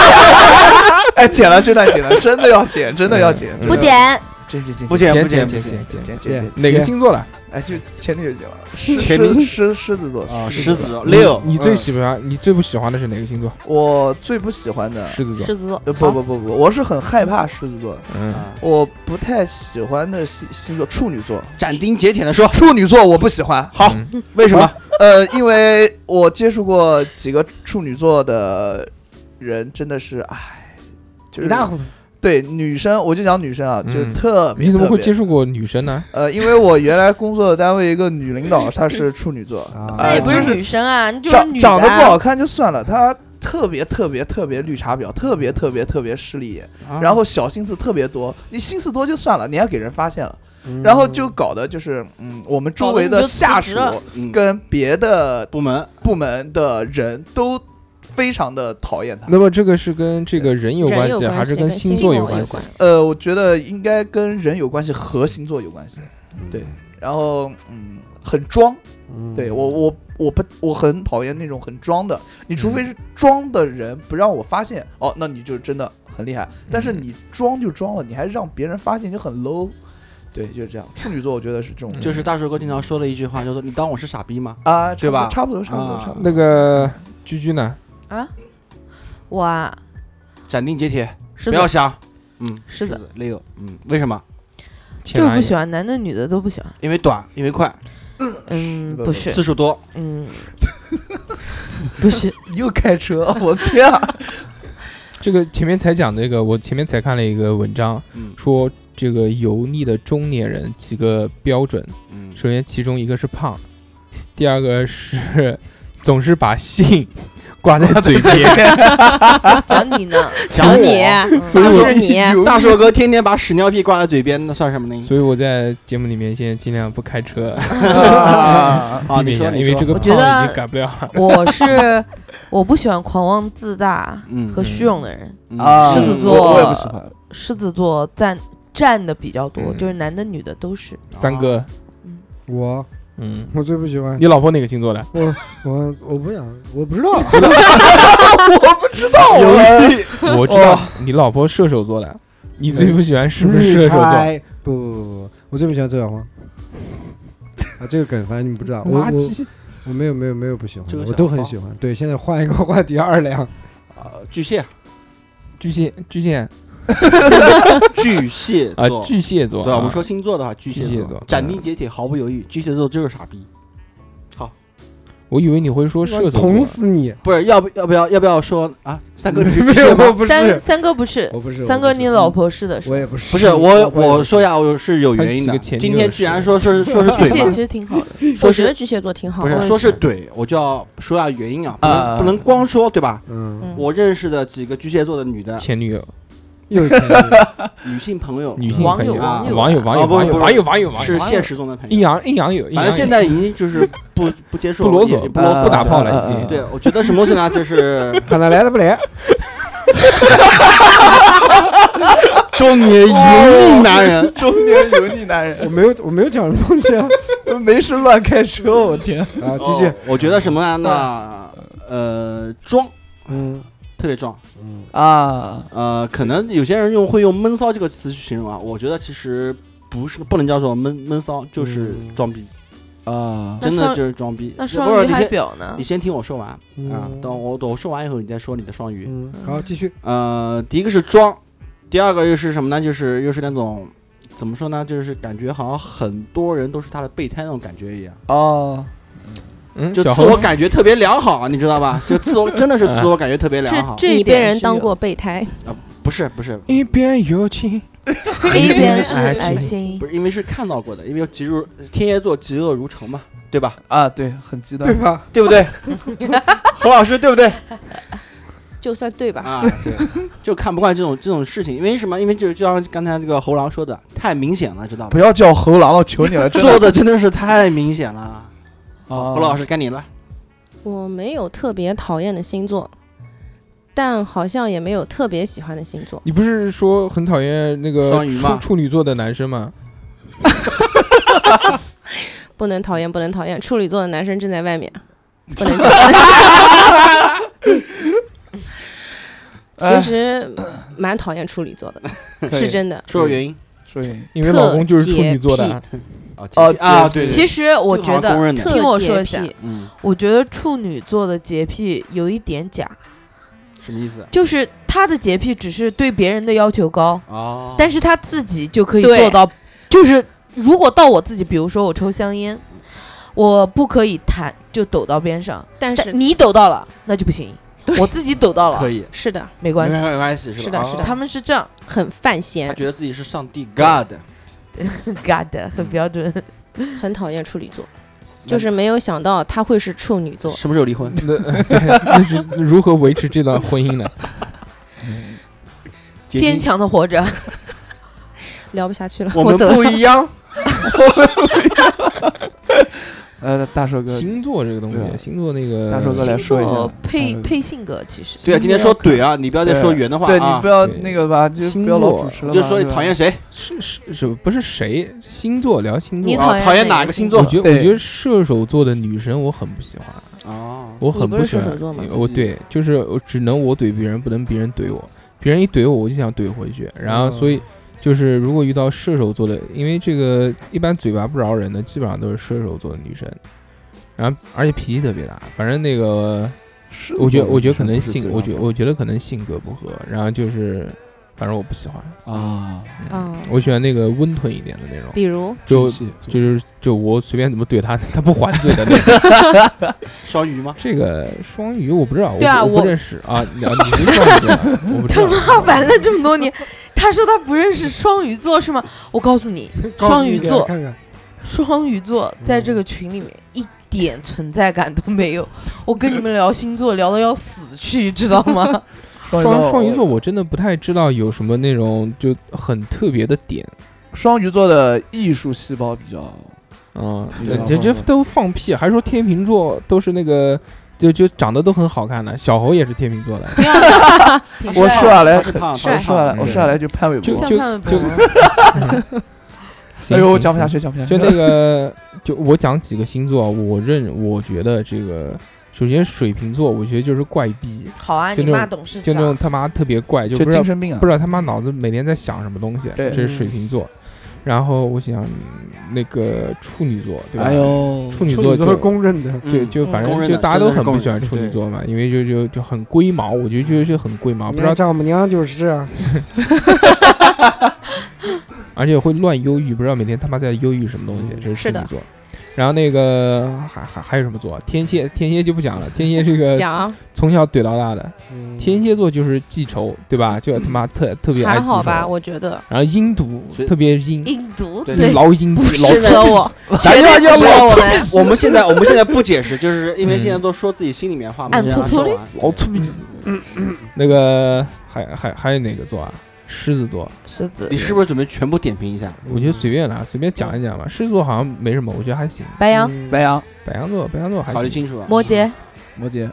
Speaker 7: (laughs) 哎，剪了，真的剪了，真的要剪，真的要剪，
Speaker 2: 嗯
Speaker 7: 真的
Speaker 2: 不
Speaker 7: 要，
Speaker 6: 剪，
Speaker 7: 剪剪剪
Speaker 3: 不
Speaker 7: 剪
Speaker 3: 见不见
Speaker 2: 剪剪
Speaker 7: 剪剪剪
Speaker 5: 剪
Speaker 7: 剪，
Speaker 2: 哪个星座的？
Speaker 7: 哎，就前女友剪了，狮
Speaker 3: 前女
Speaker 7: 狮狮狮子座
Speaker 3: 啊，狮子
Speaker 7: 座，
Speaker 3: 座六，嗯
Speaker 2: 你最喜欢你最不喜欢的是哪个星座？
Speaker 7: 我最不喜欢
Speaker 3: 嗯
Speaker 7: 的，
Speaker 2: 狮子座。
Speaker 4: 狮子座
Speaker 7: 呃，不不不不，我是很害怕狮子座的，
Speaker 2: 嗯，
Speaker 7: 我不太喜欢的星星座处女座，
Speaker 3: 斩钉截铁的说，
Speaker 7: 处女座我不
Speaker 4: (laughs)
Speaker 7: 喜欢，
Speaker 3: 好，
Speaker 2: 嗯
Speaker 3: 为什么？
Speaker 7: 呃，因为我接触过几个处女座的人，真的是，唉，就是
Speaker 5: 糊涂，
Speaker 7: 对女生，我就讲女生啊，就
Speaker 2: 嗯
Speaker 7: 特别。
Speaker 2: 你怎么
Speaker 7: 特
Speaker 2: 会
Speaker 7: 别
Speaker 2: 接？触过女生呢？
Speaker 7: 呃，因为我原来工作的单位一个女领导，她是处女座，
Speaker 2: 啊
Speaker 4: 那也
Speaker 7: 呃，
Speaker 4: 不
Speaker 7: 就是是
Speaker 4: 女生啊，你 (laughs) 就是
Speaker 7: 长
Speaker 4: 女
Speaker 7: 长得
Speaker 4: 啊
Speaker 7: 不好，看就算了，她特别特别特别绿茶婊，特别特别特别势利眼，
Speaker 4: 啊
Speaker 7: 然后小心思特别多。你心思多就算了，你还给人发现了，然后就搞得就是，嗯，我们
Speaker 4: 嗯
Speaker 7: 周
Speaker 4: 搞得
Speaker 7: 围
Speaker 4: 你
Speaker 7: 的
Speaker 4: 就辞
Speaker 7: 下
Speaker 4: 职
Speaker 7: 属
Speaker 4: 了
Speaker 3: 嗯
Speaker 7: 跟别的
Speaker 3: 部门
Speaker 7: 部门的人都非常的讨厌他。
Speaker 2: 那么这个是跟这个人有
Speaker 6: 人
Speaker 2: 关
Speaker 6: 有
Speaker 2: 系，
Speaker 6: 关
Speaker 2: 还是
Speaker 6: 系
Speaker 2: 跟
Speaker 6: 跟
Speaker 2: 星
Speaker 6: 星
Speaker 2: 座
Speaker 6: 座
Speaker 2: 有
Speaker 6: 有
Speaker 2: 关系
Speaker 6: 关？
Speaker 7: 呃，我觉得应该跟人有关系，和星座有关系。
Speaker 2: 嗯
Speaker 7: 对，然后嗯，很装。对我，我我不我很讨厌那种很装的，你除非是装的人不让我发
Speaker 2: 嗯
Speaker 7: 现，哦，那你就真的很厉害。但是你装就装了，你还让别人发现，就很 low。对，就是这样。处女座我觉得是这
Speaker 2: 嗯
Speaker 7: 种，
Speaker 3: 就是大树哥经常说的一句话，叫做“你当我是傻逼吗
Speaker 7: 啊，
Speaker 3: 对吧
Speaker 7: 差不多，差不多，
Speaker 3: 啊
Speaker 7: 差不多。
Speaker 2: 那个居居呢？
Speaker 4: 哇，？”
Speaker 3: 斩钉截铁，
Speaker 4: 狮
Speaker 3: 不
Speaker 4: 子
Speaker 3: 要想。嗯，
Speaker 4: 狮子
Speaker 3: 六，嗯，为什么？
Speaker 2: 前
Speaker 4: 就是
Speaker 2: 男
Speaker 4: 不
Speaker 2: 友
Speaker 4: 喜欢，男的女的都不喜欢。
Speaker 3: 因为短，因为快，
Speaker 4: 嗯，
Speaker 7: 不
Speaker 4: 不
Speaker 7: 是
Speaker 4: 是，
Speaker 3: 次数多。
Speaker 4: 嗯， (laughs) 不是，
Speaker 7: 你又开车，我天
Speaker 2: (laughs)
Speaker 7: 啊！
Speaker 2: 这个前面才讲那个，我前面才看了一个文章，
Speaker 3: 嗯
Speaker 2: 说这个油腻的中年人几个标准，
Speaker 3: 嗯，
Speaker 2: 首先其中一个是胖，第二个是总是把性挂在
Speaker 3: (laughs)
Speaker 2: 嘴边，
Speaker 4: 讲你呢，
Speaker 6: 找
Speaker 3: 讲
Speaker 6: 你
Speaker 3: 我，
Speaker 2: 所以
Speaker 6: 不
Speaker 2: 我
Speaker 6: 是你，
Speaker 3: 大硕哥天天把屎尿屁挂在嘴边，那算什么呢？
Speaker 2: 所以我在节目里面现在尽量不开车，
Speaker 7: 啊
Speaker 3: 啊，你
Speaker 2: 避免一
Speaker 3: 说，啊
Speaker 2: 下
Speaker 3: 你
Speaker 2: 因为
Speaker 3: 说
Speaker 2: 这个
Speaker 4: 我
Speaker 2: 胖
Speaker 4: 觉得
Speaker 2: 已经改不
Speaker 3: (laughs)
Speaker 2: 了了。
Speaker 4: (laughs) 我是我不喜欢狂妄自大
Speaker 3: 嗯
Speaker 4: 和虚荣的人。
Speaker 3: 嗯
Speaker 7: 啊
Speaker 4: 狮子
Speaker 3: 嗯
Speaker 4: 座
Speaker 7: 我我也不喜欢。
Speaker 4: 狮子座占占的比较多，
Speaker 2: 嗯
Speaker 4: 就是男的女的都是。
Speaker 2: 三哥，
Speaker 5: 我
Speaker 2: 嗯，
Speaker 5: 我最不喜欢
Speaker 2: 你老婆哪个星座的？
Speaker 5: 我我不想，我不知道，啊
Speaker 2: 我
Speaker 3: 哦
Speaker 2: 知道你老婆射手座的，你最不喜欢是不是射手座？
Speaker 5: 猜不不不不，我最不喜欢周小黄。啊，这个梗反正你们不知道，我
Speaker 2: 垃
Speaker 5: 我
Speaker 2: 圾。
Speaker 5: 我没有没有没有不喜欢
Speaker 3: 这个
Speaker 5: 的，
Speaker 3: 小
Speaker 5: 我都很
Speaker 3: 黄
Speaker 5: 喜欢。对，现在换一个话题，二两
Speaker 3: 啊，巨蟹，
Speaker 2: 巨蟹，巨蟹
Speaker 3: 巨蟹
Speaker 2: 啊，
Speaker 7: 哦
Speaker 3: 座。
Speaker 2: 巨蟹座。
Speaker 3: 对，
Speaker 2: 啊
Speaker 3: 我们说星座的话，巨
Speaker 2: 巨蟹
Speaker 3: 蟹
Speaker 2: 座
Speaker 3: 斩钉截铁，毫不犹豫，巨蟹座就是傻逼。
Speaker 2: 我以为你会说射手座，
Speaker 5: 捅死你！
Speaker 3: 不是要不要不要要不要说啊？三哥你是巨
Speaker 5: (laughs) 没
Speaker 3: 蟹
Speaker 5: 有
Speaker 3: 吗？
Speaker 5: 不是
Speaker 4: 三三哥不是，
Speaker 5: 我不是
Speaker 4: 三
Speaker 5: 我
Speaker 4: 哥
Speaker 5: 不是
Speaker 4: 你老婆是的，是吧
Speaker 5: 我也不是，
Speaker 3: 不是我，我说一下，我是有原因
Speaker 2: 还
Speaker 3: 的。
Speaker 2: 有几个前女友
Speaker 3: 今天居然说是 (laughs) 说是
Speaker 4: 巨
Speaker 3: 怼
Speaker 4: 蟹
Speaker 3: 嘛
Speaker 4: 其，实挺好的，
Speaker 3: 说
Speaker 6: 我觉得
Speaker 3: 是
Speaker 6: 巨蟹座挺好，
Speaker 3: 不是
Speaker 6: 我也
Speaker 3: 说是怼，我就要说下原因啊，不
Speaker 7: 啊
Speaker 3: 能不能光说对吧？
Speaker 5: 嗯，
Speaker 4: 嗯
Speaker 3: 我认识的几个巨蟹座的女
Speaker 2: (laughs)
Speaker 3: 的
Speaker 2: 前女友、
Speaker 5: 又是前女友
Speaker 3: 女性朋友
Speaker 2: 女性
Speaker 4: 网
Speaker 2: 朋友、
Speaker 4: 友
Speaker 2: 啊网
Speaker 3: 网
Speaker 2: 友、
Speaker 3: 友
Speaker 2: 网
Speaker 3: 啊
Speaker 2: 友、
Speaker 3: 不
Speaker 2: 网友、
Speaker 3: 不
Speaker 2: 网友、网友、网友
Speaker 3: 是现实中的朋
Speaker 2: 阴
Speaker 3: 友，
Speaker 2: 阳阴阳友，
Speaker 3: 反正现在已经就是不不接受，
Speaker 2: 不啰
Speaker 3: 也
Speaker 2: 嗦，
Speaker 3: 不啰嗦，
Speaker 2: 不打炮了，
Speaker 7: 呃
Speaker 2: 已经。
Speaker 7: 呃，
Speaker 3: 对，我觉得什么东西呢？就是
Speaker 5: 看他来了不来？
Speaker 3: 中年油腻男人 (laughs)
Speaker 7: (laughs) (laughs) 中年油腻男人
Speaker 5: 我，没有，我没有讲什么东西啊！
Speaker 7: 没事乱开车，我天！
Speaker 5: 啊，继续
Speaker 3: 哦，我觉得什么呢？那呃，装
Speaker 5: 嗯
Speaker 3: 特别装，
Speaker 5: 嗯，
Speaker 7: 啊，
Speaker 3: 呃，可能有些人用会用闷骚这个词去形容啊，我觉得其实不是，不能叫做闷闷骚，就是
Speaker 5: 嗯
Speaker 3: 装逼，
Speaker 7: 啊，
Speaker 3: 真
Speaker 4: 那
Speaker 3: 的
Speaker 4: 双
Speaker 3: 就是装逼。
Speaker 4: 那
Speaker 3: 不
Speaker 4: 双
Speaker 3: 是
Speaker 4: 鱼
Speaker 3: 你
Speaker 4: 还
Speaker 3: 先
Speaker 4: 表呢
Speaker 3: 你？先听我说完啊
Speaker 5: 嗯，
Speaker 3: 等我等我说完以后，你再说你的双鱼。
Speaker 5: 嗯，好，继续。
Speaker 3: 呃，第一个是装，第二个又是什么呢？就是又是那种怎么说呢？就是感觉好像很多人都是他的备胎那种感觉一样，
Speaker 7: 哦，
Speaker 2: 嗯，
Speaker 3: 就
Speaker 2: 小
Speaker 3: 自
Speaker 2: 猴
Speaker 3: 我感觉特别良好，啊你知道吧？就自我真的是自我感觉特别良好啊
Speaker 4: 这。这一
Speaker 6: 你被
Speaker 4: 点
Speaker 6: 人
Speaker 4: 是
Speaker 6: 当
Speaker 4: 有
Speaker 6: 过备胎，
Speaker 3: 不是不是
Speaker 2: 一边有情，
Speaker 4: 一边是
Speaker 2: 爱
Speaker 4: 爱
Speaker 2: 情
Speaker 4: 情
Speaker 3: 不，是，因为是看到过的，因为急如天蝎座嫉恶如仇嘛，对吧？
Speaker 7: 啊，对，很
Speaker 3: 嗯
Speaker 7: 极端
Speaker 5: 对，吧？
Speaker 3: 对不对？何老师对不对？
Speaker 6: 就算对吧？
Speaker 3: 啊，对，就看不惯这种这种事情，因为什么？因为就就像刚才那个猴狼说的，太明显了，知道吧
Speaker 7: 不？要叫猴狼了，求你了，真的。
Speaker 3: 做的真的是太明显了。
Speaker 7: 啊
Speaker 3: 哦侯老师该你了，
Speaker 6: 我没有特别讨厌的星座，但好像也没有特别喜欢的星座。
Speaker 2: 你不是说很讨厌那个
Speaker 3: 双鱼
Speaker 2: 处
Speaker 3: 吗
Speaker 2: 处女座的男生
Speaker 7: (laughs)
Speaker 2: 吗？
Speaker 6: 不能讨厌，不能讨厌。处女座的男生正在外面，不能
Speaker 7: 哎
Speaker 6: 其实蛮讨厌处女座的，是真的。
Speaker 3: 说个原因
Speaker 7: 所以
Speaker 2: 因为老公就是处女座的，
Speaker 3: 啊
Speaker 7: 哦
Speaker 3: 啊，
Speaker 7: 洁
Speaker 3: 对，对
Speaker 7: 癖
Speaker 4: 其实我
Speaker 3: 这个好像公
Speaker 4: 觉得，
Speaker 3: 认的
Speaker 6: 特
Speaker 4: 听我
Speaker 6: 洁
Speaker 4: 说一
Speaker 6: 癖
Speaker 4: 下，
Speaker 3: 嗯，
Speaker 4: 我觉得处女座的洁癖有一点假，
Speaker 3: 什么意思？
Speaker 4: 就是他的洁癖只是对别人的要求高，
Speaker 3: 哦，
Speaker 4: 但是他自己就可以
Speaker 6: 对
Speaker 4: 做到，就是如果到我自己，比如说我抽香烟，我不可以弹就抖到边上，
Speaker 6: 但是
Speaker 4: 但你抖到了那就不行，我自己抖到
Speaker 3: 可
Speaker 4: 了
Speaker 3: 以，
Speaker 6: 是的，
Speaker 4: 没
Speaker 3: 没
Speaker 4: 关
Speaker 3: 没
Speaker 4: 系，
Speaker 3: 关系是
Speaker 6: 是
Speaker 3: 吧？
Speaker 6: 的，
Speaker 3: 啊
Speaker 6: 是
Speaker 4: 他
Speaker 6: 的，
Speaker 4: 们是这样
Speaker 6: 很犯
Speaker 3: 他
Speaker 6: 闲，
Speaker 3: 觉得自己是上帝 God，
Speaker 4: God 很标准，
Speaker 6: 很讨厌处女座，就是没有想到他会是处女座。
Speaker 3: 什么时候离婚？
Speaker 2: 那对，那是如何维持这段婚姻呢？
Speaker 3: 结
Speaker 4: 坚
Speaker 3: 晶。
Speaker 4: 强的活着。
Speaker 6: 聊不下去了，
Speaker 3: 我们
Speaker 6: 走了
Speaker 3: 不
Speaker 6: (laughs)
Speaker 3: 一样，
Speaker 7: 呃，大帅哥，
Speaker 2: 星座这个东
Speaker 7: 对
Speaker 2: 西，
Speaker 7: 啊
Speaker 2: 星座那个
Speaker 7: 大硕哥来说一下
Speaker 4: 星座哦配
Speaker 2: 嗯
Speaker 4: 配性格其实
Speaker 3: 对啊，今天说怼啊，你不要再说圆的话
Speaker 7: 对
Speaker 3: 啊
Speaker 7: 你不，要
Speaker 2: 对
Speaker 7: 那个吧，就
Speaker 2: 星
Speaker 7: 不要老
Speaker 2: 座
Speaker 7: 主持
Speaker 3: 你
Speaker 7: 了吧，
Speaker 3: 就说你
Speaker 7: 对吧
Speaker 3: 讨厌谁，
Speaker 2: 是是是不是谁星座聊星
Speaker 4: 你
Speaker 2: 座？
Speaker 3: 啊
Speaker 4: 讨
Speaker 3: 讨
Speaker 4: 厌
Speaker 3: 厌
Speaker 4: 哪
Speaker 3: 哪
Speaker 4: 个
Speaker 3: 个
Speaker 4: 星
Speaker 3: 星
Speaker 4: 座
Speaker 3: 座？
Speaker 4: (laughs)
Speaker 2: 我觉得
Speaker 7: 对
Speaker 2: 我觉得射手座的女生我很不喜欢，
Speaker 3: 哦，
Speaker 2: 我很
Speaker 6: 你不是
Speaker 2: 喜欢
Speaker 6: 射手座吗
Speaker 2: 我对，就是我只能我怼别人，不能别人怼我。别人一怼我，我就想怼回去。然后，所以就是如果遇到射手座的，因为这个一般嘴巴不饶人的，基本上都是射手座的女生。然后，而且脾气特别大。反正那个，
Speaker 7: 狮子座
Speaker 2: 我
Speaker 7: 女
Speaker 2: 觉
Speaker 7: 生
Speaker 2: 得，
Speaker 7: 不是最让
Speaker 2: 我觉得可能性，
Speaker 7: 人？
Speaker 2: 我觉我觉得可能性格不合。然后就是，反正我不喜欢。
Speaker 7: 啊，
Speaker 2: 嗯
Speaker 6: 啊，
Speaker 2: 我喜欢那个温吞一点的那种，
Speaker 6: 比如
Speaker 2: 就
Speaker 7: 巨蟹座
Speaker 2: 就是就我随便怎么怼他， (laughs) 他不还嘴的那种。
Speaker 3: 双鱼吗？
Speaker 2: 这个双鱼我不知道，
Speaker 4: 对啊
Speaker 2: 我不
Speaker 4: 我
Speaker 2: 不认识啊，你啊你是双鱼座啊，我不知
Speaker 4: 他
Speaker 2: 道。
Speaker 4: 妈玩了这么多年，他说他不认识双鱼座是吗？我告诉你，双鱼
Speaker 5: 告诉你
Speaker 4: 座，
Speaker 5: 看看
Speaker 4: 双鱼座在这个群里面一点存在感都没有。我跟你们聊星座，聊到要死去，知道吗？
Speaker 7: 双
Speaker 2: 双
Speaker 7: 双
Speaker 2: 双鱼座，我真的不太知道有什么那种就很特别的点，
Speaker 7: 双鱼座的艺术细胞比较
Speaker 2: 嗯
Speaker 7: 对，
Speaker 2: 这这
Speaker 7: 双鱼
Speaker 2: 都放屁，还说天秤座都是那个。就就长得都很好看的，小猴也是天秤座的，
Speaker 4: 挺好的挺
Speaker 7: 我
Speaker 4: 帅
Speaker 7: 瘦
Speaker 4: 的
Speaker 7: 下来，
Speaker 3: 他
Speaker 7: 我
Speaker 3: 是胖，
Speaker 6: 帅
Speaker 3: 他
Speaker 7: 瘦
Speaker 3: 是
Speaker 7: 下
Speaker 3: 胖
Speaker 7: 来，我
Speaker 2: 嗯
Speaker 7: 瘦下来就潘玮柏
Speaker 2: 就。
Speaker 4: 像
Speaker 2: 就
Speaker 4: 潘玮
Speaker 2: 就 (laughs)
Speaker 5: 啊
Speaker 4: 柏，
Speaker 2: 行
Speaker 7: 哎呦，我
Speaker 2: 行
Speaker 7: 讲不
Speaker 2: 行
Speaker 7: 下去，讲不下
Speaker 2: 就
Speaker 7: 去。
Speaker 2: 那个，就我讲几个星座，我认我觉得这个，首先水瓶座，我觉得就是怪逼，
Speaker 4: (laughs) 好啊，
Speaker 2: 就
Speaker 4: 你
Speaker 2: 那
Speaker 4: 骂
Speaker 2: 种
Speaker 4: 董事
Speaker 2: 就那种
Speaker 4: 长，
Speaker 2: 他妈特别怪，就
Speaker 7: 就
Speaker 2: 不知道
Speaker 7: 精神病啊
Speaker 2: 不，知道他妈脑子每天在想什么东西，
Speaker 7: 对
Speaker 2: 这是水瓶座。然后我想那个处女座，对吧？
Speaker 7: 哎呦，
Speaker 2: 处女
Speaker 5: 处
Speaker 2: 座
Speaker 5: 女座是
Speaker 2: 就
Speaker 5: 公认的，
Speaker 2: 就
Speaker 3: 嗯
Speaker 2: 就反
Speaker 3: 公
Speaker 2: 正
Speaker 3: 认
Speaker 2: 就
Speaker 3: 的
Speaker 2: 大家
Speaker 3: 真
Speaker 2: 都
Speaker 3: 的是
Speaker 2: 很
Speaker 3: 公
Speaker 2: 不喜欢
Speaker 3: 认的
Speaker 2: 处女
Speaker 3: 对
Speaker 2: 座啊嘛，因为就就就很龟毛，我就觉得就很龟毛，不知道
Speaker 5: 你看丈母娘就是
Speaker 2: 而且会乱忧郁，不知道每天他妈在忧郁什么东西，这是处
Speaker 6: 是的
Speaker 2: 女座。然后那个还还还有什么座？天蝎，天蝎就不讲了。天蝎这个
Speaker 6: 讲啊
Speaker 2: 从小怼到大的，天蝎座就是记仇，对吧？就他妈特特别爱
Speaker 6: 还
Speaker 2: 记
Speaker 6: 好
Speaker 2: 仇。
Speaker 6: 吧，我觉得。
Speaker 2: 然后阴毒，特别阴，
Speaker 4: 阴毒
Speaker 3: 对
Speaker 2: 老阴毒，老
Speaker 3: 是的
Speaker 2: 臭屁
Speaker 3: 我
Speaker 2: 咱这
Speaker 3: 绝对
Speaker 2: 要
Speaker 3: 不是
Speaker 2: 老
Speaker 3: 我
Speaker 2: 臭
Speaker 3: 们
Speaker 2: 屁
Speaker 3: 我们现在我们现在不解释，就是因为现在都说自己心里面话嘛。
Speaker 2: 暗
Speaker 3: 这样
Speaker 2: 搓搓
Speaker 3: 说
Speaker 2: 嘞
Speaker 3: 完
Speaker 2: 老粗鄙。那个还还还有哪个座啊？狮子座，
Speaker 4: 狮子
Speaker 3: 你是不是准备全部点评一下？
Speaker 2: 我觉得随便啦，随便讲一讲吧。
Speaker 4: 嗯
Speaker 2: 狮子座好像没什么，我觉得还行。
Speaker 4: 白
Speaker 5: 嗯
Speaker 4: 羊
Speaker 2: 白羊，白羊座，白羊座还行
Speaker 3: 考虑清楚了
Speaker 4: 摩羯，
Speaker 2: 摩羯，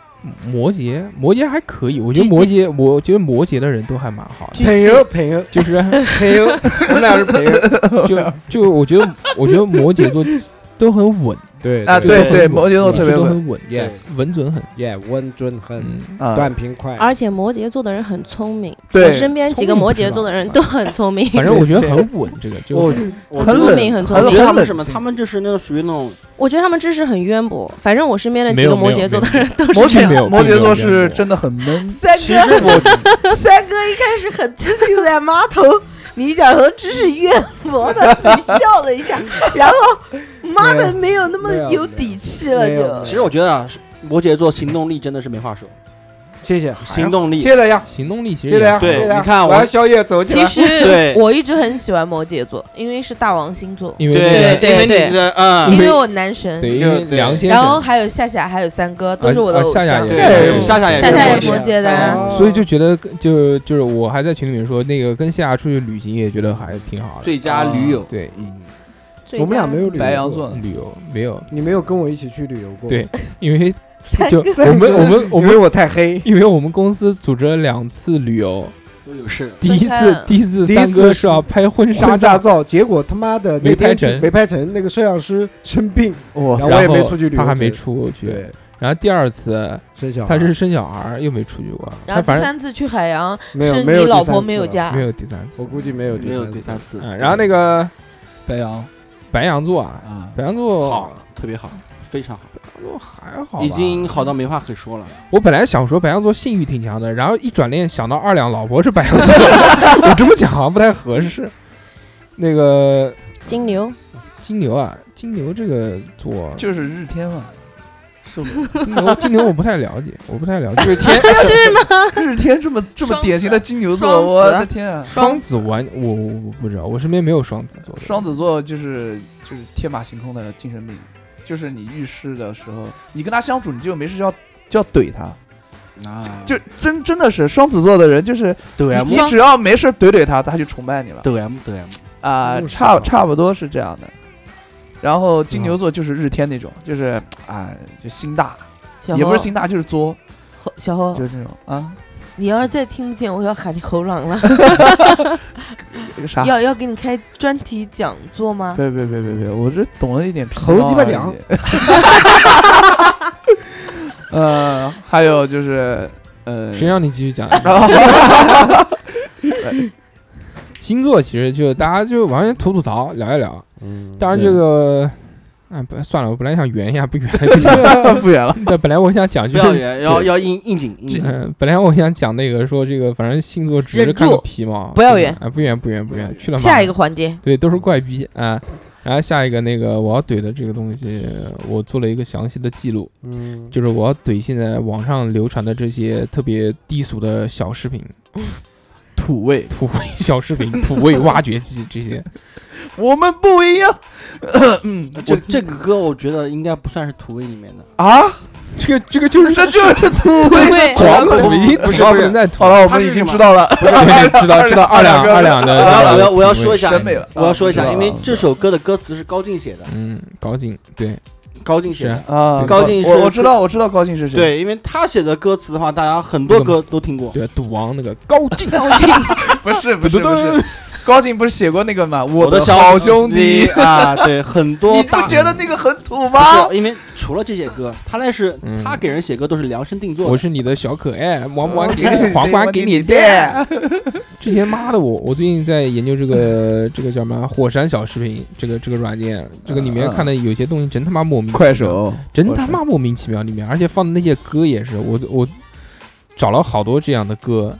Speaker 2: 摩羯，摩羯还可以。我觉得摩羯，我觉得摩羯的人都还蛮好的。
Speaker 5: 朋友，朋友
Speaker 2: 就是
Speaker 5: (laughs) 朋友，我们俩是
Speaker 2: (laughs)
Speaker 5: 朋友，
Speaker 2: 就就
Speaker 4: (laughs)
Speaker 2: 我觉得，我觉得摩羯座都很稳。
Speaker 5: 对
Speaker 2: 啊对对摩羯座特别
Speaker 5: 稳
Speaker 2: 稳
Speaker 5: ，yes，
Speaker 2: 稳
Speaker 3: (laughs)
Speaker 2: 准狠
Speaker 5: ，yeah，稳准狠，
Speaker 2: 啊
Speaker 5: (laughs) 短平快，
Speaker 6: 而且摩羯座的人很聪明，
Speaker 5: 对
Speaker 6: 我身边几个摩羯座的人都很聪明。
Speaker 2: 反正我觉得很稳，这个就
Speaker 3: 我
Speaker 2: 是
Speaker 3: 我
Speaker 6: 很
Speaker 3: 觉得
Speaker 6: 冷很
Speaker 3: 我觉
Speaker 6: 冷
Speaker 3: 得他们
Speaker 6: 很
Speaker 3: 什么？
Speaker 6: 冷
Speaker 3: 他们就是那种属于那种
Speaker 6: 我觉得他们知识很渊博。反正我身边的
Speaker 3: 没
Speaker 6: 几
Speaker 3: 有
Speaker 6: 个摩羯座的人都
Speaker 7: 摩
Speaker 6: 是这
Speaker 7: 羯
Speaker 6: 样。
Speaker 7: 摩羯座是真的很闷。
Speaker 4: 三
Speaker 7: 其实
Speaker 4: 哥， (laughs) 三哥一开始很自信地在码头， (laughs) 你一讲说知识渊博的，自己笑了一下，然后妈的没有那么有底气了就。
Speaker 3: 其实我觉得啊，摩羯座行动力真的是没话说。
Speaker 5: 谢谢
Speaker 3: 行动力，
Speaker 5: 谢谢大家，
Speaker 2: 行动力其
Speaker 5: 谢谢大家，谢
Speaker 3: 对
Speaker 5: 谢大，家
Speaker 3: 你看
Speaker 5: 我要宵夜走起
Speaker 4: 其
Speaker 5: 来，
Speaker 4: 实我一直很喜欢摩羯座，因为是大王星座，
Speaker 2: 因为
Speaker 4: 对
Speaker 2: 对
Speaker 4: 对
Speaker 2: 因为
Speaker 4: 对
Speaker 2: 你的嗯
Speaker 4: 因为我男神，
Speaker 2: 对因为对梁先生
Speaker 4: 然后还有夏夏，还有三哥，都是我的
Speaker 2: 啊
Speaker 4: 偶
Speaker 2: 夏夏
Speaker 4: 像，
Speaker 2: 也是
Speaker 4: 嗯
Speaker 2: 夏夏也是
Speaker 4: 夏夏也
Speaker 2: 摩羯
Speaker 4: 摩羯的啊，
Speaker 5: 哦
Speaker 2: 所以就觉得跟就就是我还在群里面说，那个跟夏夏出去旅行也觉得还挺好的，
Speaker 3: 最佳驴友
Speaker 2: 对，
Speaker 5: 我们俩没有旅游过白羊
Speaker 3: 嗯
Speaker 7: 嗯
Speaker 5: 座
Speaker 2: 旅游没有，
Speaker 5: 你没有跟我一起去旅游过，
Speaker 2: 对，因为
Speaker 5: 三
Speaker 2: 就
Speaker 5: 个
Speaker 2: 我们我们我
Speaker 5: 因为
Speaker 2: 们
Speaker 5: 我太
Speaker 2: (laughs)
Speaker 5: 黑，
Speaker 2: 因为我们公司组织了两次旅游，
Speaker 3: 都有事。
Speaker 2: 第一次第一次三哥是要拍婚纱
Speaker 5: 婚
Speaker 2: 照，
Speaker 5: 纱照，结果他妈的
Speaker 2: 没
Speaker 5: 那天
Speaker 2: 拍成
Speaker 5: 没拍成，那个摄像师生病，
Speaker 2: 然
Speaker 5: 然
Speaker 2: 后
Speaker 5: 后我也没出去旅游，啊
Speaker 2: 他还没出去。然后第二次
Speaker 5: 生小孩
Speaker 2: 他是生小孩儿又没出去过，
Speaker 4: 然后
Speaker 2: 他反
Speaker 4: 第
Speaker 2: 正
Speaker 4: 三次去海洋，
Speaker 2: 没有
Speaker 4: 是
Speaker 2: 没
Speaker 4: 你
Speaker 2: 有第
Speaker 4: 老
Speaker 2: 三
Speaker 4: 婆
Speaker 2: 次
Speaker 4: 没有
Speaker 2: 了
Speaker 4: 家，
Speaker 2: 没有第三次，
Speaker 5: 我估计没有
Speaker 3: 没有第三次
Speaker 2: 嗯，然后那个白羊，白羊座
Speaker 3: 啊
Speaker 2: 啊，白羊座
Speaker 3: 好，特别好，非常好，
Speaker 2: 还好吧
Speaker 3: 已经好到没话可说了。
Speaker 2: 我本来想说白羊座性欲挺强的，然后一转念想到二两老婆是白羊
Speaker 5: (laughs)
Speaker 2: 座，我这么讲好像不太合适。那个
Speaker 6: 金牛，
Speaker 2: 金牛啊，金牛这个座
Speaker 7: 就是日天嘛，是吗？
Speaker 2: 金牛，金牛我不太了解，我不太
Speaker 5: (laughs)
Speaker 2: 了解。
Speaker 7: 日天
Speaker 3: 哎
Speaker 7: 是吗？ (laughs) 日天这么这么典型的金牛座，我的天啊！
Speaker 2: 双子完我我我不知道，我身边没有双子座的。
Speaker 7: 双子座就是就是天马行空的精神病，就是你遇事的时候，你跟他相处，你就没事就要就要怼他。
Speaker 3: 啊，
Speaker 7: 就真真的是双子座的人，就是
Speaker 3: 对啊
Speaker 7: 你
Speaker 3: 双
Speaker 7: 你只要没事怼怼他，他就崇拜你了。
Speaker 3: 对 M 对 M
Speaker 7: 啊，差差不多是这样的。然后金牛座就是日天那种，就是啊，就心大，
Speaker 4: 小
Speaker 7: 也不
Speaker 4: 猴
Speaker 7: 是心大，就是作，
Speaker 4: 小侯，
Speaker 7: 就是那种啊，
Speaker 4: 你要是再听不见，我要喊你猴狼
Speaker 2: (laughs)
Speaker 4: 了。 (laughs)
Speaker 7: 啥
Speaker 4: 要要给你开专题讲座吗？
Speaker 7: 别别别别别，我这懂了一点皮毛啊
Speaker 4: 猴鸡巴
Speaker 7: 而已
Speaker 4: 讲。
Speaker 7: 呃，还有就是，呃，
Speaker 2: 谁让你继续讲？哎
Speaker 7: 对
Speaker 2: 星座其实就大家就完全吐吐槽聊一聊，当然这个。哎，不算了，我本来想圆一下，不
Speaker 3: (laughs)
Speaker 2: 圆了，
Speaker 7: (laughs) 不圆了。
Speaker 2: 对，本来我想讲就是
Speaker 3: 不要圆要
Speaker 2: 对
Speaker 3: 要应应景应景
Speaker 2: 嗯，本来我想讲那个说这个，反正星座只是
Speaker 4: 忍
Speaker 2: 看个
Speaker 4: 住
Speaker 2: 皮毛，
Speaker 4: 不要圆
Speaker 2: 哎，不圆不圆不圆，去了
Speaker 4: 下一个环节，
Speaker 2: 对，都是怪逼啊。然后下一个那个我要怼的这个东西，我做了一个详细的记录，
Speaker 5: 嗯，
Speaker 2: 就是我要怼现在网上流传的这些特别低俗的小视频，
Speaker 7: 土味
Speaker 2: 土味小视 (laughs) 频、土味挖掘机这 (laughs) 些。
Speaker 7: 我们不一样。嗯，
Speaker 3: 这这个歌我觉得应该不算是土味里面的
Speaker 5: 哦
Speaker 7: 啊，
Speaker 2: 这个这个就是
Speaker 7: 这就是土味
Speaker 2: 狂土已
Speaker 3: 不是
Speaker 2: 土
Speaker 3: 不是
Speaker 2: 不能再
Speaker 7: 好了，我
Speaker 3: 它
Speaker 7: 们
Speaker 3: 是
Speaker 7: 已
Speaker 3: 什
Speaker 7: 经
Speaker 3: 么
Speaker 7: 知道了，
Speaker 2: (laughs)
Speaker 3: 不是不是
Speaker 2: 知道知道二两二两啊的
Speaker 3: 我要我要我要
Speaker 2: 土味
Speaker 3: 说一下
Speaker 7: 审美了，
Speaker 3: 我要说一
Speaker 7: 啊
Speaker 3: 下，因为
Speaker 7: 知道了
Speaker 3: 这首歌的歌词是高进写的，
Speaker 2: 嗯，高进对
Speaker 3: 高进写的
Speaker 2: 是
Speaker 7: 啊
Speaker 3: 高进是
Speaker 7: 我我知道我知道高进是谁，
Speaker 3: 对，因为他写的歌词的话，大家很多歌都听过。
Speaker 2: 对赌王那个高进，
Speaker 7: 不是不是不是，高进不是写过那个吗？我
Speaker 3: 的小
Speaker 7: 好兄弟
Speaker 3: 弟 (laughs) 啊，对，很
Speaker 2: (laughs)
Speaker 3: 多
Speaker 7: 你不
Speaker 3: 大
Speaker 7: 觉得那个很土
Speaker 3: 不
Speaker 7: 吗？
Speaker 3: 是，因为除了这些歌，他那是
Speaker 2: 嗯
Speaker 3: 他给人写歌都是量身定做
Speaker 2: 我
Speaker 3: 的。
Speaker 2: 是你的小可爱，王王给
Speaker 7: 我给
Speaker 2: 你
Speaker 7: 你
Speaker 2: 黄瓜给你
Speaker 7: 带
Speaker 2: 带。之前妈的我，我最近在研究这个这个叫什么火山小视频，这个这个软件，这个里
Speaker 7: 嗯
Speaker 2: 面看的有些东西真他妈莫名其妙，真他妈莫名其妙里面，而且放的那些歌也是，我我找了好多这样的歌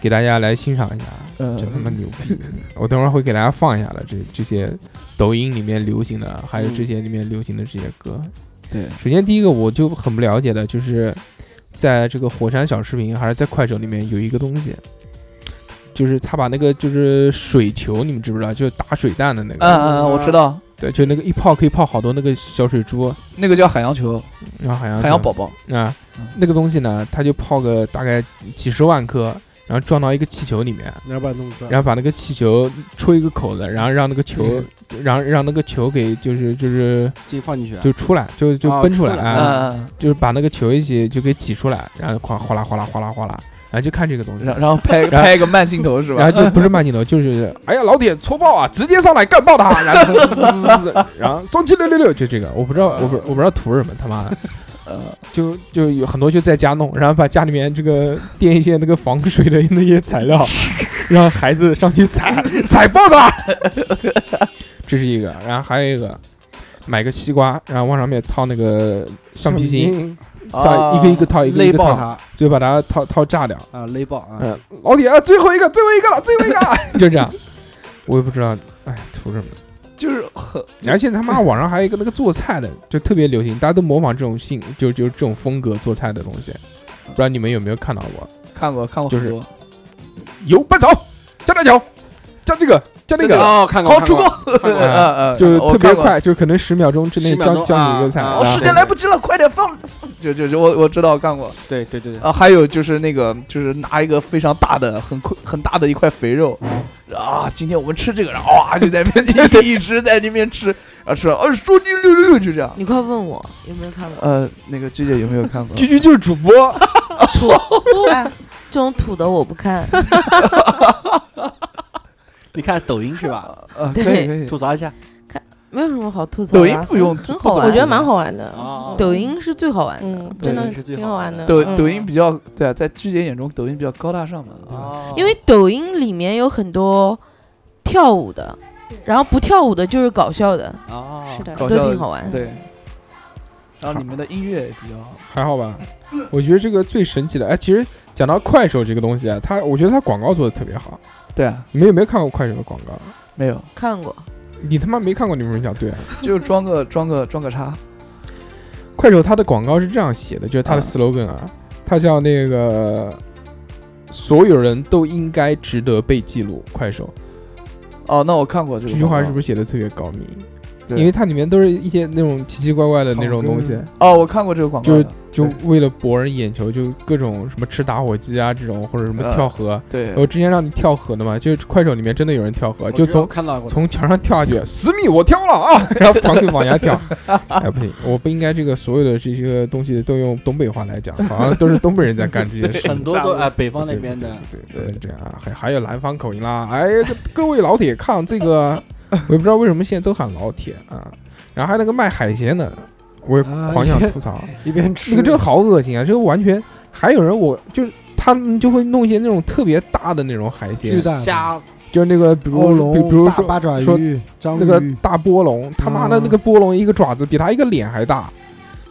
Speaker 2: 给大家来欣赏一下。真他妈牛逼！ (laughs) 我等会儿会给大家放一下的，这这些抖音里面流行的，还有这些里面流行的这些歌。
Speaker 3: 对
Speaker 2: 首先第一个我就很不了解的，就是在这个火山小视频还是在快手里面有一个东西，就是他把那个就是水球，你们知不知道？就是打水弹的那个。
Speaker 7: 嗯嗯嗯我知道。
Speaker 2: 对，就那个一泡可以泡好多那个小水珠，
Speaker 7: 那个叫海洋球，
Speaker 2: 然后海洋
Speaker 7: 海洋宝宝
Speaker 2: 啊，那个东西呢，它就泡个大概几十万颗，然后撞到一个气球里面，
Speaker 5: 然后把它弄转
Speaker 2: 然后把那个气球戳一个口子，然后让那个 (laughs) 球，然后让那个球给就是就是
Speaker 3: 进放进去啊
Speaker 2: 就出来，就就
Speaker 3: 啊
Speaker 2: 奔出来，
Speaker 3: 出来嗯嗯
Speaker 2: 啊
Speaker 3: 嗯
Speaker 2: 就是把那个球一起就给挤出来，然后哗哗啦哗啦哗啦哗啦，然后就看这个东西，
Speaker 7: 然然后拍
Speaker 2: 然后
Speaker 7: 拍一个慢镜头是吧
Speaker 2: 然后就不是慢镜头，就是哎呀老铁搓爆啊，直接上来干爆他，然后滋滋滋滋滋然后双七六六六就这个，我不知道我不我不知道图是什么，他妈的。
Speaker 7: 呃，
Speaker 2: 就就有很多就在家弄，然后把家里面这个垫一些那个防水的那些材料，让孩子上去踩踩爆它。 (laughs) 这是一个，然后还有一个，买个西瓜，然后往上面套那个橡皮筋，
Speaker 3: 橡皮筋啊
Speaker 7: 啊
Speaker 2: 像一个一个套，一个一
Speaker 3: 勒
Speaker 2: 个
Speaker 3: 爆
Speaker 2: 套
Speaker 3: 它，
Speaker 2: 就把它套套炸掉。
Speaker 3: 啊，勒爆啊！
Speaker 2: 嗯，老铁，最后一个，最后一个了，最后一个，就这样。我也不知道，哎，图什么？
Speaker 7: 就是很，
Speaker 2: 而且他妈网上还有一个那个做菜的，就特别流行，大家都模仿这种性，就就这种风格做菜的东西，不知道你们有没有看到过？
Speaker 7: 看过看过
Speaker 2: 就
Speaker 7: 很
Speaker 2: 是
Speaker 7: 多，
Speaker 2: 油拌草，加辣椒，加这个，加那
Speaker 7: 这
Speaker 2: 个，
Speaker 7: 个哦看过
Speaker 2: 好
Speaker 7: 看
Speaker 2: 出
Speaker 7: 过
Speaker 2: 锅
Speaker 7: 看过，
Speaker 2: 哎
Speaker 7: 嗯嗯
Speaker 2: 就是
Speaker 7: 我
Speaker 2: 特别
Speaker 7: 看过
Speaker 2: 快，就可能十秒钟之内
Speaker 7: 10秒
Speaker 2: 教
Speaker 7: 钟
Speaker 2: 教你一个菜，
Speaker 7: 啊啊
Speaker 2: 然后
Speaker 7: 时间来不及了，快点放！就就就我我知道干过，
Speaker 3: 对对对对
Speaker 7: 啊，还有就是那个就是拿一个非常大的很快很大的一块肥肉，
Speaker 2: 嗯
Speaker 7: 啊，今天我们吃这个，然后啊就在那
Speaker 2: (laughs)
Speaker 7: 边一直在那边吃，啊吃完，啊说你六六六就这样，
Speaker 4: 你快问我有没有看过？
Speaker 7: 呃，那 (laughs) 个鞠姐有没有看过？
Speaker 2: 鞠鞠就是主播，
Speaker 4: 土，哎这种土的我不看。
Speaker 3: 你看抖音是吧？
Speaker 7: 呃
Speaker 4: 对可以可以
Speaker 3: 吐槽一下。
Speaker 4: 没有什么好吐槽的啊。
Speaker 7: 抖音不用
Speaker 4: 很好玩，
Speaker 6: 我觉得蛮好玩的。嗯
Speaker 4: 抖音是最好玩
Speaker 7: 嗯
Speaker 4: 的，
Speaker 6: 真的挺好玩的。
Speaker 7: 抖抖
Speaker 2: 嗯
Speaker 6: 音，
Speaker 7: 音比较对啊，在鞠姐眼中抖音比较高大上嘛，对吧
Speaker 3: 哦
Speaker 4: 因为抖音里面有很多跳舞的，然后不跳舞的就是搞笑的，
Speaker 3: 哦
Speaker 6: 是的
Speaker 7: 搞
Speaker 4: 都
Speaker 7: 笑
Speaker 4: 挺好玩。
Speaker 7: 对，然后你们的音乐也比较好，
Speaker 2: (laughs) 还好吧？我觉得这个最神奇的，哎，其实讲到快手这个东西啊，它我觉得它广告做的特别好。
Speaker 7: 对啊，
Speaker 2: 你们有没有看过快手的广告？
Speaker 7: 没有，
Speaker 4: 看过，
Speaker 2: 你他妈没看过，你们想对啊？
Speaker 7: (laughs) 就装个装个装个叉，
Speaker 2: 快手它的广告是这样写的，就是它的 slogan 啊，它叫那个所有人都应该值得被记录。快手
Speaker 7: 哦，那我看过这
Speaker 2: 这
Speaker 7: 个
Speaker 2: 句话
Speaker 7: 广告
Speaker 2: 是不是写的特别高明？
Speaker 7: 对
Speaker 2: 因为它里面都是一些那种奇奇怪怪的那种东西。
Speaker 7: 哦，我看过这个广告
Speaker 2: 就
Speaker 7: 的，
Speaker 2: 就为了博人眼球，就各种什么吃打火机啊这种，或者什么
Speaker 7: 呃
Speaker 2: 跳河。啊
Speaker 7: 对
Speaker 2: 我之前让你跳河的嘛，就是快手里面真的有人跳河，就
Speaker 3: 知道
Speaker 2: 从
Speaker 3: 看到过
Speaker 2: 从墙上跳下去，十米我跳了啊，然后往往下跳。哎，不行，我不应该这个所有的这些东西都用东北话来讲，好像都是东北人在干这些事情。
Speaker 3: 很多都哎，北方那边的，
Speaker 2: 对对对，这样啊，还还有南方口音啦。哎，各位老铁，看这个，我也不知道为什么现在都喊老铁啊。然后还有那个卖海鲜的，我也 (laughs) 狂想吐槽，
Speaker 5: 哎一边吃
Speaker 2: 这个真的好恶心啊！这个完全还有人我就是他们就会弄一些那种特别大的那种海鲜
Speaker 5: 巨大的
Speaker 3: 虾，
Speaker 2: 就是那个比
Speaker 5: 欧
Speaker 2: 如
Speaker 5: 龙
Speaker 2: 比比如
Speaker 5: 大
Speaker 2: 说
Speaker 5: 八爪鱼
Speaker 2: 说
Speaker 5: 章鱼
Speaker 2: 那个大波龙，他妈的那个波龙一个爪子比他一个脸还大。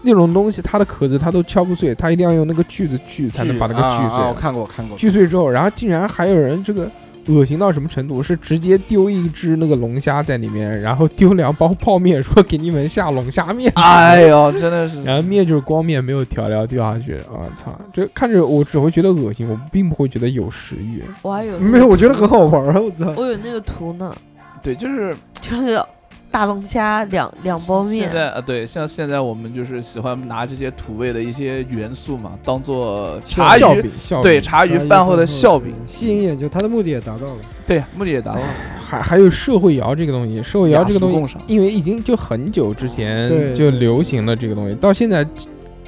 Speaker 2: 那种东西，它的壳子它都敲不碎，它一定要用那个锯子锯才能把那个
Speaker 3: 啊
Speaker 2: 锯碎。
Speaker 3: 啊我看过，我看过。
Speaker 2: 锯碎之后，然后竟然还有人这个恶心到什么程度，是直接丢一只那个龙虾在里面，然后丢两包泡面，说给你们下龙虾 (laughs) 面。
Speaker 7: 哎呦，真的是，
Speaker 2: 然后面就是光面，没有调料掉下去，我操！这看着我只会觉得恶心，我并不会觉得有食欲。
Speaker 4: 我还有
Speaker 5: 没有，我觉得很好玩儿，我操！
Speaker 4: 我有那个图呢，
Speaker 7: 对，就是
Speaker 4: 就是那个大龙虾两两包面
Speaker 7: 现，在啊，对，像现在我们就是喜欢拿这些土味的一些元素嘛，当做茶
Speaker 2: 笑
Speaker 7: 余
Speaker 2: 柄笑
Speaker 7: 对
Speaker 2: 柄
Speaker 7: 茶余饭后的笑柄，
Speaker 5: 吸引眼球，他的目的也达到了。
Speaker 7: 对，目的也达到了。
Speaker 2: 还还有社会摇这个东西，社会摇这个
Speaker 7: 雅俗
Speaker 2: 东
Speaker 7: 共
Speaker 2: 西
Speaker 7: 赏，
Speaker 2: 因为已经就很久之前
Speaker 5: 对
Speaker 2: 就流行了这个东西，到现在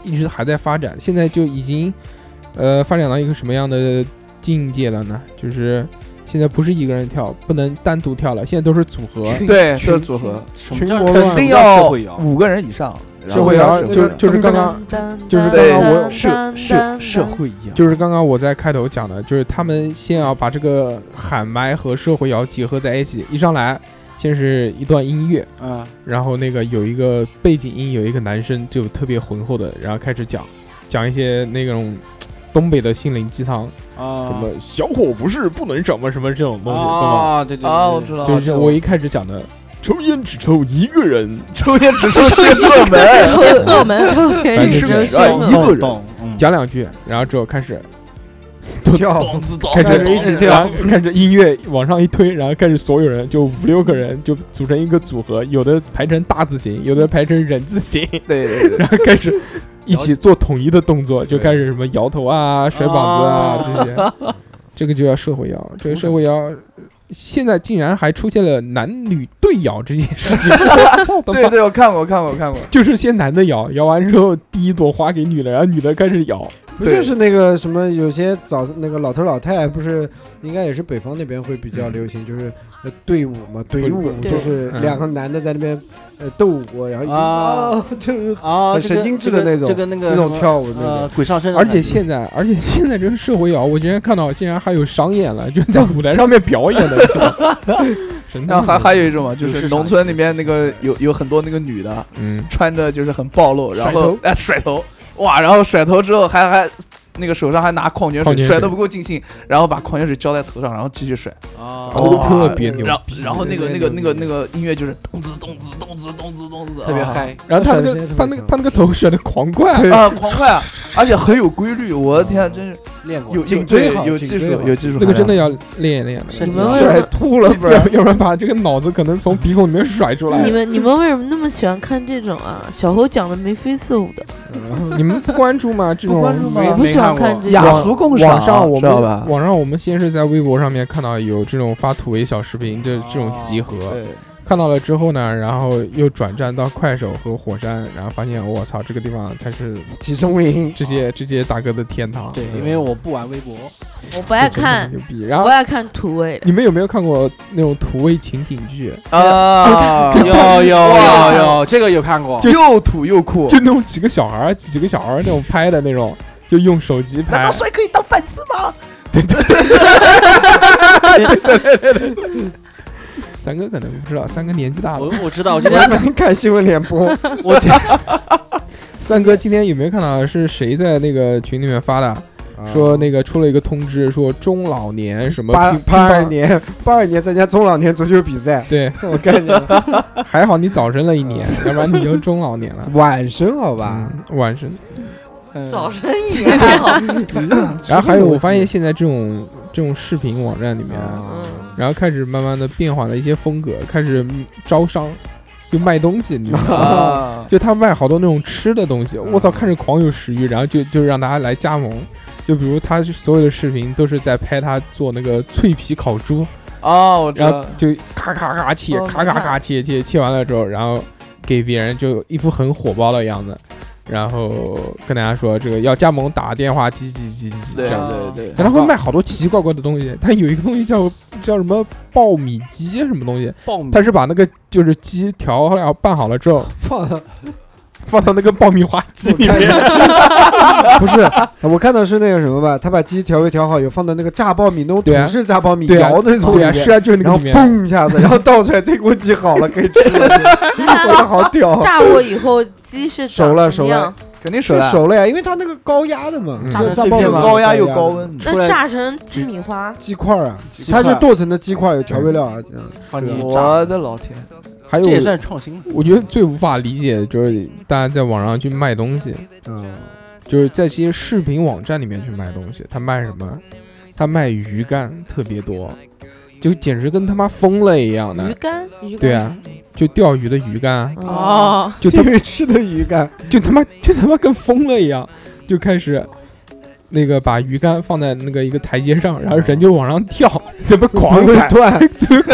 Speaker 2: 一直还在发展，现在就已经呃发展到一个什么样的境界了呢？就是现在不是一个人跳，不能单独跳了，现在都是组合。
Speaker 7: 对，这是组合，
Speaker 3: 群魔
Speaker 7: 肯定要五个人以上。
Speaker 2: 社会摇就就是刚刚就是刚刚我
Speaker 7: 社社社会摇，
Speaker 2: 就是刚刚我在开头讲的，就是他们先要把这个喊麦和社会摇结合在一起，一上来先是一段音乐，
Speaker 3: 嗯，
Speaker 2: 然后那个有一个背景音，有一个男生就特别浑厚的，然后开始讲讲一些那种东北的心灵鸡汤
Speaker 3: 啊
Speaker 2: 什么小伙不是不能什么什么这种东西，
Speaker 3: 啊对对
Speaker 2: 对吧？
Speaker 3: 对
Speaker 4: 哦
Speaker 3: 啊我知道
Speaker 2: 就
Speaker 3: 这
Speaker 2: 是
Speaker 3: 个
Speaker 7: (laughs)
Speaker 2: 我一开始讲的。抽烟只抽一个人，
Speaker 7: 抽烟只抽
Speaker 2: 是
Speaker 7: 社
Speaker 2: (laughs)
Speaker 7: 门
Speaker 2: 社
Speaker 7: 社门抽烟
Speaker 3: 哎
Speaker 7: 只抽社门
Speaker 2: 一个
Speaker 3: 懂
Speaker 4: 嗯
Speaker 2: 人，讲两句，然后之后开始
Speaker 5: 跳
Speaker 2: 咚
Speaker 5: 子咚
Speaker 2: 开始
Speaker 5: 开始一起
Speaker 2: 然后
Speaker 5: 跳
Speaker 2: (laughs) 开始音乐往上一推，然后开始所有人就五六个人就组成一个组合，有的排成大字形，有的排成人字形，
Speaker 7: 对对对，
Speaker 2: 然 (laughs) 后开始一起做统一的动作，就开始什么摇头啊、甩膀子啊这些。
Speaker 7: (laughs)
Speaker 2: 这个就叫社会 (laughs) 摇，这个社会摇现在竟然还出现了男女对摇这件事
Speaker 7: (laughs)
Speaker 2: 情，我操他妈
Speaker 7: 对对，我看过，我看过，我看过。
Speaker 2: 就是先男的摇，摇完之后第一朵花给女的，然后女的开始摇，
Speaker 5: 不就是那个什么，有些早那个老头老太不是，应该也是北方那边会比较流行，就是呃队伍嘛，队
Speaker 2: 不
Speaker 5: 伍
Speaker 2: 不
Speaker 5: 就是
Speaker 2: 嗯对
Speaker 5: 两个男的在那边呃斗舞，然后一哦
Speaker 3: 啊，
Speaker 5: 就是
Speaker 3: 啊，
Speaker 5: 很
Speaker 3: 这个
Speaker 5: 神经质的
Speaker 3: 这个
Speaker 5: 那种
Speaker 3: 这个那个
Speaker 5: 那种
Speaker 3: 什么
Speaker 5: 跳舞那
Speaker 3: 呃
Speaker 5: 种
Speaker 3: 鬼上身的
Speaker 2: 而
Speaker 3: 感觉。
Speaker 2: 且现在，而且现在这个社会摇，我今天看到竟然还有商演了，就在舞台哦上面表演的， (laughs) 神啊
Speaker 7: 然后还还有一种嘛，就
Speaker 2: 有
Speaker 7: 是
Speaker 2: 市场
Speaker 7: 农村里面那个有有很多那个女的，
Speaker 2: 嗯，
Speaker 7: 穿着就是很暴露，然
Speaker 2: 甩
Speaker 7: 后
Speaker 2: 头
Speaker 7: 哎甩头，哇，然后甩头之后还还那个手上还拿矿泉
Speaker 2: 矿泉水
Speaker 7: 水，甩的不够尽兴，然后把矿泉水浇在头上，然后继续甩，
Speaker 3: 啊
Speaker 7: 哇
Speaker 2: 特别牛
Speaker 7: 然后
Speaker 2: 逼
Speaker 7: 然后那个那
Speaker 2: 对
Speaker 7: 个
Speaker 2: 对
Speaker 7: 那个那个音乐就是咚子咚子咚子咚子咚子，
Speaker 3: 特别
Speaker 7: 啊
Speaker 3: 嗨
Speaker 2: 然后他那个他那个他那个头甩的狂快
Speaker 7: 啊，狂快啊，而且很有规律，我的天，啊真是
Speaker 3: 练过
Speaker 7: 有
Speaker 3: 颈
Speaker 7: 有
Speaker 3: 椎
Speaker 7: 对
Speaker 3: 好
Speaker 7: 有
Speaker 3: 颈
Speaker 7: 技术
Speaker 3: 椎好
Speaker 7: 有技术含量，
Speaker 2: 那个真的要练一练了，
Speaker 3: 身体
Speaker 4: 们为什
Speaker 2: 甩
Speaker 4: 么
Speaker 2: 吐了，不然要不然把这个脑子可能从鼻孔里面甩出来。
Speaker 4: 你们你们为什么那么喜欢看这种啊？小猴讲的眉飞色舞的，
Speaker 2: 你们不关注吗？这种
Speaker 4: 我不喜欢看这种
Speaker 7: 雅俗共赏啊
Speaker 2: 网上我
Speaker 7: 知道
Speaker 2: 们
Speaker 7: 吧
Speaker 2: 网上我们先是在微博上面看到有这种发土味小视频的这
Speaker 7: 哦
Speaker 2: 种集合，看到了之后呢，然后又转战到快手和火山，然后发现我操，这个地方才是
Speaker 5: 集中营
Speaker 2: 这些这些大哥的天堂。
Speaker 3: 对，因为我不玩微博，
Speaker 4: 我不爱看
Speaker 2: 牛，逼。然
Speaker 4: 不
Speaker 2: 后
Speaker 4: 爱看土味的。
Speaker 2: 你们有没有看过那种土味情景剧？
Speaker 7: (laughs) 啊，
Speaker 3: 有有
Speaker 7: 哇
Speaker 3: 有有，这个有看过。
Speaker 7: 又土又酷，
Speaker 2: 就那种几个小孩儿几个小孩儿那种拍的那种，就用手机
Speaker 7: 难
Speaker 2: 拍
Speaker 7: 道。帅可以当饭吃吗？
Speaker 2: 三哥可能不知道，三哥年纪大了
Speaker 3: 我。我知道，我今天
Speaker 5: 我看新闻联播，
Speaker 3: 我今
Speaker 2: 三哥今天有没有看到是谁在那个群里面发
Speaker 5: 啊
Speaker 2: 的？说那个出了一个通知，说中老年什么
Speaker 5: 八
Speaker 2: 乒
Speaker 5: 八二。
Speaker 2: 乒乓
Speaker 5: 年八二年参加中老年足球比赛，
Speaker 2: 对，
Speaker 5: 我看见了
Speaker 2: 还好你早生了一年，要不然你就中老
Speaker 5: (laughs)
Speaker 2: 年了。
Speaker 5: 晚生好啊吧，
Speaker 2: 嗯，晚生。
Speaker 6: (laughs)
Speaker 7: 早
Speaker 4: 生一年还好，
Speaker 2: 然后还有，我发现现在这种这种视频网站里面，啊
Speaker 5: 啊
Speaker 2: 然后开始慢慢的变换了一些风格，开始招商，就卖东西，你知道吗？
Speaker 7: (laughs) 啊，
Speaker 2: 就他卖好多那种吃的东西，我操，看着狂有食欲，然后就就让大家来加盟。就比如他所有的视频都是在拍他做那个脆皮烤猪，
Speaker 7: 哦，我知
Speaker 2: 然
Speaker 7: 道
Speaker 2: 后，就咔咔咔切
Speaker 7: 哦，
Speaker 2: 咔咔咔切切切完了之后，然后给别人就一副很火爆的样子，然后跟大家说这个要加盟打电话几几几几几这
Speaker 7: 对
Speaker 2: 样。
Speaker 7: 对对，
Speaker 2: 然后会卖好多奇奇怪怪的东西，它有一个东西叫叫什么爆米鸡什么东西，
Speaker 3: 爆米
Speaker 2: 它是把那个就是鸡调料拌好了之后，
Speaker 5: 放
Speaker 2: 放到那个爆米花机里面，
Speaker 5: (laughs)
Speaker 2: (laughs)
Speaker 5: 不是，我看到是那个什么吧，他把鸡调味调好，有放到那个炸爆米那种
Speaker 2: 对啊
Speaker 5: 土式炸爆米
Speaker 2: 对啊
Speaker 5: 窑那种
Speaker 2: (laughs)
Speaker 5: 里
Speaker 2: 对啊，
Speaker 5: 面，
Speaker 2: 是啊，就是那
Speaker 5: 然
Speaker 2: 个里
Speaker 5: 后
Speaker 2: 面，
Speaker 5: 嘣一下子，然后倒出来，这锅鸡好了，可以吃了，我的好屌，
Speaker 4: 炸过以后鸡是长
Speaker 5: 熟了
Speaker 4: 什么样
Speaker 7: 肯定
Speaker 5: 是
Speaker 7: 熟了，
Speaker 5: 熟了呀，因为它那个高压的嘛
Speaker 2: 嗯，
Speaker 5: 炸
Speaker 3: 炸
Speaker 5: 炸
Speaker 3: 成
Speaker 5: 爆
Speaker 3: 碎片
Speaker 5: 米
Speaker 7: 又
Speaker 5: 嘛
Speaker 3: 吗
Speaker 7: 高压又高。温，
Speaker 3: 出
Speaker 4: 那
Speaker 3: 来
Speaker 4: 炸成鸡米花，
Speaker 5: 鸡块儿啊，
Speaker 3: 鸡
Speaker 5: 它
Speaker 3: 块
Speaker 5: 是剁成的鸡块，有调味料啊。
Speaker 3: 帮你炸，
Speaker 7: 我的老天，
Speaker 2: 还
Speaker 3: 这也
Speaker 2: 有
Speaker 3: 算是创新了。
Speaker 2: 我觉得最无法理解的就是大家在网上去卖东西，
Speaker 5: 嗯，
Speaker 2: 就是在这些视频网站里面去卖东西，他卖什么？他卖鱼干特别多，就简直跟他妈疯了一样
Speaker 4: 鱼
Speaker 2: 的。
Speaker 4: 干，鱼干
Speaker 2: 对啊，就钓鱼的鱼干
Speaker 5: (laughs)
Speaker 2: 啊，
Speaker 4: 哦，
Speaker 2: (laughs) 就他
Speaker 5: 这个吃的鱼 (laughs) 干，
Speaker 2: 就他妈就他妈跟疯了一样，就开始那个把鱼竿放在那个一个台阶上，然后人就往上跳，怎么狂
Speaker 5: 不会
Speaker 2: 踩， (laughs)
Speaker 5: 断，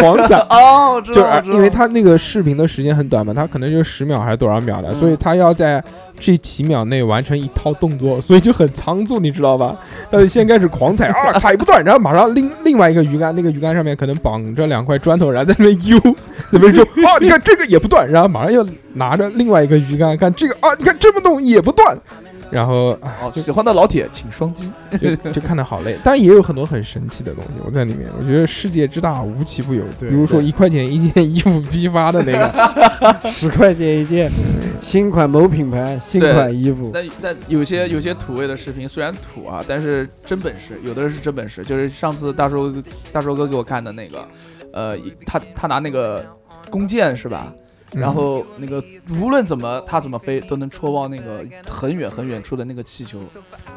Speaker 2: 狂踩。
Speaker 7: 哦，我知
Speaker 2: 就是啊
Speaker 7: 道，我知道
Speaker 2: 因为他那个视频的时间很短嘛，他可能就十秒还是多少秒的，
Speaker 7: 嗯
Speaker 2: 所以他要在这几秒内完成一套动作，所以就很仓促，你知道吧？ (laughs) 他就先开始狂踩
Speaker 7: (laughs)
Speaker 2: 啊，踩不断，然后马上另另外一个鱼竿，那个鱼竿上面可能绑着两块砖头，然后在那边悠， (laughs) 在那边说
Speaker 7: (laughs)
Speaker 2: 啊，你看这个也不断，然后马上又拿着另外一个鱼竿看这个啊，你看这么弄也不断，然后啊
Speaker 7: 哦，喜欢的老铁请双击， (laughs)
Speaker 2: 就就看得好累，但也有很多很神奇的东西。我在里面，我觉得世界之大无奇不有，比
Speaker 5: 对
Speaker 2: 如说
Speaker 5: 对
Speaker 2: 一块钱一件衣服批发的那个，
Speaker 5: 十块钱一件，新款某品牌新
Speaker 7: 对
Speaker 5: 款衣服，
Speaker 7: 但但有些有些土味的视频虽然土啊，但是真本事，有的是真本事。就是上次大叔大叔哥给我看的那个，呃，他他拿那个弓箭是吧？
Speaker 2: 嗯
Speaker 7: (laughs) 然后那个无论怎么他怎么飞都能戳爆那个很远很远处的那个气球，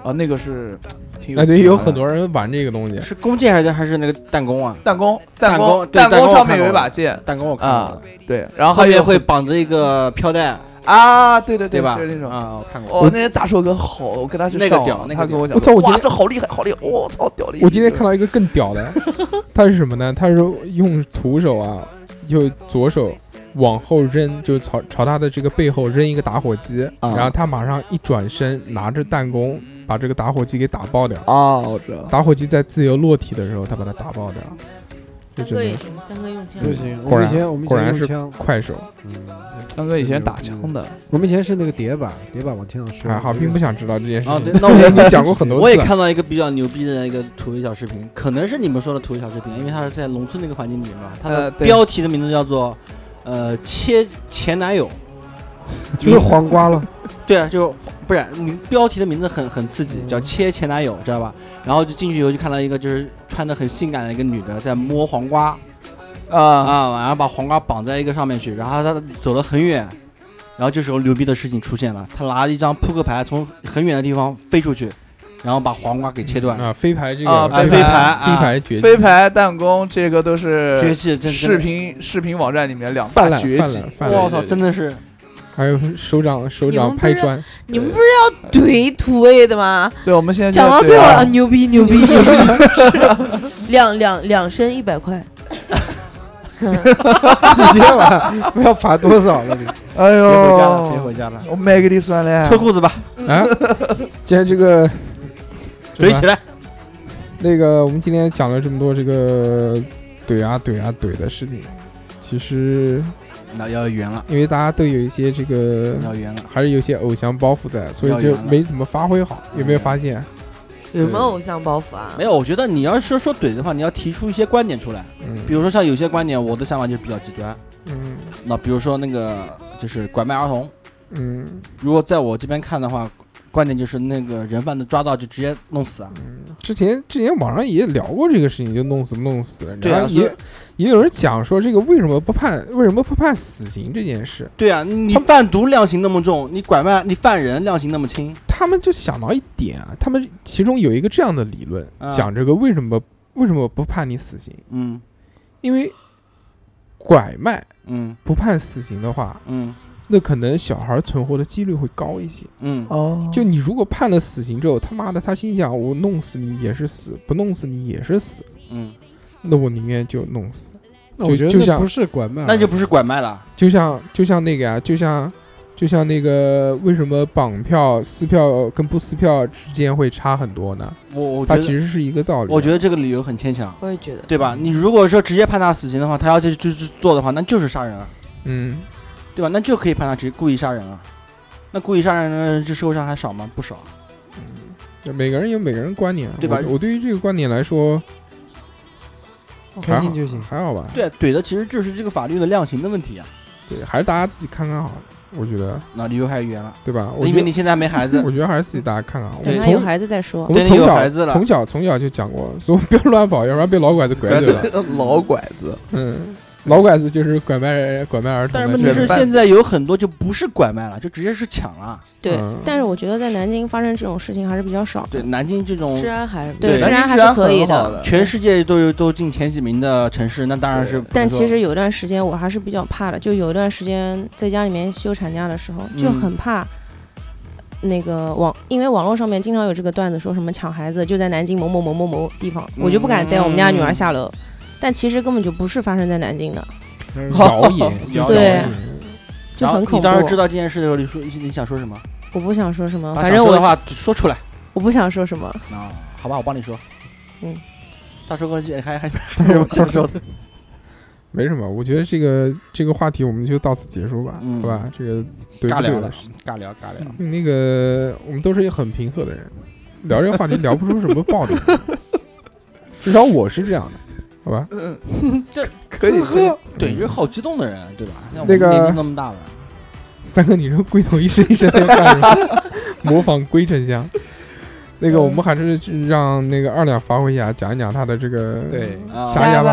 Speaker 7: 啊，那个是挺有
Speaker 2: 哎，对，
Speaker 7: 启发
Speaker 2: 有
Speaker 7: 的
Speaker 2: 很多人玩这个东西，
Speaker 3: 是弓箭还是还是那个弹弓啊？
Speaker 7: 弹弓
Speaker 3: 弹
Speaker 7: 弓
Speaker 3: 对
Speaker 7: 弹
Speaker 3: 弹
Speaker 7: 弓
Speaker 3: 我
Speaker 7: 上
Speaker 3: 看
Speaker 7: 面有一
Speaker 3: 过
Speaker 7: 把剑，
Speaker 3: 弹弓我看
Speaker 7: 啊
Speaker 3: 过，，
Speaker 7: 对，然后
Speaker 3: 后
Speaker 7: 还有
Speaker 3: 面会绑着一个飘带，
Speaker 7: 啊，对对
Speaker 3: 对吧
Speaker 7: 就是那种
Speaker 3: 啊，我看过。
Speaker 7: 哦，那些大硕哥好，我跟他去
Speaker 3: 那个
Speaker 7: 上
Speaker 3: 屌
Speaker 7: 网
Speaker 3: 那个
Speaker 7: 他跟我
Speaker 3: 屌
Speaker 7: 讲，
Speaker 2: 我操我今
Speaker 7: 哇，
Speaker 2: 天
Speaker 7: 这好厉害，好厉害，我操，屌厉害！
Speaker 2: 我今天看到一个更屌
Speaker 7: (laughs)
Speaker 2: 的，他是什么呢？他是用徒手啊，就左手往后扔，就朝朝他的这个背后扔一个打火机，
Speaker 3: 啊
Speaker 2: 然后他马上一转身，拿着弹弓
Speaker 7: 嗯
Speaker 2: 把这个打火机给打爆掉。
Speaker 7: 啊，我知道，
Speaker 2: 打火机在自由落体的时候，他把它打爆掉。就
Speaker 4: 三
Speaker 2: 真
Speaker 4: 哥也
Speaker 2: 的
Speaker 4: 行，三哥用这
Speaker 5: 不
Speaker 4: 样。
Speaker 5: 行，我
Speaker 2: 果
Speaker 5: 们
Speaker 2: 然
Speaker 5: 以前我们以
Speaker 2: 果然
Speaker 5: 前
Speaker 2: 是嗯
Speaker 5: 用枪，
Speaker 2: 快手，
Speaker 7: 三哥以前打枪的，
Speaker 5: 我们以前是那个叠板，叠板往天上
Speaker 2: 还
Speaker 3: 嗯
Speaker 5: 刷。
Speaker 2: 啊好，
Speaker 5: 那
Speaker 2: 并
Speaker 5: 个
Speaker 2: 不想知道这件 (laughs) 事
Speaker 3: 啊
Speaker 2: 情
Speaker 3: 对。那我
Speaker 2: 你讲过很多次，啊
Speaker 3: 我也看到一个比较牛逼的一个土味小视频，可能是你们说的土味小视频，因为它是在农村那个环境里面吧。它
Speaker 7: 呃
Speaker 3: 的
Speaker 7: 对
Speaker 3: 标题的名字叫做“呃切前男
Speaker 2: (laughs)
Speaker 3: 友
Speaker 5: 就是黄瓜了，”，
Speaker 3: 对啊，就不然你标题的名字很很刺
Speaker 2: 嗯
Speaker 3: 激，叫“切前男友”，知道吧？然后就进去以后就看到一个就是穿的很性感的一个女的在摸黄瓜
Speaker 7: 啊，
Speaker 3: 啊，然后把黄瓜绑在一个上面去，然后她走了很远。然后这时候牛逼的事情出现了，她拿了一张扑克牌从很远的地方飞出去，然后把黄瓜给切断，
Speaker 2: 啊，飞牌这个
Speaker 7: 啊
Speaker 3: 啊，
Speaker 7: 飞
Speaker 3: 飞
Speaker 7: 盘
Speaker 3: 盘，
Speaker 2: 飞
Speaker 3: 啊
Speaker 2: 牌绝
Speaker 7: 飞牌弹弓这个都是
Speaker 3: 绝技，真
Speaker 7: 视
Speaker 3: 是
Speaker 7: 频视频网站里面两
Speaker 2: 泛
Speaker 7: 大
Speaker 2: 滥
Speaker 7: 绝
Speaker 2: 泛
Speaker 7: 技
Speaker 2: 滥，泛滥
Speaker 3: 我操，真的是
Speaker 2: 还有手掌手
Speaker 4: 你们
Speaker 2: 掌
Speaker 4: 不
Speaker 2: 拍
Speaker 4: 是
Speaker 2: 砖，
Speaker 4: 你们不是要怼土味的吗？
Speaker 7: 对，我们现在就
Speaker 4: 讲到
Speaker 7: 对
Speaker 4: 最后
Speaker 7: 啊
Speaker 4: 啊，牛逼牛逼 (laughs) 牛逼，两两两升一百块，
Speaker 5: 你今天晚上 (laughs) 不要罚多少
Speaker 2: (laughs)
Speaker 5: 了？你
Speaker 7: 哎
Speaker 3: 别回家了，别
Speaker 7: 呦，
Speaker 3: 回家了，
Speaker 7: 我卖给你算了
Speaker 3: 脱，裤子吧， (laughs)
Speaker 2: 啊，既然这个
Speaker 3: 怼起来。
Speaker 2: 那个，我们今天讲了这么多这个怼啊怼啊怼的事情，其实
Speaker 3: (laughs) 那要圆了，
Speaker 2: 因为大家都有一些这个，
Speaker 3: 要圆了，
Speaker 2: 还是有些偶像包袱在，所以就没怎么发挥好。有没有发现？
Speaker 4: 有什么偶像包袱啊
Speaker 3: 没？有，我觉得你要是说怼的话，你要提出一些观点出来，比
Speaker 2: 嗯
Speaker 3: 如说像有些观点，我的想法就比较极端，
Speaker 2: 嗯
Speaker 3: 那比如说那个就是拐卖儿童，
Speaker 2: 嗯
Speaker 3: 如果在我这边看的话。观点就是那个人贩子抓到就直接弄死啊！
Speaker 2: 嗯，之前之前网上也聊过这个事情，就弄死弄死，
Speaker 3: 对啊，
Speaker 2: 然后
Speaker 3: 所以
Speaker 2: 也也有人讲说这个为什么不判为什么不判死刑这件事，
Speaker 3: 对啊，你贩毒量刑那么重，你拐卖你犯人量刑那么轻，
Speaker 2: 他们就想到一点啊，他们其中有一个这样的理论，
Speaker 3: 啊
Speaker 2: 讲这个为什么为什么不判你死刑，
Speaker 3: 嗯
Speaker 2: 因为拐卖。
Speaker 3: 嗯
Speaker 2: 不判死刑的话，
Speaker 3: 嗯
Speaker 2: 那可能小孩存活的几率会高一些。
Speaker 3: 嗯，
Speaker 7: 哦，
Speaker 2: 就你如果判了死刑之后，他妈的，他心想我弄死你也是死，不弄死你也是死，
Speaker 3: 嗯，
Speaker 2: 那我宁愿就弄死。
Speaker 5: 那我觉
Speaker 2: 就
Speaker 5: 得那
Speaker 2: 像
Speaker 5: 不是拐卖，啊
Speaker 3: 那就不是拐卖了。
Speaker 2: 就像就像那个啊，就像就像那个为什么绑票、撕票跟不撕票之间会差很多呢？
Speaker 3: 我我觉
Speaker 2: 它
Speaker 3: 得
Speaker 2: 其实是一个道理。啊
Speaker 3: 我觉得这个理由很牵强，
Speaker 4: 我也觉得，
Speaker 3: 对吧？你如果说直接判他死刑的话，他要去去去做的话，那就是杀人了，
Speaker 2: 嗯，
Speaker 3: 对吧？那就可以判他直接故意杀人了。那故意杀人的这社会上还少吗？不少。
Speaker 2: 就每个人有每个人观点，啊
Speaker 3: 对吧
Speaker 2: 我我对于这个观点来说，
Speaker 5: 开心 (laughs) 就行。
Speaker 2: 还好吧。
Speaker 3: 对啊，怼的其实就是这个法律的量刑的问题啊。
Speaker 2: 对，还是大家自己看看好了，我觉得，
Speaker 3: 那离还远了，
Speaker 2: 对吧？我
Speaker 3: 因
Speaker 2: 觉
Speaker 3: 为
Speaker 2: 得
Speaker 3: 你现在还没孩子
Speaker 2: 我，觉得还是自己大家看看好。我
Speaker 6: 等
Speaker 2: 们
Speaker 6: 他
Speaker 2: 从嗯
Speaker 6: 有孩子再说
Speaker 2: 我。们
Speaker 3: 对
Speaker 2: 从
Speaker 3: 你有
Speaker 2: 小
Speaker 3: 孩子了
Speaker 2: 从小从小就讲过，所以不要乱跑，要不然被老拐子拐走了。
Speaker 3: (laughs)
Speaker 7: 老拐子，
Speaker 2: 嗯，老拐子就是拐卖人拐卖儿童的
Speaker 3: 但
Speaker 2: 这
Speaker 3: 是
Speaker 2: 个。
Speaker 3: 问题是
Speaker 7: 人贩
Speaker 3: 现在有很多就不是拐卖了，就直接是抢了。
Speaker 6: 对
Speaker 2: 嗯，
Speaker 6: 但是我觉得在南京发生这种事情还是比较少的。
Speaker 3: 对，南京这种
Speaker 4: 治安还是啊
Speaker 3: 对
Speaker 6: 对，治
Speaker 7: 哎
Speaker 6: 安还是可以的。
Speaker 3: 全世界都有都进前几名的城市，那当然是不能说。
Speaker 6: 但其实有一段时间我还是比较怕的，就有一段时间在家里面休产假的时候，就
Speaker 3: 嗯
Speaker 6: 很怕。那个网，因为网络上面经常有这个段子，说什么抢孩子就在南京某某某某某地方，我就不敢带我们家女
Speaker 3: 嗯
Speaker 6: 儿下楼。但其实根本就不是发生在南京的，
Speaker 2: 谣言，
Speaker 3: (laughs) 谣
Speaker 6: 对
Speaker 2: 谣言嗯
Speaker 6: 就很恐
Speaker 3: 你
Speaker 6: 怖。
Speaker 3: 当时知道这件事的时候，你说你想说什么？
Speaker 6: 我不想说什么，
Speaker 3: 把
Speaker 6: 反
Speaker 3: 想
Speaker 6: 正
Speaker 3: 说
Speaker 6: 我
Speaker 3: 的话说出来。
Speaker 6: 我不想说什么。
Speaker 3: 啊，好吧，我帮你说。
Speaker 6: 嗯，
Speaker 3: 大叔哥还还还有什么想
Speaker 5: (laughs)
Speaker 3: 说的？
Speaker 2: 没什么，我觉得这个这个话题我们就到此结束吧，
Speaker 3: 嗯
Speaker 2: 好吧？这个对
Speaker 3: 尬
Speaker 2: 不
Speaker 3: 聊了
Speaker 2: 对的？，
Speaker 3: 尬聊尬聊。
Speaker 2: 那个我们都是很平和的人，聊这个话题聊不出什么爆点， (laughs) 至少我是这样的，好吧？
Speaker 7: 可以，可以
Speaker 3: 对，就是好激动的人，对吧？像我
Speaker 2: 嗯
Speaker 3: 们
Speaker 2: 那个
Speaker 3: 年纪那么大了，
Speaker 2: 三哥，你说龟头一伸一伸要干什么？ (laughs) 模仿龟丞相。那个，我们还是去让那个二两发挥一下，讲一讲他的这个
Speaker 3: 对
Speaker 2: 啥哑巴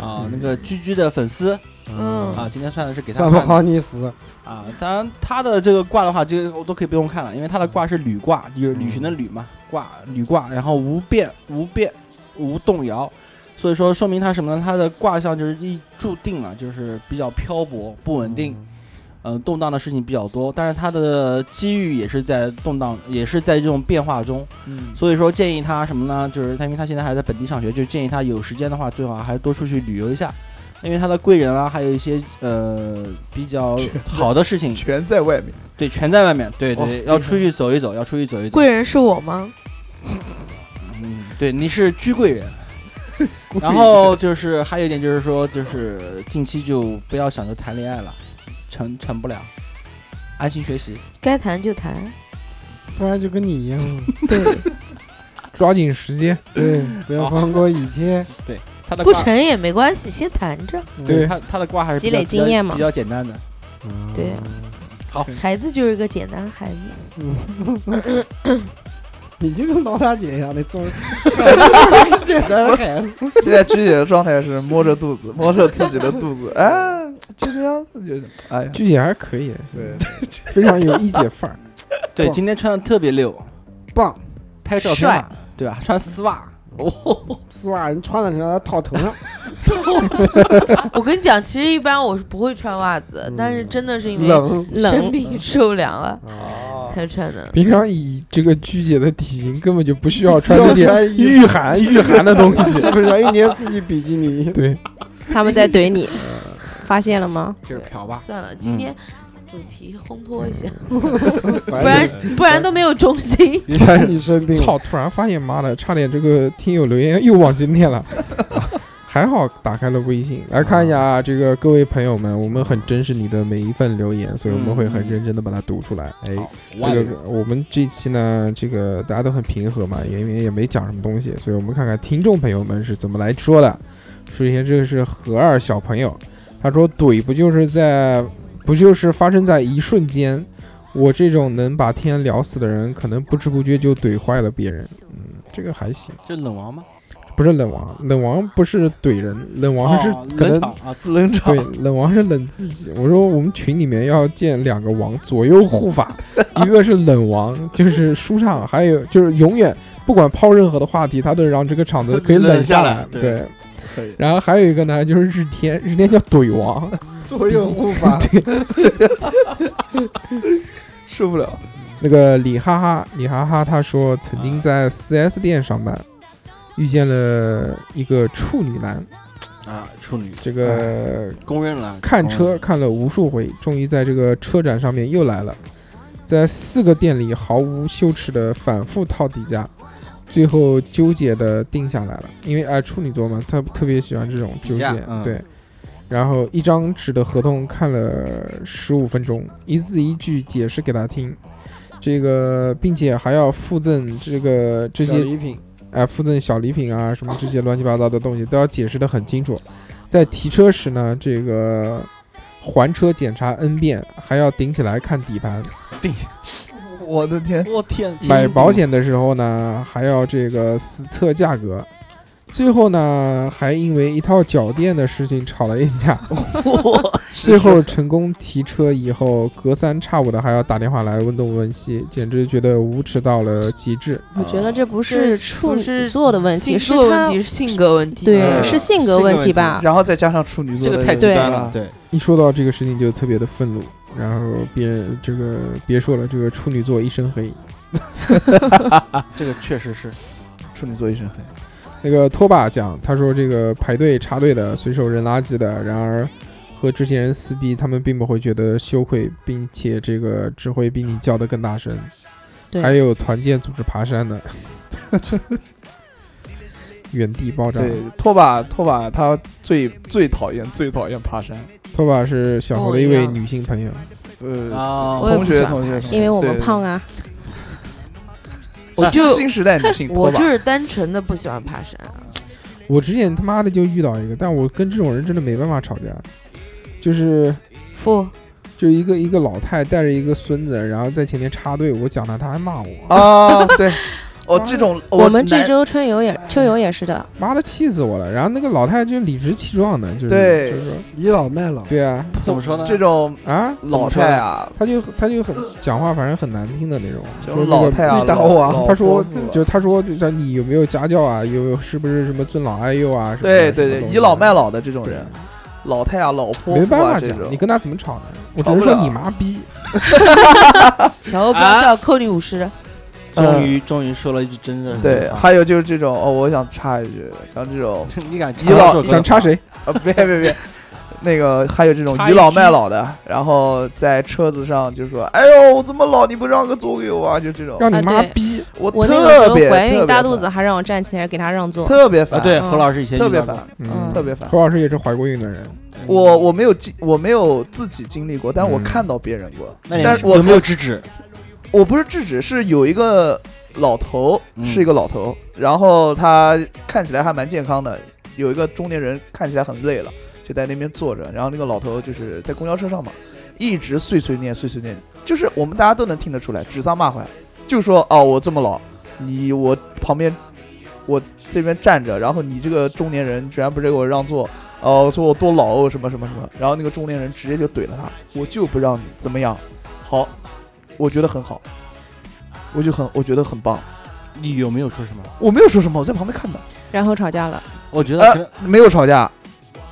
Speaker 3: 啊、那个居居的粉丝，
Speaker 5: 嗯
Speaker 3: 啊，今天算的是给他
Speaker 5: 算不好你死。
Speaker 3: 啊，当然他的这个卦的话，这个我都可以不用看了，因为他的卦是履卦，就是履行的履嘛，卦履卦，然后无变无变无动摇，所以说说明他什么呢？他的卦象就是一注定了，就是比较漂泊不稳定。呃，动荡的事情比较多，但是他的机遇也是在动荡，也是在这种变化中。
Speaker 5: 嗯
Speaker 3: 所以说建议他什么呢？就是他因为他现在还在本地上学，就建议他有时间的话，最好还多出去旅游一下，因为他的贵人啊，还有一些呃比较好的事情
Speaker 7: 全在外面。
Speaker 3: 对，全在外面。对对，
Speaker 7: 哦
Speaker 3: 要出去走一走，要出去走一走。
Speaker 10: 贵人是我吗？
Speaker 3: 对，你是居贵人。然后就是还有一点就是说，就是近期就不要想着谈恋爱了，成成不了，安心学习。
Speaker 4: 该谈
Speaker 6: (laughs)
Speaker 4: 就谈，
Speaker 5: (laughs) 不然就跟你一样。
Speaker 4: 对，
Speaker 2: 抓紧时间，
Speaker 3: (laughs)
Speaker 5: 对，不要放过以前。
Speaker 3: 对，他的
Speaker 4: 不
Speaker 3: 卦
Speaker 4: 成也没关系，先谈着。
Speaker 5: 嗯
Speaker 3: 对他他的卦还是比较
Speaker 4: 积累经验嘛
Speaker 3: 比较比较简单的。嗯
Speaker 4: 对，
Speaker 3: 好，
Speaker 4: 孩子就是个简单孩子。
Speaker 5: (laughs) 你这个老大姐一样的做，简单的孩子。
Speaker 7: 现在居姐的状态是摸着肚 (laughs) 子，摸着自己的肚子，哎，就这样，就是哎呀，
Speaker 2: 具体还是可以，
Speaker 7: 对，
Speaker 2: 非常有一姐范儿。
Speaker 3: 对，今天穿的特别溜，
Speaker 5: 棒，
Speaker 3: 拍照片嘛，对吧？穿丝袜，
Speaker 5: 哦，丝袜人穿的让他套头上，
Speaker 4: (laughs) 我跟你讲，其实一般我是不会穿袜子，但是真的是因为
Speaker 2: 冷
Speaker 4: 生病 (laughs) 受凉了才穿的。
Speaker 2: 平常以这个鞠姐的体型，根本就不需要穿这
Speaker 5: 需
Speaker 2: 些
Speaker 5: 要穿衣服
Speaker 2: 御寒 (laughs) 御寒的东
Speaker 5: (laughs)
Speaker 2: 西。
Speaker 5: 基本上一年四季比基尼。
Speaker 2: 对，
Speaker 6: 他们在怼你，发现了吗？
Speaker 3: 就是嫖吧。
Speaker 4: 算了，今天主题烘托一下，
Speaker 2: 不
Speaker 4: 不然不然都没有中心。
Speaker 5: 你看你生病了，
Speaker 2: (laughs) 操！突然发现，妈的，差点这个听友留言又忘记念了。 (laughs) 还好打开了微信，来看一下啊这个各位朋友们，我们很珍视你的每一份留言，所以我们会很认真的把它读出来。哎，
Speaker 3: 哦
Speaker 2: 这个我们这期呢，这个大家都很平和嘛，因为也没讲什么东西，所以我们看看听众朋友们是怎么来说的。首先，这个是何二小朋友，他说：“怼不就是在，不就是发生在一瞬间？我这种能把天聊死的人，可能不知不觉就怼坏了别人。嗯，这个还行，
Speaker 3: 这冷王吗？
Speaker 2: 不是冷王，冷王不是怼人，冷王是
Speaker 3: 哦
Speaker 2: 可
Speaker 3: 冷
Speaker 2: 能、
Speaker 3: 场啊，
Speaker 7: 冷场。
Speaker 2: 对，冷王是冷自己。我说我们群里面要建两个王，左右护法，一个是冷王，就是舒畅，还有就是永远不管抛任何的话题，他都让这个场子可以冷
Speaker 3: 冷下
Speaker 2: 来
Speaker 3: 来。
Speaker 2: 对
Speaker 3: 对
Speaker 7: 可以
Speaker 2: 然后还有一个呢，就是日天，日天叫怼王，
Speaker 5: 左右护法。
Speaker 7: (laughs)
Speaker 2: (laughs)
Speaker 7: 受不了。
Speaker 2: 那个李哈哈，李哈哈他说曾经在 4S 店上班，遇见了一个处女男，
Speaker 3: 啊，处女
Speaker 2: 这个
Speaker 3: 公认了，
Speaker 2: 看
Speaker 3: 公认
Speaker 2: 车
Speaker 3: 了
Speaker 2: 看了无数回，终于在这个车展上面又来了，在四个店里毫无羞耻的反复套底价，最后纠结的定下来了。因为哎、处女座嘛，他特别喜欢这种纠
Speaker 3: 底
Speaker 2: 结
Speaker 3: 价，嗯
Speaker 2: 对。然后一张纸的合同看了十五分钟，一字一句解释给他听，这个并且还要附赠这个这
Speaker 5: 小
Speaker 2: 些
Speaker 5: 礼品，
Speaker 2: 哎，附赠小礼品啊，什么这些乱七八糟的东西都要解释得很清楚。在提车时呢，这个还车检查 N 遍，还要顶起来看底盘；
Speaker 7: 我的天，
Speaker 3: 我哦天，
Speaker 2: 买保险的时候呢，还要这个死测价格。最后呢，还因为一套脚垫的事情吵了一架。
Speaker 4: (laughs)
Speaker 2: 最后成功提车以后，隔三差五的还要打电话来问东问西，简直觉得无耻到了极致。
Speaker 6: 我觉得这不
Speaker 4: 这
Speaker 6: 是
Speaker 4: 不
Speaker 6: 处
Speaker 4: 是
Speaker 6: 女座的问题，
Speaker 4: 星
Speaker 6: 是
Speaker 4: 座问
Speaker 6: 他
Speaker 4: 题是性格问题，啊
Speaker 6: 对，
Speaker 7: 嗯
Speaker 6: 是性
Speaker 3: 性格
Speaker 6: 格问
Speaker 3: 问
Speaker 6: 题
Speaker 3: 题
Speaker 6: 吧？
Speaker 7: 然后再加上处女
Speaker 3: 这
Speaker 7: 座的啊
Speaker 3: 个
Speaker 7: 人，
Speaker 3: 太极
Speaker 6: 对
Speaker 3: 端了，对，
Speaker 2: 一说到这个事情就特别的愤怒，然后别人这个别说了，这个处女座一身黑。
Speaker 3: 这个确实是
Speaker 7: 处女座一身黑。
Speaker 2: 那个拖把讲，他说这个排队插队的、随手扔垃圾的，然而和这些人撕逼，他们并不会觉得羞愧，并且这个只会比你叫得更大声。
Speaker 4: 对
Speaker 2: 还有团建组织爬山的， (laughs) 原地爆炸。
Speaker 7: 对，拖把拖把他最最讨厌最讨厌爬山，
Speaker 2: 拖把是小猴的一位女性朋友，
Speaker 7: 呃，
Speaker 3: 啊，
Speaker 4: 我也
Speaker 7: 同
Speaker 4: 不
Speaker 7: 学
Speaker 4: 喜欢
Speaker 7: 同学，
Speaker 6: 因为我们
Speaker 7: 对
Speaker 6: 胖，啊，
Speaker 4: 我就
Speaker 7: 新时代女性拖
Speaker 4: 我
Speaker 7: 把
Speaker 4: 就，是单纯的不喜欢爬山。
Speaker 2: 我之前他妈的就遇到一个，但我跟这种人真的没办法吵架，就是
Speaker 4: 不，
Speaker 2: 就一个一个老太带着一个孙子，然后在前面插队，我讲他，他还骂我
Speaker 7: 啊，
Speaker 6: (laughs)
Speaker 7: 对，哦，这种
Speaker 6: 我们这周春游也秋游也是的，
Speaker 2: 妈的气死我了。然后那个老太就理直气壮的，就是
Speaker 7: 对
Speaker 2: 就是说
Speaker 5: 倚老卖老，
Speaker 2: 对啊，
Speaker 3: 怎么说呢？
Speaker 7: 这种
Speaker 2: 啊，
Speaker 7: 老太啊，
Speaker 2: 他就他就很讲话，反正很难听的那种，
Speaker 7: 这
Speaker 2: 说
Speaker 7: 种
Speaker 2: 这
Speaker 7: 老
Speaker 2: 个
Speaker 7: 太啊，
Speaker 5: 你打我啊
Speaker 7: 老
Speaker 2: 他说
Speaker 7: 老
Speaker 2: 就他说就像你有没有家教啊，有是不是什么尊老爱幼啊？什么
Speaker 7: 对
Speaker 2: 的
Speaker 7: 对
Speaker 2: 什么
Speaker 7: 对，
Speaker 2: 东
Speaker 7: 倚
Speaker 2: 西
Speaker 7: 老卖老的这种人，老太啊，老泼
Speaker 2: 没
Speaker 7: 妇
Speaker 2: 办
Speaker 7: 啊，
Speaker 2: 法
Speaker 7: 这
Speaker 2: 讲，
Speaker 7: 种
Speaker 2: 你跟他怎么吵呢？我只
Speaker 7: 吵
Speaker 2: 能
Speaker 7: 不
Speaker 2: 说
Speaker 7: 了
Speaker 2: 你妈逼，
Speaker 4: 小欧不要笑，扣你五十。
Speaker 3: 终于终于说了一句真
Speaker 6: 嗯
Speaker 3: 的，
Speaker 7: 对，还有就是这种哦，我想插一句，像这种
Speaker 3: (laughs) 你敢
Speaker 7: 倚老
Speaker 2: 想插谁？
Speaker 7: 啊，别别
Speaker 6: (laughs)
Speaker 7: 别，那个还有这种
Speaker 3: 插
Speaker 7: 倚
Speaker 3: 一
Speaker 7: 老
Speaker 3: 句
Speaker 7: 卖老的，然后在车子上就说，哎呦，我这么老你不让个座给我啊，就这种，
Speaker 2: 让你
Speaker 6: 啊
Speaker 2: 妈
Speaker 6: 对
Speaker 2: 逼！
Speaker 7: 我
Speaker 6: 我那个时
Speaker 7: 特
Speaker 6: 候
Speaker 7: 别
Speaker 6: 怀
Speaker 7: 特
Speaker 6: 孕
Speaker 7: 别
Speaker 6: 大肚子，
Speaker 7: 烦
Speaker 6: 还让我站起来给他让座，
Speaker 7: 特别烦，
Speaker 3: 啊，对，
Speaker 6: 嗯
Speaker 3: 何老师以前
Speaker 7: 特别
Speaker 3: 遇到过
Speaker 7: 烦，
Speaker 2: 嗯，
Speaker 7: 特别烦。
Speaker 2: 何老师也是怀过孕的人，
Speaker 7: 我我没有经我没有自己经历过，但是我
Speaker 2: 嗯
Speaker 7: 看到别人过。
Speaker 3: 那你
Speaker 7: 但是我
Speaker 3: 有没有制止？
Speaker 7: 我不是制止，是有一个老头，
Speaker 3: 嗯
Speaker 7: 是一个老头，然后他看起来还蛮健康的，有一个中年人看起来很累了，就在那边坐着，然后那个老头就是在公交车上嘛，一直碎碎念碎碎念，就是我们大家都能听得出来，指桑骂槐，就说哦我这么老，你我旁边我这边站着，然后你这个中年人居然不给我让座。哦，说我多老哦，什么什么什么，然后那个中年人直接就怼了他，我就不让你怎么样，好，我觉得很好，我就很我觉得很棒。
Speaker 3: 你有没有说什么？
Speaker 7: 我没有说什么，我在旁边看的，
Speaker 6: 然后吵架了。
Speaker 3: 我觉得可能
Speaker 7: 呃，没有吵架。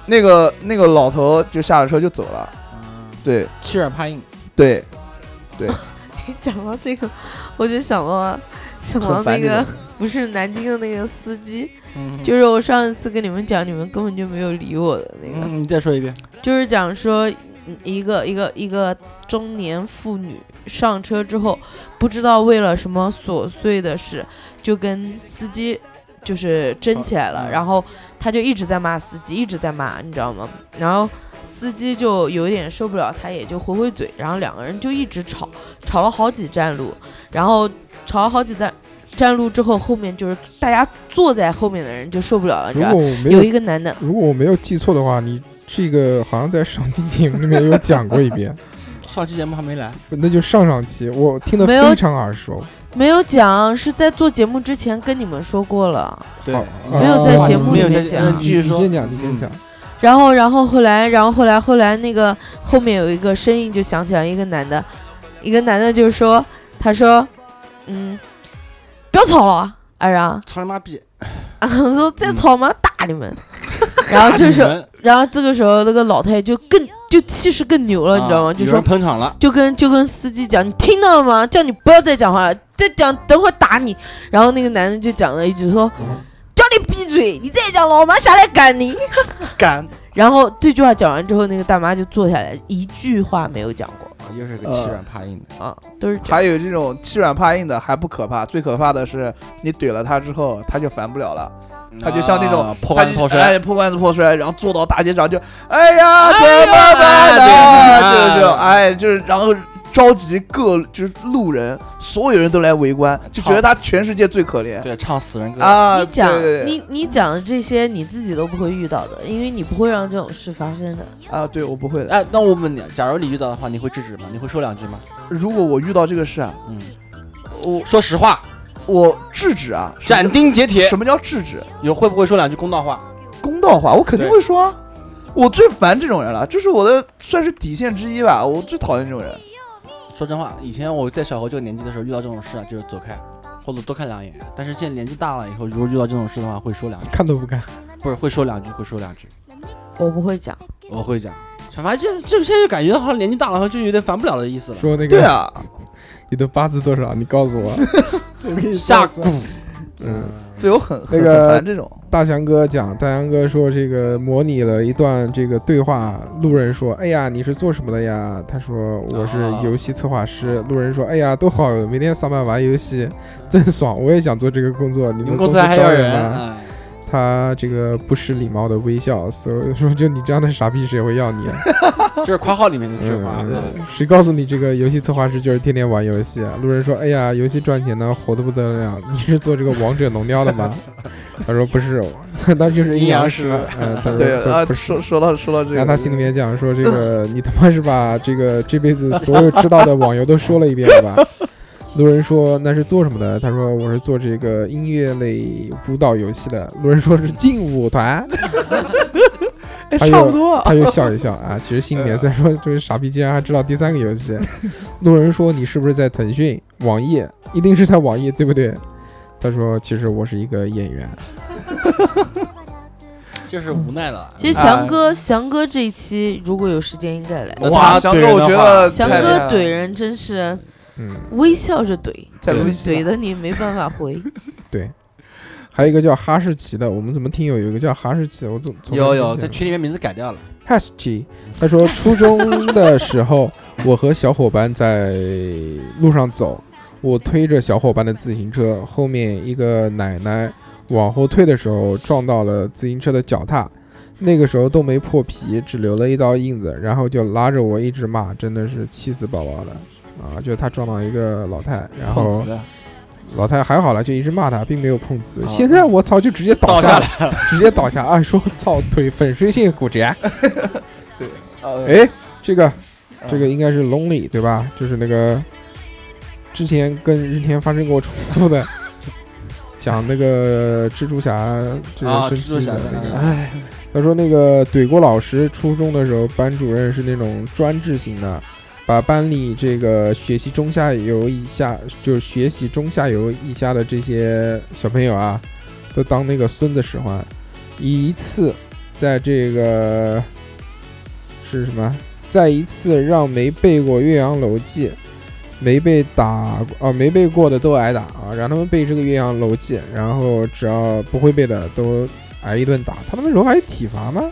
Speaker 7: 那个那个老头就下了车就走了。
Speaker 3: 嗯
Speaker 7: 对
Speaker 3: 欺软怕硬，
Speaker 7: 对，
Speaker 4: (laughs) 讲到这个，我就想到了想到
Speaker 7: 很烦
Speaker 4: 那
Speaker 7: 这
Speaker 4: 个
Speaker 7: 种。
Speaker 4: 不是南京的那个司机，
Speaker 3: 嗯
Speaker 4: 就是我上一次跟你们讲，你们根本就没有理我的那个，
Speaker 3: 嗯，你再说一遍，
Speaker 4: 就是讲说嗯一个一个一个中年妇女上车之后，不知道为了什么琐碎的事，就跟司机就是争起来
Speaker 2: 嗯
Speaker 4: 了，然后他就一直在骂司机，一直在骂，你知道吗？然后司机就有点受不了，他也就回回嘴，然后两个人就一直吵，吵了好几站路，然后吵了好几站站路之后，后面就是大家坐在后面的人就受不了了，你知
Speaker 2: 如
Speaker 4: 道
Speaker 2: 果
Speaker 4: 吗，
Speaker 2: 我没
Speaker 4: 有
Speaker 2: 有
Speaker 4: 一个男的，
Speaker 2: 如果我没有记错的话，你这个好像在上期节目里面有讲过一 (laughs) 遍，
Speaker 3: 上期节目还没来，
Speaker 2: 不那就上上期，我听得
Speaker 4: 没有
Speaker 2: 非常耳熟。
Speaker 4: 没有讲，是在做节目之前跟你们说过了。
Speaker 3: 对
Speaker 2: 好
Speaker 4: 没有在节目里面
Speaker 3: 没有在
Speaker 4: 讲
Speaker 3: 嗯继续
Speaker 2: 你
Speaker 3: 说，
Speaker 2: 先讲，你先讲。
Speaker 4: 然后，然后后来，然后后来，后来那个后面有一个声音就响起来，一个男的，一个男的就说，他说，嗯，不要吵了，哎呀，
Speaker 3: 操你妈逼！
Speaker 4: 然后说再吵嘛，打
Speaker 3: (laughs)
Speaker 4: 你们。然后就
Speaker 3: 你
Speaker 4: 啊是，
Speaker 3: 们
Speaker 4: 然后这个时候那个老太太就更就气势更牛了，你知道吗？
Speaker 3: 啊
Speaker 4: 就
Speaker 3: 有
Speaker 4: 说
Speaker 3: 人捧场了，
Speaker 4: 就跟就跟司机讲，你听到了吗？叫你不要再讲话了，再讲等会儿打你。然后那个男的就讲了一句说，叫你闭嘴，你再讲老妈下来赶你。
Speaker 3: 敢
Speaker 4: 然后这句话讲完之后，那个大妈就坐下来，一句话没有讲过
Speaker 3: 又是
Speaker 7: 个欺软
Speaker 3: 怕硬的，
Speaker 4: 啊，都是这样
Speaker 7: 还有这种欺软怕硬的还不可怕，最可怕的是你怼了他之后，他就烦不了了，他就像那种
Speaker 3: 破罐子
Speaker 7: 他就
Speaker 3: 破摔，
Speaker 7: 哎，破罐子破摔，然后坐到大街上就，哎呀，怎么办
Speaker 3: 哎呀
Speaker 7: 呢？
Speaker 3: 对
Speaker 7: 就就哎，就是然后召集各就是路人，所有人都来围观，就觉得他全世界最可怜
Speaker 3: 对，唱死人歌，
Speaker 7: 啊！
Speaker 4: 你讲
Speaker 7: 对对对
Speaker 4: 你你讲的这些你自己都不会遇到的，因为你不会让这种事发生的。
Speaker 7: 啊，对我不会的。
Speaker 3: 哎，那我问你，假如你遇到的话，你会制止吗？你会说两句吗？
Speaker 7: 如果我遇到这个事啊，
Speaker 3: 嗯，
Speaker 7: 我
Speaker 3: 说实话，
Speaker 7: 我制止啊，什么
Speaker 3: 斩钉截铁
Speaker 7: 什，么叫制止？
Speaker 3: 有会不会说两句公道话？
Speaker 7: 公道话，我肯定会说啊。我最烦这种人了，这是我的算是底线之一吧。我最讨厌这种人。
Speaker 3: 说真话，以前我在小何这个年纪的时候遇到这种事啊，就是走开。或者多看两眼，但是现在年纪大了以后，如果遇到这种事的话，会说两句，
Speaker 2: 看都不看，
Speaker 3: 不是会说两句，会说两句，
Speaker 4: 我不会讲，
Speaker 3: 我会讲。反正现在就现在就感觉好像年纪大了，好像就有点烦不了的意思了。
Speaker 2: 说那
Speaker 7: 对
Speaker 2: 个
Speaker 7: 啊，
Speaker 2: 你的八字多少？你告 (laughs) 诉我。我给你
Speaker 3: 下
Speaker 2: 算
Speaker 3: 蛊
Speaker 2: 算，嗯，
Speaker 7: 对我很很
Speaker 2: 那个
Speaker 7: 很烦这种。
Speaker 2: 大强哥讲，大强哥说这个模拟了一段这个对话，路人说：“哎呀，你是做什么的呀？”他说：“我是
Speaker 3: 啊
Speaker 2: 游戏策划师。”路人说：“哎呀，都好，每天上班玩游戏，真爽，我也想做这个工作。你
Speaker 3: 你
Speaker 2: 们
Speaker 3: 们公司
Speaker 2: 司
Speaker 3: 还
Speaker 2: 招
Speaker 3: 要
Speaker 2: 人
Speaker 3: 人 (laughs)
Speaker 2: 吗？”
Speaker 3: 啊？
Speaker 2: 他这个不失礼貌的微笑，所以说就你这样的傻逼谁会要你啊？
Speaker 3: 这是括号里面的啊句话。
Speaker 2: 嗯谁告诉你这个游戏策划师就是天天玩游戏啊？路人说：“哎呀，游戏赚钱呢，活得不得了。你是做这个王者农药的吗？” (laughs) 他说：“不是。”他就是
Speaker 3: 阴阳
Speaker 2: 师
Speaker 3: 师。
Speaker 2: 嗯，他说
Speaker 7: 对
Speaker 2: 这
Speaker 7: 啊，
Speaker 2: 不是
Speaker 7: 说说到说到这
Speaker 2: 然
Speaker 7: 个，
Speaker 2: 后他心里面讲说：“这个 (laughs) 你他妈是把这个这辈子所有知道的网游都说了一遍了吧？” (laughs) 路人说：“那是做什么的？”他说：“我是做这个音乐类舞蹈游戏的。”路人说：“是劲舞团。
Speaker 7: 哎
Speaker 2: 他
Speaker 7: 差不
Speaker 2: 又
Speaker 7: 多，
Speaker 2: 他又笑一笑
Speaker 3: (laughs)
Speaker 2: 啊，其实心里
Speaker 3: 嗯
Speaker 2: 面在说：“这个傻逼竟然还知道第三个游戏。”路人说：“你是不是在腾讯、网易？一定是在网易，对不对？”他说：“其实我是一个演员。”
Speaker 3: 这是无奈了。
Speaker 4: 其实翔哥，翔哥这一期如果有时间应该来。
Speaker 3: 那
Speaker 7: 哇，
Speaker 3: 他
Speaker 7: 翔
Speaker 3: 怼
Speaker 7: 哥，
Speaker 3: 人
Speaker 7: 我
Speaker 3: 的
Speaker 7: 觉
Speaker 3: 话
Speaker 7: 得
Speaker 4: 翔
Speaker 7: 太厉
Speaker 4: 哥
Speaker 7: 害了
Speaker 4: 怼人真是
Speaker 2: 嗯，
Speaker 4: 微笑着怼，
Speaker 7: 在
Speaker 2: 对
Speaker 7: 微信
Speaker 4: 怼的你没办法回。
Speaker 2: 对，还有一个叫哈士奇的，我们怎么听友有一个叫哈士奇的，我总从来
Speaker 3: 有
Speaker 2: 没
Speaker 3: 有，
Speaker 2: 听
Speaker 3: 这
Speaker 2: 见
Speaker 3: 群里面名字改掉了。
Speaker 2: 哈士奇，他说初中的时候，我和小伙伴在路上走，我推着小伙伴的自行车，后面一个奶奶往后退的时候撞到了自行车的脚踏。那个时候都没破皮，只留了一道印子，然后就拉着我一直骂，真的是气死宝宝了啊！就他撞到一个老太，然后
Speaker 5: 碰瓷啊
Speaker 2: 老太还好了，就一直骂他，并没有碰瓷。
Speaker 3: 哦
Speaker 2: 现在我操，就直接倒
Speaker 3: 倒下
Speaker 2: 了，直接倒下 (laughs) 啊！说操，腿粉碎性
Speaker 3: (laughs)
Speaker 2: 骨折。
Speaker 3: 啊
Speaker 7: 呃
Speaker 2: 哎，这个
Speaker 7: 嗯
Speaker 2: 这个应该是 Lonely 对吧？就是那个之前跟日天发生过冲
Speaker 3: (laughs)
Speaker 2: 突的，讲那个蜘蛛侠这个
Speaker 3: 啊
Speaker 2: 生
Speaker 3: 蜘蛛
Speaker 2: 气
Speaker 3: 侠
Speaker 2: 的
Speaker 3: 的
Speaker 2: 那个。
Speaker 7: 哎，
Speaker 2: 他说那个怼过老师，初中的时候班主任是那种专制型的，把班里这个学习中下游以下，就是学习中下游以下的这些小朋友啊，都当那个孙子使唤。一次，在这个是什么？再一次让没背过《岳阳楼记》。没被打啊，没背过的都挨打啊，让他们背这个《岳阳楼记》，然后只要不会背的都挨一顿打。他们那时候还有体罚吗？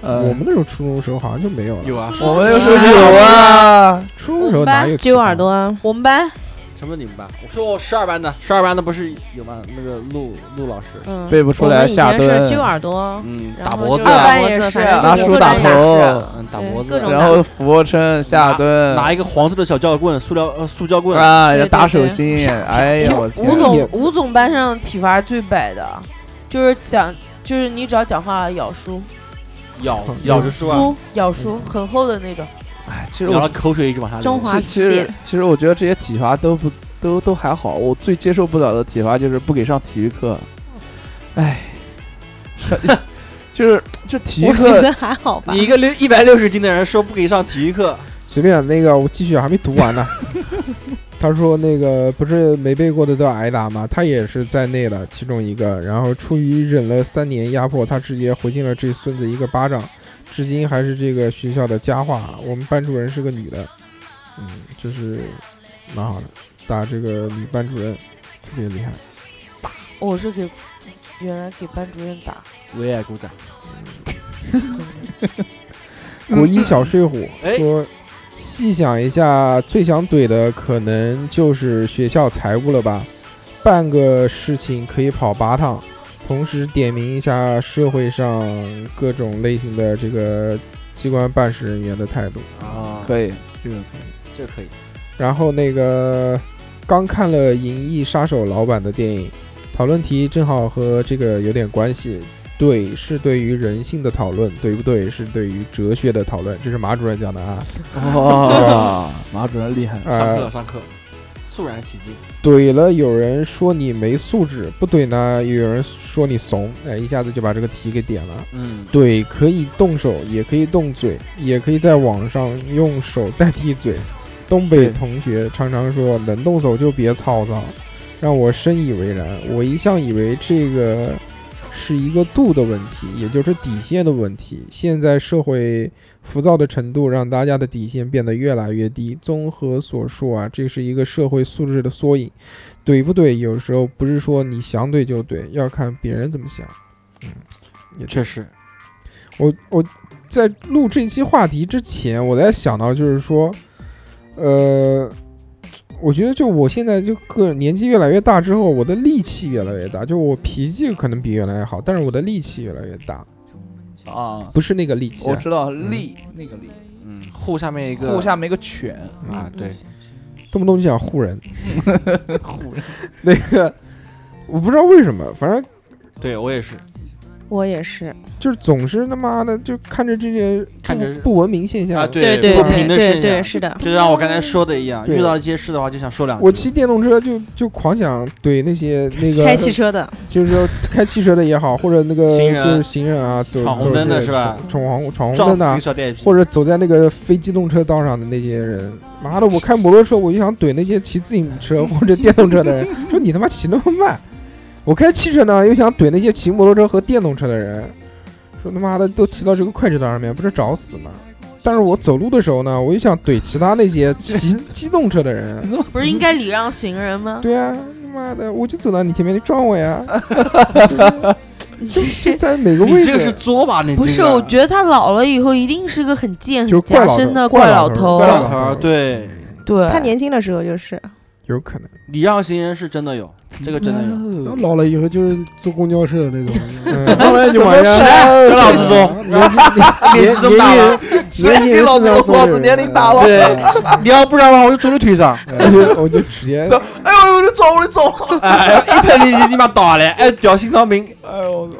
Speaker 7: 呃
Speaker 2: 我们那时候初中的时候好像就没有了。
Speaker 3: (laughs) 有啊，
Speaker 7: 我们那个时
Speaker 4: 是
Speaker 7: 候有啊，
Speaker 2: 初中的时候哪有体罚
Speaker 6: 揪耳？朵啊，
Speaker 4: 我们班
Speaker 3: 什么你们班？我说我十二班的，十二班的不是有吗？那个陆陆老师，
Speaker 6: 嗯，
Speaker 5: 背不出
Speaker 6: 我
Speaker 5: 来
Speaker 6: 们以
Speaker 5: 下
Speaker 6: 前是
Speaker 5: 蹲，
Speaker 6: 揪耳朵，
Speaker 3: 嗯，
Speaker 6: 然
Speaker 3: 打
Speaker 6: 后
Speaker 3: 脖子
Speaker 6: 就
Speaker 4: 二
Speaker 3: 啊，
Speaker 4: 班也是
Speaker 6: 反正
Speaker 7: 拿
Speaker 6: 就是
Speaker 7: 书
Speaker 6: 各
Speaker 7: 打
Speaker 6: 种
Speaker 7: 头，
Speaker 3: 嗯，打
Speaker 6: 对
Speaker 3: 脖子
Speaker 6: 各，种
Speaker 7: 然后俯卧撑、下蹲，
Speaker 3: 拿一个黄色的小教棍，塑料呃塑胶棍，
Speaker 7: 啊，
Speaker 6: 对
Speaker 7: 要
Speaker 6: 对
Speaker 7: 打
Speaker 6: 对
Speaker 7: 手心，哎呀，我天
Speaker 4: 吴
Speaker 2: 那也
Speaker 4: 总，吴总班上体罚最摆的，就是讲，就是你只要讲话咬书，
Speaker 3: 咬
Speaker 2: 嗯
Speaker 3: 咬着书啊，
Speaker 4: 书咬书很厚的那种。
Speaker 7: 哎，其实
Speaker 3: 咬
Speaker 7: 我
Speaker 3: 了口水一直往下流。
Speaker 6: 嗯中华
Speaker 7: 其其实其实我觉得这些体罚都不都都还好，我最接受不了的体罚就是不给上体育课，哎，
Speaker 4: (laughs)
Speaker 7: 就是这体育
Speaker 6: 我觉
Speaker 7: 课
Speaker 6: 得还好吧
Speaker 3: 你。一个六一百六十斤的人说不给上体育课，
Speaker 2: 随便那个，我继续还没读完呢。他说那个不是没背过的都要挨打吗？他也是在内的其中一个。然后出于忍了三年压迫，他直接回敬了这孙子一个巴掌，至今还是这个学校的佳话。啊我们班主任是个女的，嗯，就是蛮好的，打这个女班主任特别厉害。
Speaker 4: 哦我是给原来给班主任打，
Speaker 3: 我也鼓掌。
Speaker 2: (laughs) 国一小睡虎
Speaker 3: 哎
Speaker 2: 说，细想一下，最想怼的可能就是学校财务了吧？办个事情可以跑八趟，同时点名一下社会上各种类型的这个机关办事人员的态度。
Speaker 3: 啊，
Speaker 7: 可以，这个
Speaker 3: 这个可以。
Speaker 2: 然后那个刚看了《银翼杀手》老板的电影，讨论题正好和这个有点关系。对，是对于人性的讨论，对不对？是对于哲学的讨论，这是马主任讲的啊。
Speaker 7: 哇，啊马主任厉害，
Speaker 3: 上
Speaker 2: 呃
Speaker 3: 课，上课，肃然起敬。
Speaker 2: 怼了有人说你没素质，不怼呢又有人说你怂，哎，一下子就把这个题给点了。
Speaker 3: 嗯，
Speaker 2: 怼可以动手，也可以动嘴，也可以在网上用手代替嘴。东北
Speaker 7: 对
Speaker 2: 同学常常说能动手就别操操，让我深以为然。我一向以为这个是一个度的问题，也就是底线的问题。现在社会浮躁的程度让大家的底线变得越来越低。综合所述啊，这是一个社会素质的缩影。怼不怼，有时候不是说你想怼就怼，要看别人怎么想。
Speaker 3: 确实，
Speaker 2: 我我在录这期话题之前，我在想到就是说，呃，我觉得就我现在这个年纪越来越大之后，我的力气越来越大，就我脾气可能比原来好，但是我的力气越来越大，
Speaker 7: 啊，
Speaker 2: 不是那个力气
Speaker 7: 我
Speaker 2: 啊，
Speaker 7: 知道力那个力，
Speaker 3: 嗯，户下面一个
Speaker 7: 护下面一个犬，
Speaker 3: 啊，对，
Speaker 2: 动不动就想
Speaker 3: (laughs)
Speaker 2: 护人。
Speaker 7: 护
Speaker 2: 那个我不知道为什么，反正
Speaker 3: 对我也是，
Speaker 6: 我也是，
Speaker 2: 就是总是他妈的就看着这些
Speaker 3: 看着
Speaker 2: 不文明现象
Speaker 3: 啊，不平的现象，就像我刚才说的一样，
Speaker 2: 对
Speaker 3: 遇到一些事的话就想说两句。
Speaker 2: 我骑电动车就就狂想对
Speaker 3: (laughs)
Speaker 2: 那些那个
Speaker 6: 开汽车的，
Speaker 2: 就是说开汽车的也好，或者那个
Speaker 3: 行人
Speaker 2: 就是行人啊，走
Speaker 3: 闯红灯的
Speaker 2: 走
Speaker 3: 是吧
Speaker 2: 闯红闯
Speaker 3: 撞
Speaker 2: 红灯
Speaker 3: 死一个
Speaker 2: 的
Speaker 3: 小电
Speaker 2: 啊，或者走在那个非机动车道上的那些人，妈的，我开摩托车我就想怼那些骑自行车 (laughs) 或者电动车的人，说你他妈骑那么慢。我开汽车呢，又想怼那些骑摩托车和电动车的人，说他妈的都骑到这个快车道上面，不是找死吗？但是我走路的时候呢，我又想怼其他那些
Speaker 3: (laughs)
Speaker 2: 骑机动车的人，
Speaker 4: 不是应该礼让行人
Speaker 6: (laughs)
Speaker 4: 吗？
Speaker 2: 对啊，妈的，我就走到你前面，你撞我
Speaker 3: (laughs)
Speaker 2: 呀！ (laughs) 就在每个位置，
Speaker 3: 作吧？你
Speaker 4: 不是，我觉得他老了以后一定是个很贱、
Speaker 2: 就是
Speaker 4: 很夹
Speaker 2: 怪老
Speaker 4: 生
Speaker 2: 头
Speaker 4: 的
Speaker 2: 怪老
Speaker 4: 老
Speaker 2: 头
Speaker 3: 怪老
Speaker 2: 头
Speaker 3: 头
Speaker 2: 儿
Speaker 3: 儿，对
Speaker 4: 对，
Speaker 6: 他年轻的时候就是，
Speaker 2: 有可能。
Speaker 3: 礼让行人是真的
Speaker 2: (laughs)
Speaker 3: 有，这个真的有。
Speaker 5: 老了以后就是坐公交车的
Speaker 2: (laughs)
Speaker 5: 那种，
Speaker 3: 嗯
Speaker 5: 上来就往人
Speaker 3: 怎么
Speaker 5: 家
Speaker 3: 是跟老子走
Speaker 5: 年纪
Speaker 3: (laughs) 年纪这么大了
Speaker 5: 年
Speaker 7: (laughs)
Speaker 5: 纪
Speaker 3: 来
Speaker 5: 年纪
Speaker 3: 给老子
Speaker 5: 是要
Speaker 3: 我
Speaker 5: 做
Speaker 3: 老
Speaker 5: 人
Speaker 3: 子
Speaker 7: 啊
Speaker 3: 年龄大了
Speaker 5: 对
Speaker 3: 你要不然的话，我就走你腿 (laughs) 上。
Speaker 2: 我嗯就我就直接，
Speaker 7: 哎呦，我的撞，我的撞！
Speaker 3: 哎，一拍你你你妈倒了，哎，屌心脏病。
Speaker 7: 哎呦，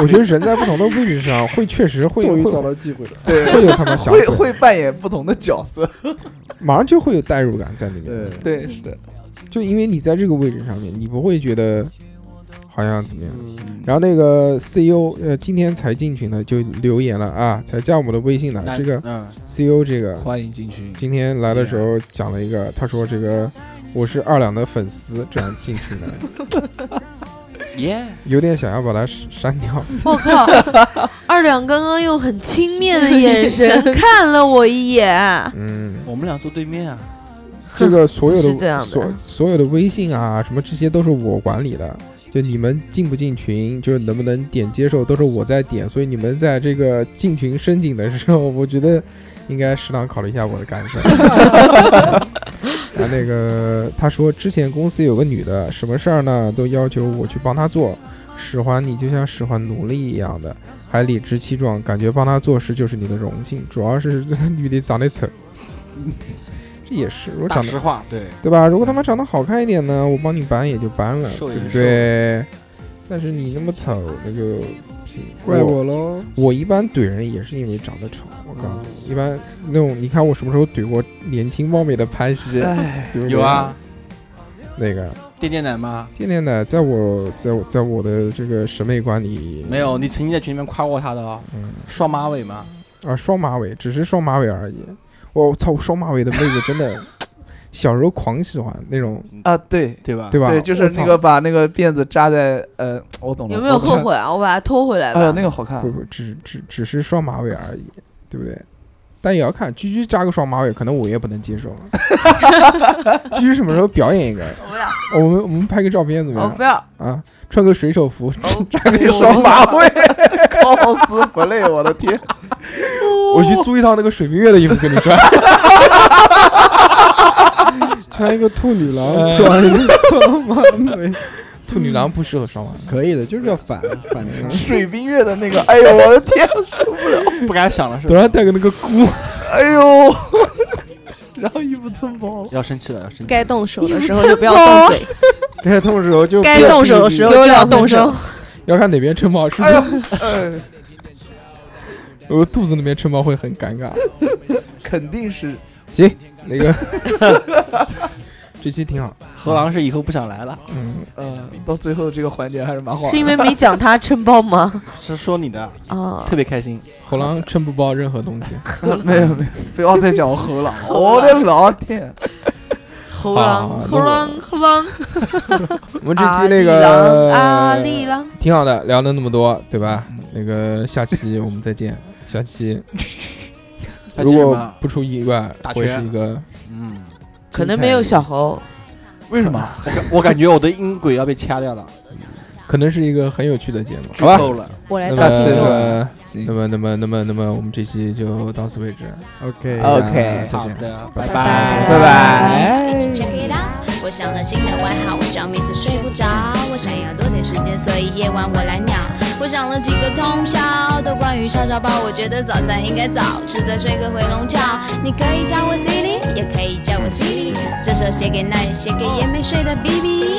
Speaker 2: 我觉得人在不同的位置上，会确实会
Speaker 7: 终于
Speaker 2: 会
Speaker 7: 找到
Speaker 5: 机会了
Speaker 7: (laughs) 对， (laughs)
Speaker 2: 会有他们想
Speaker 7: 会
Speaker 2: 怼
Speaker 7: 会扮演不同的角色。
Speaker 2: 马上就会有代入感在里面。
Speaker 7: (laughs) 对，是的，
Speaker 2: 就因为你在这个位置上面，你不会觉得好像怎么样。然后那个 CEO 呃，今天才进群的就留言了啊，才加我们的微信
Speaker 5: 那
Speaker 2: 哎了。这个
Speaker 5: 嗯
Speaker 2: CEO 这个
Speaker 5: 欢迎进群
Speaker 2: 今天来的时候讲了一个，他说这个我是二两的粉丝，这样进群的，
Speaker 3: 耶，
Speaker 2: 有点想要把它删掉。
Speaker 4: 我靠！二两刚刚用很轻蔑的眼神看了我一眼，
Speaker 2: 嗯，
Speaker 3: 我们俩坐对面啊。
Speaker 4: (laughs)
Speaker 2: 这个所有
Speaker 4: 是这样
Speaker 2: 的
Speaker 4: 的
Speaker 2: 所所有的微信啊，什么这些都是我管理的。就你们进不进群，就是能不能点接受，都是我在点。所以你们在这个进群申请的时候，我觉得应该适当考虑一下我的
Speaker 4: (laughs)
Speaker 2: 感受。然后那个他说，之前公司有个女的，什么事儿呢都要求我去帮她做，使唤你就像使唤奴隶一样的，还理直气壮，感觉帮她做事就是你的荣幸。主要是这个女的长得丑。 (laughs) 这也是，如果
Speaker 3: 大
Speaker 2: 长得
Speaker 3: 实话，对
Speaker 2: 对吧？如果他妈长得好看一点呢，我帮你搬也就搬了，
Speaker 3: 瘦
Speaker 2: 对
Speaker 3: 也
Speaker 2: 不
Speaker 3: 瘦
Speaker 2: 对？但是你那么丑，那就不行，
Speaker 5: 怪我喽。
Speaker 2: 我一般怼人也是因为长得丑，我告
Speaker 3: 哦
Speaker 2: 诉你，一般那种你看我什么时候怼过年轻貌美的潘西
Speaker 3: 哎？
Speaker 2: 对不对
Speaker 3: 有啊，
Speaker 2: 那个
Speaker 3: 垫垫奶吗？
Speaker 2: 天天的，在我在我在我的这个审美观里，嗯
Speaker 3: 没有，你曾经在群里面夸过他的啊，双马尾嘛。
Speaker 2: 啊，双马尾，只是双马尾而已。我操，双马尾的妹子真的，小时候狂喜欢那种。
Speaker 7: 啊，对
Speaker 3: 对吧
Speaker 2: 对吧
Speaker 7: 对，就是
Speaker 2: 我
Speaker 7: 那
Speaker 2: 操
Speaker 7: 个把那个辫子扎在呃，我懂了。
Speaker 4: 有没有
Speaker 7: 我懂
Speaker 4: 后
Speaker 7: 了
Speaker 4: 悔？啊？我把它拖回来吧。
Speaker 7: 哎呀，那个好看
Speaker 2: 啊不。不，只只只是双马尾而已，对不对？但也要看，居居扎个双马尾，可能我也不能接受了。 (laughs) 居居什么时候表演一个？哦我们我们拍个照片怎么样？
Speaker 4: 哦我不要哎
Speaker 2: 啊！穿个水手服，扎
Speaker 7: 那
Speaker 2: 个
Speaker 7: 个
Speaker 2: 双
Speaker 7: (laughs) 双
Speaker 2: 马
Speaker 7: 马
Speaker 2: 尾，
Speaker 7: 尾，高斯不累，我的天！
Speaker 2: 我去租一套那个水明月的衣服给你穿。
Speaker 5: 穿一个兔女郎
Speaker 2: 呃
Speaker 5: 装一个双马尾，
Speaker 2: 兔女郎不适合双马尾，
Speaker 5: 可以的，就是要反反差。
Speaker 7: 水冰月的那个，哎呦，我的天，受不了！
Speaker 3: 不敢想了，是
Speaker 2: 头上戴个那个箍。
Speaker 7: 哎呦，然后衣服撑包了。
Speaker 3: 要生气了，要生气。
Speaker 6: 该动手的时候就不要动
Speaker 4: (laughs)
Speaker 6: 嘴，
Speaker 5: (laughs) 该动手就
Speaker 6: 该动手的时候就要动手。
Speaker 2: (laughs) 要看哪边撑包，是不
Speaker 7: 哎呦
Speaker 2: (laughs) 是？，
Speaker 7: 呃，
Speaker 2: 我肚子那边撑包会很尴尬。
Speaker 7: 肯定是
Speaker 2: 行，那个 (laughs) 这期挺好，
Speaker 3: 何郎是以后不想来了，
Speaker 2: 嗯，
Speaker 7: 呃，到最后这个环节还是蛮好玩的。
Speaker 4: 是因为没讲他撑包
Speaker 2: (laughs)
Speaker 4: 吗？
Speaker 3: 是说你的，
Speaker 4: 啊，
Speaker 3: 特别开心。
Speaker 2: 猴狼撑不包任何东西。
Speaker 7: 没有没有，不要再讲我猴了， (laughs) 我的老天！
Speaker 4: 猴狼，猴狼，猴狼。
Speaker 2: 啊我们这期那个
Speaker 4: 阿里郎，
Speaker 2: 挺好的，聊了那么多，对吧？那个下期我们再见，下期
Speaker 3: 下期
Speaker 2: 如
Speaker 3: 什
Speaker 2: 果
Speaker 3: 么
Speaker 2: 不出意外
Speaker 3: 打，
Speaker 2: 会
Speaker 3: 拳
Speaker 2: 是一个
Speaker 3: 嗯，
Speaker 4: 可能没有小猴，
Speaker 7: 为什么？
Speaker 3: 我感觉我的音轨要被掐掉了，
Speaker 2: 可能是一个很有趣的节目，
Speaker 3: 剧
Speaker 2: 好吧
Speaker 3: 透？了。
Speaker 6: 我来
Speaker 2: 那
Speaker 6: 当听众。
Speaker 2: 么那么那么那么那么我们这期就到此为止
Speaker 5: OK
Speaker 2: 大家
Speaker 7: OK
Speaker 2: 再
Speaker 3: 好
Speaker 2: 见。
Speaker 3: 的，
Speaker 5: 拜
Speaker 3: 拜拜。
Speaker 5: 拜
Speaker 7: 拜拜。
Speaker 1: Check it out，我想了新的外号，我找妹子睡不着，我想要多点时间，所以夜晚我来鸟。我想了几个通宵，都关于叉烧包，我觉得早餐应该早吃，再睡个回笼觉。你可以叫我 Silly，也可以叫我 Silly，这首写给那些写给也没睡的 BB。